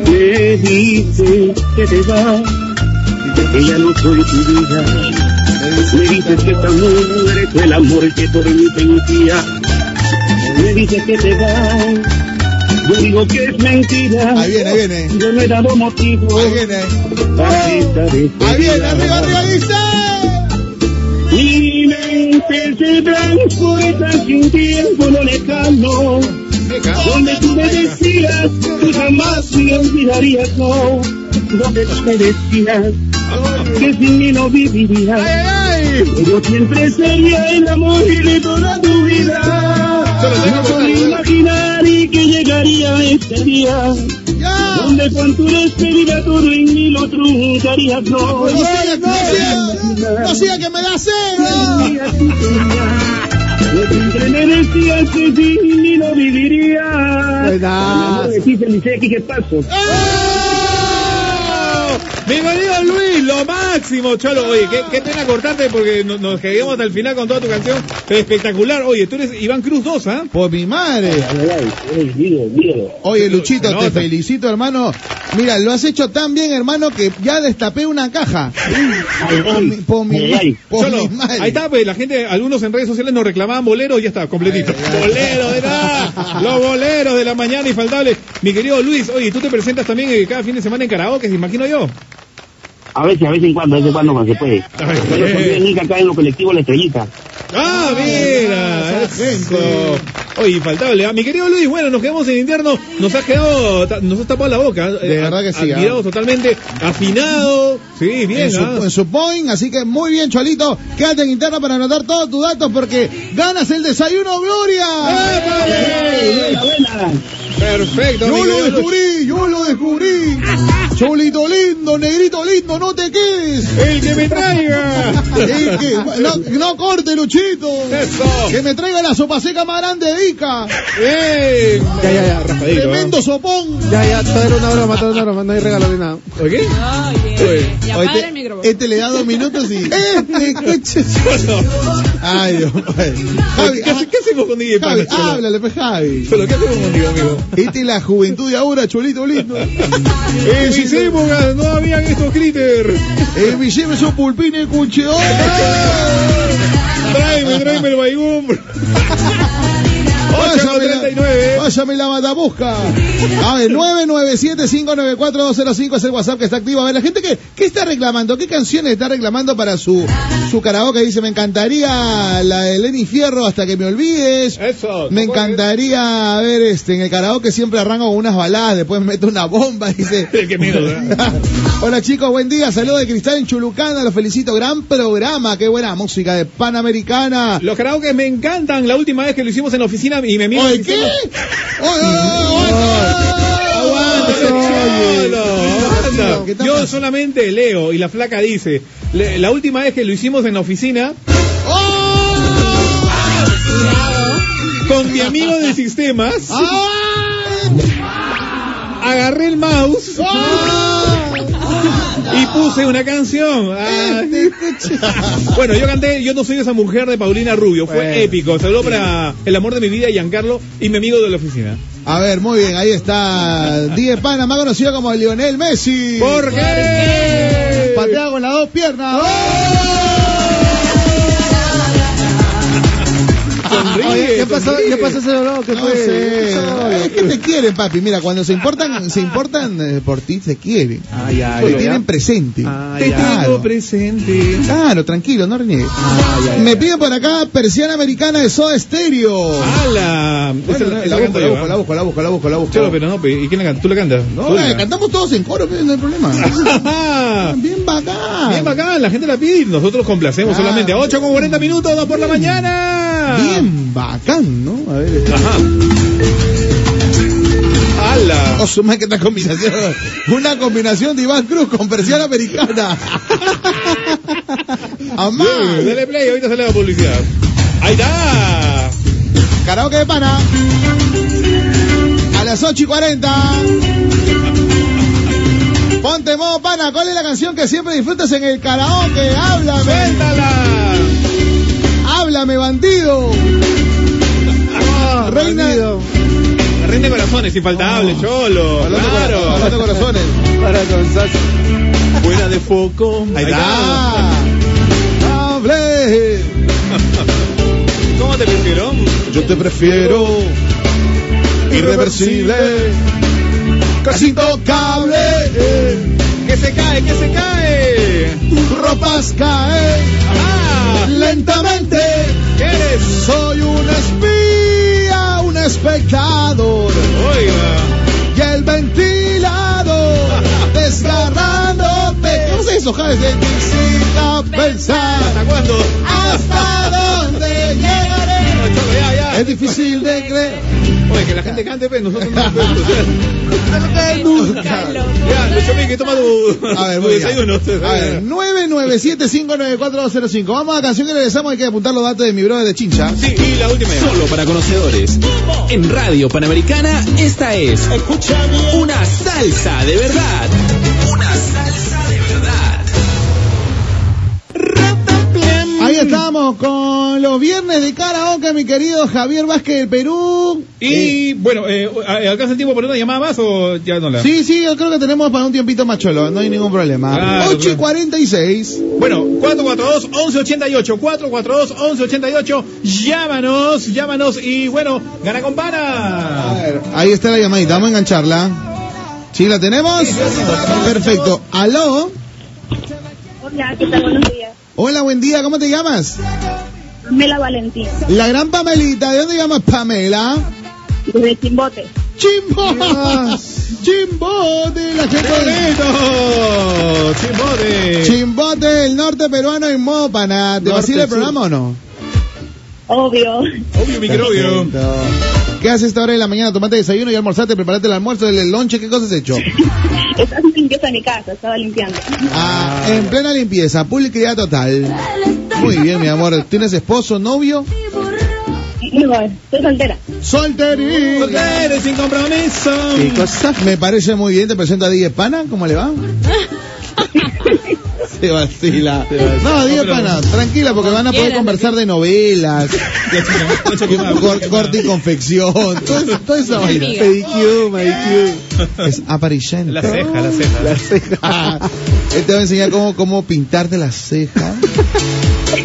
Me dices que te vas, que ya no soy tu vida. Me dices que está muerto el amor que por mí sentía. Me dices que te vas. Yo digo que es mentira.
Ahí viene, ahí viene. ¡Oh!
Yo no he dado motivo
Ahí viene.
para esta despedida.
Ahí viene, arriba, arriba, dice.
Mi mente se transporta hacia un tiempo no lejano. Donde tú me decías, tú jamás me olvidarías, no. Donde tú me decías, que sin mí no vivirías. Yo siempre sería el amor de toda tu vida. No podía imaginar y que llegaría este día. Donde con tu despedida todo en mí lo truncarías. No,
No siga,
no,
no siga. No siga que me da sed.
Yo siempre me decías que sin mí no vivirías.
Buenas.
Ah,
No decís, Eliseo, ¿qué pasó?
Mi querido Luis, lo máximo, cholo. Oye, qué, qué pena cortarte porque no- nos quedamos hasta el final con toda tu canción. Pero espectacular. Oye, tú eres Iván Cruz 2, ¿ah?
Por mi madre.
Ay, ay, ay, míralo, míralo.
Oye, Luchito,
Se
te
nota.
felicito, hermano. Mira, lo has hecho tan bien, hermano, que ya destapé una caja. Por mi, por mi-
Ay, ay.
por
Cholo,
mi madre.
ahí está, pues, la gente, algunos en redes sociales nos reclamaban boleros y ya está, completito. Boleros de nada, los boleros de la mañana infaltables. Mi querido Luis, oye, tú te presentas también eh, cada fin de semana en karaoke, imagino yo.
A veces, a veces en cuando, a veces en cuando cuando se puede. Pero también en Ica, acá en los colectivos La Estrellita.
Ah, mira, eso. Oye, infaltable. ¿ah? Mi querido Luis, bueno, nos quedamos en interno. Nos has quedado, ta- nos has tapado la boca. De
verdad que sí, ¿ah?
Admirado totalmente, afinado. Sí, bien,
en, su,
¿ah?
en su point, así que muy bien, Cholito. Quédate en interna para anotar todos tus datos porque ganas el desayuno, Gloria.
¡Épale!
Buena.
¡Ah, Perfecto. mi
Yo lo
querido Luis.
descubrí, yo lo descubrí. Cholito lindo, negrito lindo, no te quedes.
El que me traiga.
Es que- no, no corte, Luchito.
Eso.
Que me traiga la sopa seca más grande de Ica.
¡Eh!
Ya, ya, ya.
Raspadito, ¿ah?
Tremendo sopón.
Ya, ya, todo era una broma, todo era una broma. No hay regalo ni nada.
¿Oye? eh,
Oye, ya
Oye,
apaga
te-
el micrófono.
Este le da dos minutos y. Este, coche. Ay, Dios mío. Javi, ah,
¿Qué, hace- qué hacemos con DJ
Javi,
Pana? Cholo?
háblale, pues, Javi.
Cholo, ¿qué hacemos contigo, amigo?
Esta es la juventud de ahora, cholito lindo. Eh,
En mis épocas no habían estos critters.
En mi lleve esos pulpines cucheón.
Tráeme, tráeme el baigum.
Pásame la-
8.39.
Cállame Eh, la matabusca. A ver, 997-594-205 es el WhatsApp que está activo. A ver, la gente que, ¿qué está reclamando? ¿Qué canciones está reclamando para su, su karaoke? Dice, me encantaría la de Lenny Fierro hasta que me olvides.
Eso.
Me encantaría, a ver, este, en el karaoke siempre arranco con unas baladas, después meto una bomba, dice.
Qué miedo, ¿eh? ¿verdad?
Hola chicos, buen día. Saludos de Cristal en Chulucana, los felicito. Gran programa, qué buena música de Panamericana.
Los karaoke me encantan. La última vez que lo hicimos en la oficina y me miró.
Oye, ¿qué?
Yo solamente leo y la flaca dice, le- la última vez que lo hicimos en la oficina,
¡Oh!
con mi amigo de sistemas,
¡Ah!
agarré el mouse
¡Ah!
y puse una canción. Ah.
Este
bueno, yo canté Yo no soy esa mujer de Paulina Rubio, fue épico. Saludo para el amor de mi vida, Giancarlo, y mi amigo de la oficina.
A ver, muy bien, ahí está. Diez Pana, más conocido como Lionel Messi.
¿Por qué?
Patea con las dos piernas.
Oye, ¿qué pasó? ¿Qué pasó ese dolor? ¿Qué
No
fue?
sé.
¿Qué pasó?
Es que te quieren, papi. Mira, cuando se importan, se importan eh, por ti, se quieren.
Ay, ay,
Te
ay,
tienen
ya.
presente.
Ah,
Te
Claro.
presente.
Claro, tranquilo, no reniegues.
ay,
Me piden por acá persiana americana de Soda Stereo.
¡Hala!
Bueno,
Ah, Esa-
no,
esa
la, busco, la
canto yo,
busco,
¿eh?
la busco, la busco, la busco, la busco.
Cholo, pero no, pe- ¿y quién la canta? ¿Tú la cantas?
No,
Tú
eh,
la-
cantamos todos en coro, pero no hay problema. Bien bacán.
Bien bacán, la gente la pide y nosotros complacemos
Claro.
solamente. 8 con 40 minutos, 2 por la mañana.
Bien bacán, ¿no? A ver. este.
Ajá. ¡Hala!
Oh, su madre, que esta combinación. Una combinación de Iván Cruz con persiana americana. Amá.
Sí, Dale play, ahorita sale la publicidad. ¡Ahí está!
Karaoke de pana. A las 8 y 40. Ponte modo pana. ¿Cuál es la canción que siempre disfrutas en el karaoke? Háblame.
¡Suéltala!
Háblame, bandido. Reina.
Reina de corazones, infaltable, cholo.
Hablando
claro.
Ah. corazón, hablando corazones.
Para con salsa.
Fuera de foco.
Ahí está. Hable.
¿Cómo te prefirieron?
Yo te prefiero irreversible.
Casi intocable.
¡Que se cae, que se cae!
Tus ropas caen
¡Ah!
lentamente.
¿Qué eres?
Soy un espía, un espectador.
Oiga.
Y el ventilador desgarrándote. ¿Cómo se hizo, Javes? De ti sin pensar.
¿Hasta cuándo?
¿Hasta dónde ¿Eh? llegaré?
No, cholo, ya, ya.
Es difícil de creer.
Oye, que la gente cante, pero nosotros no. ya, Lucho Miki, toma tu,
A ver,
tu
voy ya.
desayuno.
A ver, 997-594-205. Vamos a la canción que regresamos. Hay que apuntar los datos de mi brother de Chincha.
Sí, y la última ya.
Solo para conocedores. En Radio Panamericana, esta es una salsa de verdad. Una salsa de verdad.
Ahí estamos con los viernes de karaoke, mi querido Javier Vázquez del Perú.
Y bueno, eh, ¿alcanza el tiempo para una llamada más o ya no la?
Sí, sí, yo creo que tenemos para un tiempito más cholo, no hay ningún problema.
Claro,
8 y 46.
Bueno, 442-1188, 442-1188, llámanos, llámanos y bueno, gana con
A
pana.
ver, ahí está la llamadita, vamos a engancharla. ¿Sí la tenemos? Perfecto. Aló.
Hola, ¿qué tal? Buenos días.
Hola, buen día, ¿cómo te llamas?
Pamela Valentín,
La gran Pamelita, ¿de dónde llamas Pamela?
desde Chimbote.
Chimbo. Chimbote, la gente
¡Bonito! ¡Chimbote!
Chimbote del norte peruano en modo pana. ¿Te vas a ir al
Norte,
programa o no?
Obvio.
Obvio, microbio.
¿Qué haces a esta hora de la mañana? ¿Tomaste desayuno y almorzaste? ¿Preparaste el almuerzo, el, el lonche? ¿Qué cosas has hecho?
Estás limpieza en mi casa, estaba limpiando.
Ah, en plena limpieza, publicidad total. Muy bien, mi amor. ¿Tienes esposo, novio?
No, estoy soltera.
Solterín.
Soltero y sin compromiso.
¿Qué cosa? Me parece muy bien. Te presento a DJ Pana. ¿Cómo le va? Se vacila. No, DJ Pana, tranquila, porque van a poder
quieras,
conversar de novelas,
Ya, chica, ya, chica, ya,
cor-
chica.
corte y confección, todo eso- toda esa vaina.
Amiga.
Pedicure, manicure.
Es aparicente.
La ceja, la ceja.
La ceja.
Él te va a enseñar cómo, cómo pintarte las cejas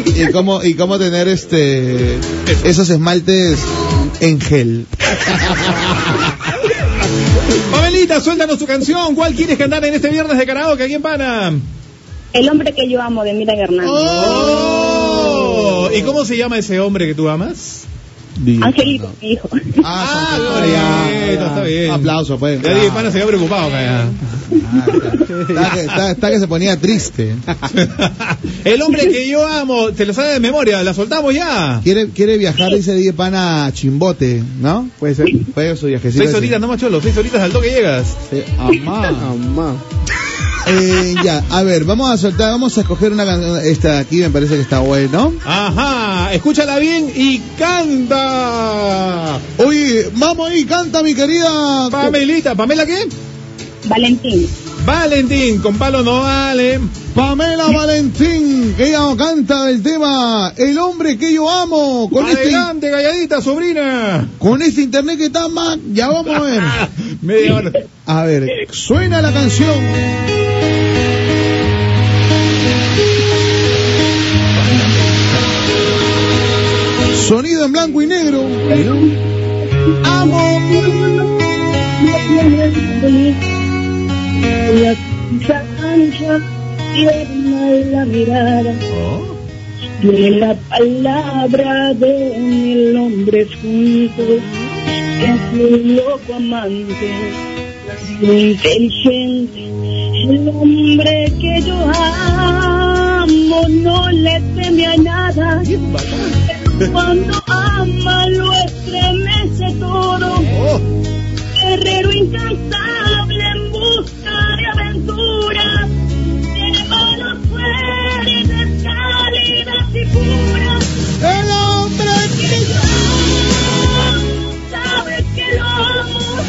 y cómo, y cómo tener este esos esmaltes
en gel.
Pamelita, suéltanos tu canción. ¿Cuál quieres cantar en este viernes de karaoke aquí en Pana?
El hombre que yo amo de Miriam Hernández.
Oh, ¿Y cómo se llama ese hombre que tú amas?
Angelito, mi hijo.
Ah,
Glorieta, está bien.
Aplauso, pues.
Ya dije, Pana se había preocupado acá ya.
Está que, está- está que se ponía triste.
El hombre que yo amo, te lo sabe de memoria, la soltamos ya.
Quiere, quiere viajar, dice Diez Pana, a Chimbote, ¿no? Puede ser. Puede ser su viajecito.
Seis
ese.
horitas, no más cholo, seis horitas al toque llegas.
Amá. Eh, ya, a ver, vamos a soltar, vamos a escoger una canción. Esta de aquí me parece que está bueno.
Ajá, escúchala bien y canta.
Oye, vamos ahí, canta mi querida.
Pamelita, ¿Pamela qué?
Valentín.
Valentín, con palo no vale.
Pamela Valentín, que ella canta el tema El hombre que yo amo. Con este,
Adelante, galladita, sobrina.
con este internet que está más, ya vamos a ver.
Media hora.
A ver, suena la canción. Sonido en blanco y negro.
Amo. La camisa ancha y en la mirada. Tiene la palabra de mil hombres juntos. Es un loco amante, muy inteligente. El hombre que yo amo no le teme a nada. Cuando ama lo estremece todo. Guerrero incansable en busca de aventura. Tiene manos fuertes, cálidas y puras. El hombre que yo amo, sabe que lo amo.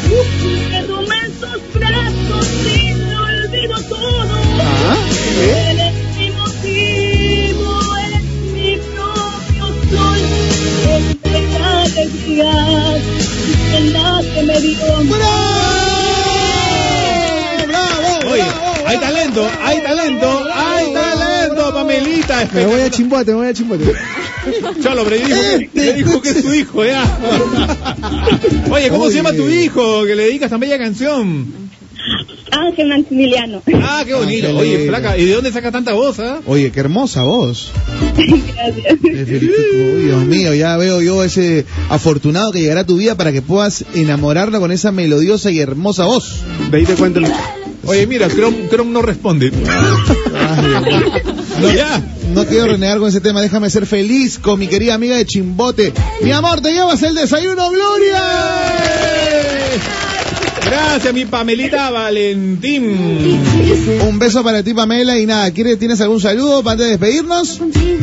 Que toma en sus brazos y lo olvido todo. Él es mi motivo, él es mi propio sol. Él es la alegría, es la que me dio.
Oye, hay talento, hay talento, hay talento, Pamelita.
Me voy a chimbote, me voy a chimbote.
Cholo, pero dijo,
Este.
le dijo que es tu hijo, ya. Oye, ¿cómo se llama tu hijo que le dedicas tan bella canción?
Ángel Maximiliano.
Ah, qué bonito. Oye, flaca, ¿y de dónde saca tanta voz, ah?
Oye, qué hermosa voz.
Gracias.
Te felicito. Uy, Dios mío, ya veo yo ese afortunado que llegará a tu vida para que puedas enamorarla con esa melodiosa y hermosa voz.
De ahí te cuento el-
Oye, mira, Chrome, Chrome no responde. No, ya.
No quiero renegar con ese tema, déjame ser feliz con mi querida amiga de Chimbote. Mi amor, te llevas el desayuno, Gloria.
Gracias, mi Pamelita Valentín.
Un beso para ti, Pamela, y nada, ¿quieres, ¿tienes algún saludo para antes de despedirnos?
Sí,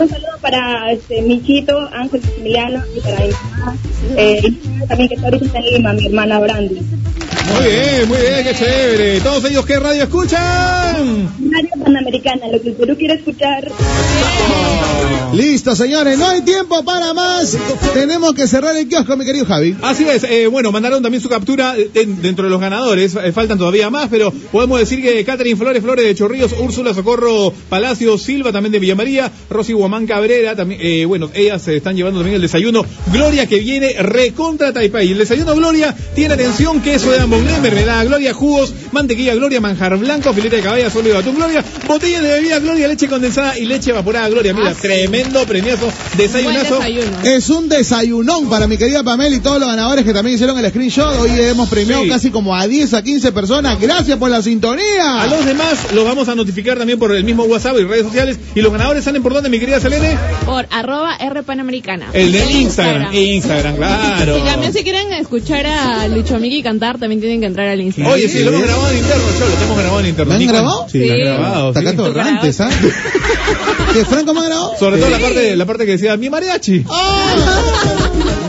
un saludo para este, Michito, Ángel Maximiliano y para mi mamá. Eh, y también que está ahorita en Lima, mi hermana Brandy.
Muy bien, muy bien, qué chévere. ¿Todos ellos qué radio escuchan?
Radio Panamericana, lo que el Perú quiere escuchar.
Listo, señores, no hay tiempo para más. Tenemos que cerrar el kiosco, mi querido Javi.
Así es, eh, bueno, mandaron también su captura eh, en- dentro de los ganadores, eh, faltan todavía más, pero podemos decir que Catherine Flores, Flores de Chorrillos, Úrsula Socorro Palacio, Silva también de Villamaría, Rosy Guamán Cabrera, también, eh, bueno, ellas se están llevando también el desayuno, Gloria que viene recontra Taipei, el desayuno Gloria tiene atención, queso de Ambonglé, mermelada Gloria, jugos, mantequilla Gloria, manjar blanco, filete de caballa, sólido de atún Gloria, botellas de bebida Gloria, leche condensada y leche evaporada Gloria, mira, tremendo premiazo, desayunazo,
Es un desayunón para mi querida Pamela y todos los ganadores que también hicieron el screenshot. Hoy hemos premiado
Sí.
casi como a 10 a 15 personas. Gracias por la sintonía.
A los demás los vamos a notificar también por el mismo WhatsApp y redes sociales. Y los ganadores salen por dónde, mi querida Selene?
Por arroba R Panamericana.
El de Instagram. Instagram, claro.
Si también si quieren escuchar a Lucho Miki cantar, también tienen que entrar al Instagram.
Oye, sí, lo hemos grabado en interno, Cholo, lo hemos grabado en interno.
¿Me han
Nico,
grabado?
Sí, lo han grabado. sí.
Está acá torrantes, ¿ah? ¿Que Franco me ha grabado?
Sobre todo la
Sí.
parte, la parte que decía mi mariachi.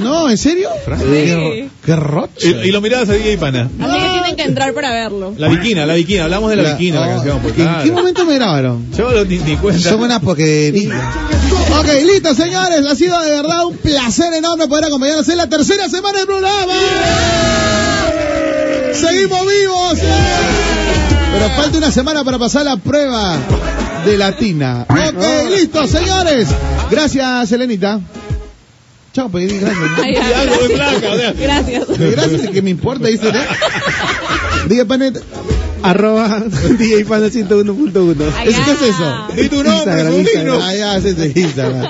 No, ¿en serio? Qué, qué roche.
Y, y lo mirabas a DJ Pana.
Así que tienen que entrar para verlo.
La viquina, la viquina, hablamos de la,
La-
viquina, la
oh,
canción. Pues,
¿En qué momento me grabaron?
Cholo, ni, ni cuenta.
Son una porquería. Ok, listo, señores. Ha sido de verdad un placer enorme poder acompañarnos en la tercera semana del programa. Seguimos vivos. Pero falta una semana para pasar la prueba eh, de latina. Ok, listo, señores. Gracias, Elenita. chao, pues, pedí gracias.
Ay, ya, Ya, gracias. voy blanca, o sea. Gracias.
Gracias, que me importa, dice. ¿no? Diga, paneta.
Arroba DJ Panda 101.1.
¿Eso qué es eso?
Di tu nombre,
Instagram,
su
Instagram.
signo.
Ah, ya, sí, sí, Instagram.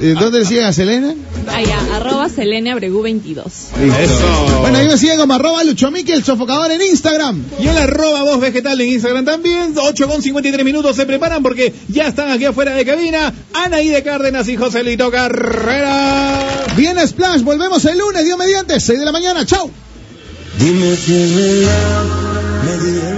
Bien. ¿Dónde le siguen a Selena?
Allá, arroba Selene Abregu 22.
Listo. Bueno, ahí me siguen como arroba Lucho Miquel, sofocador en Instagram.
Y en la arroba voz vegetal en Instagram también. 8 con 53 minutos se preparan porque ya están aquí afuera de cabina. Anaí de Cárdenas y José Lito Carrera.
Viene Splash, volvemos el lunes, Dios mediante, 6 de la mañana, chao.
Dime si es verdad, me diré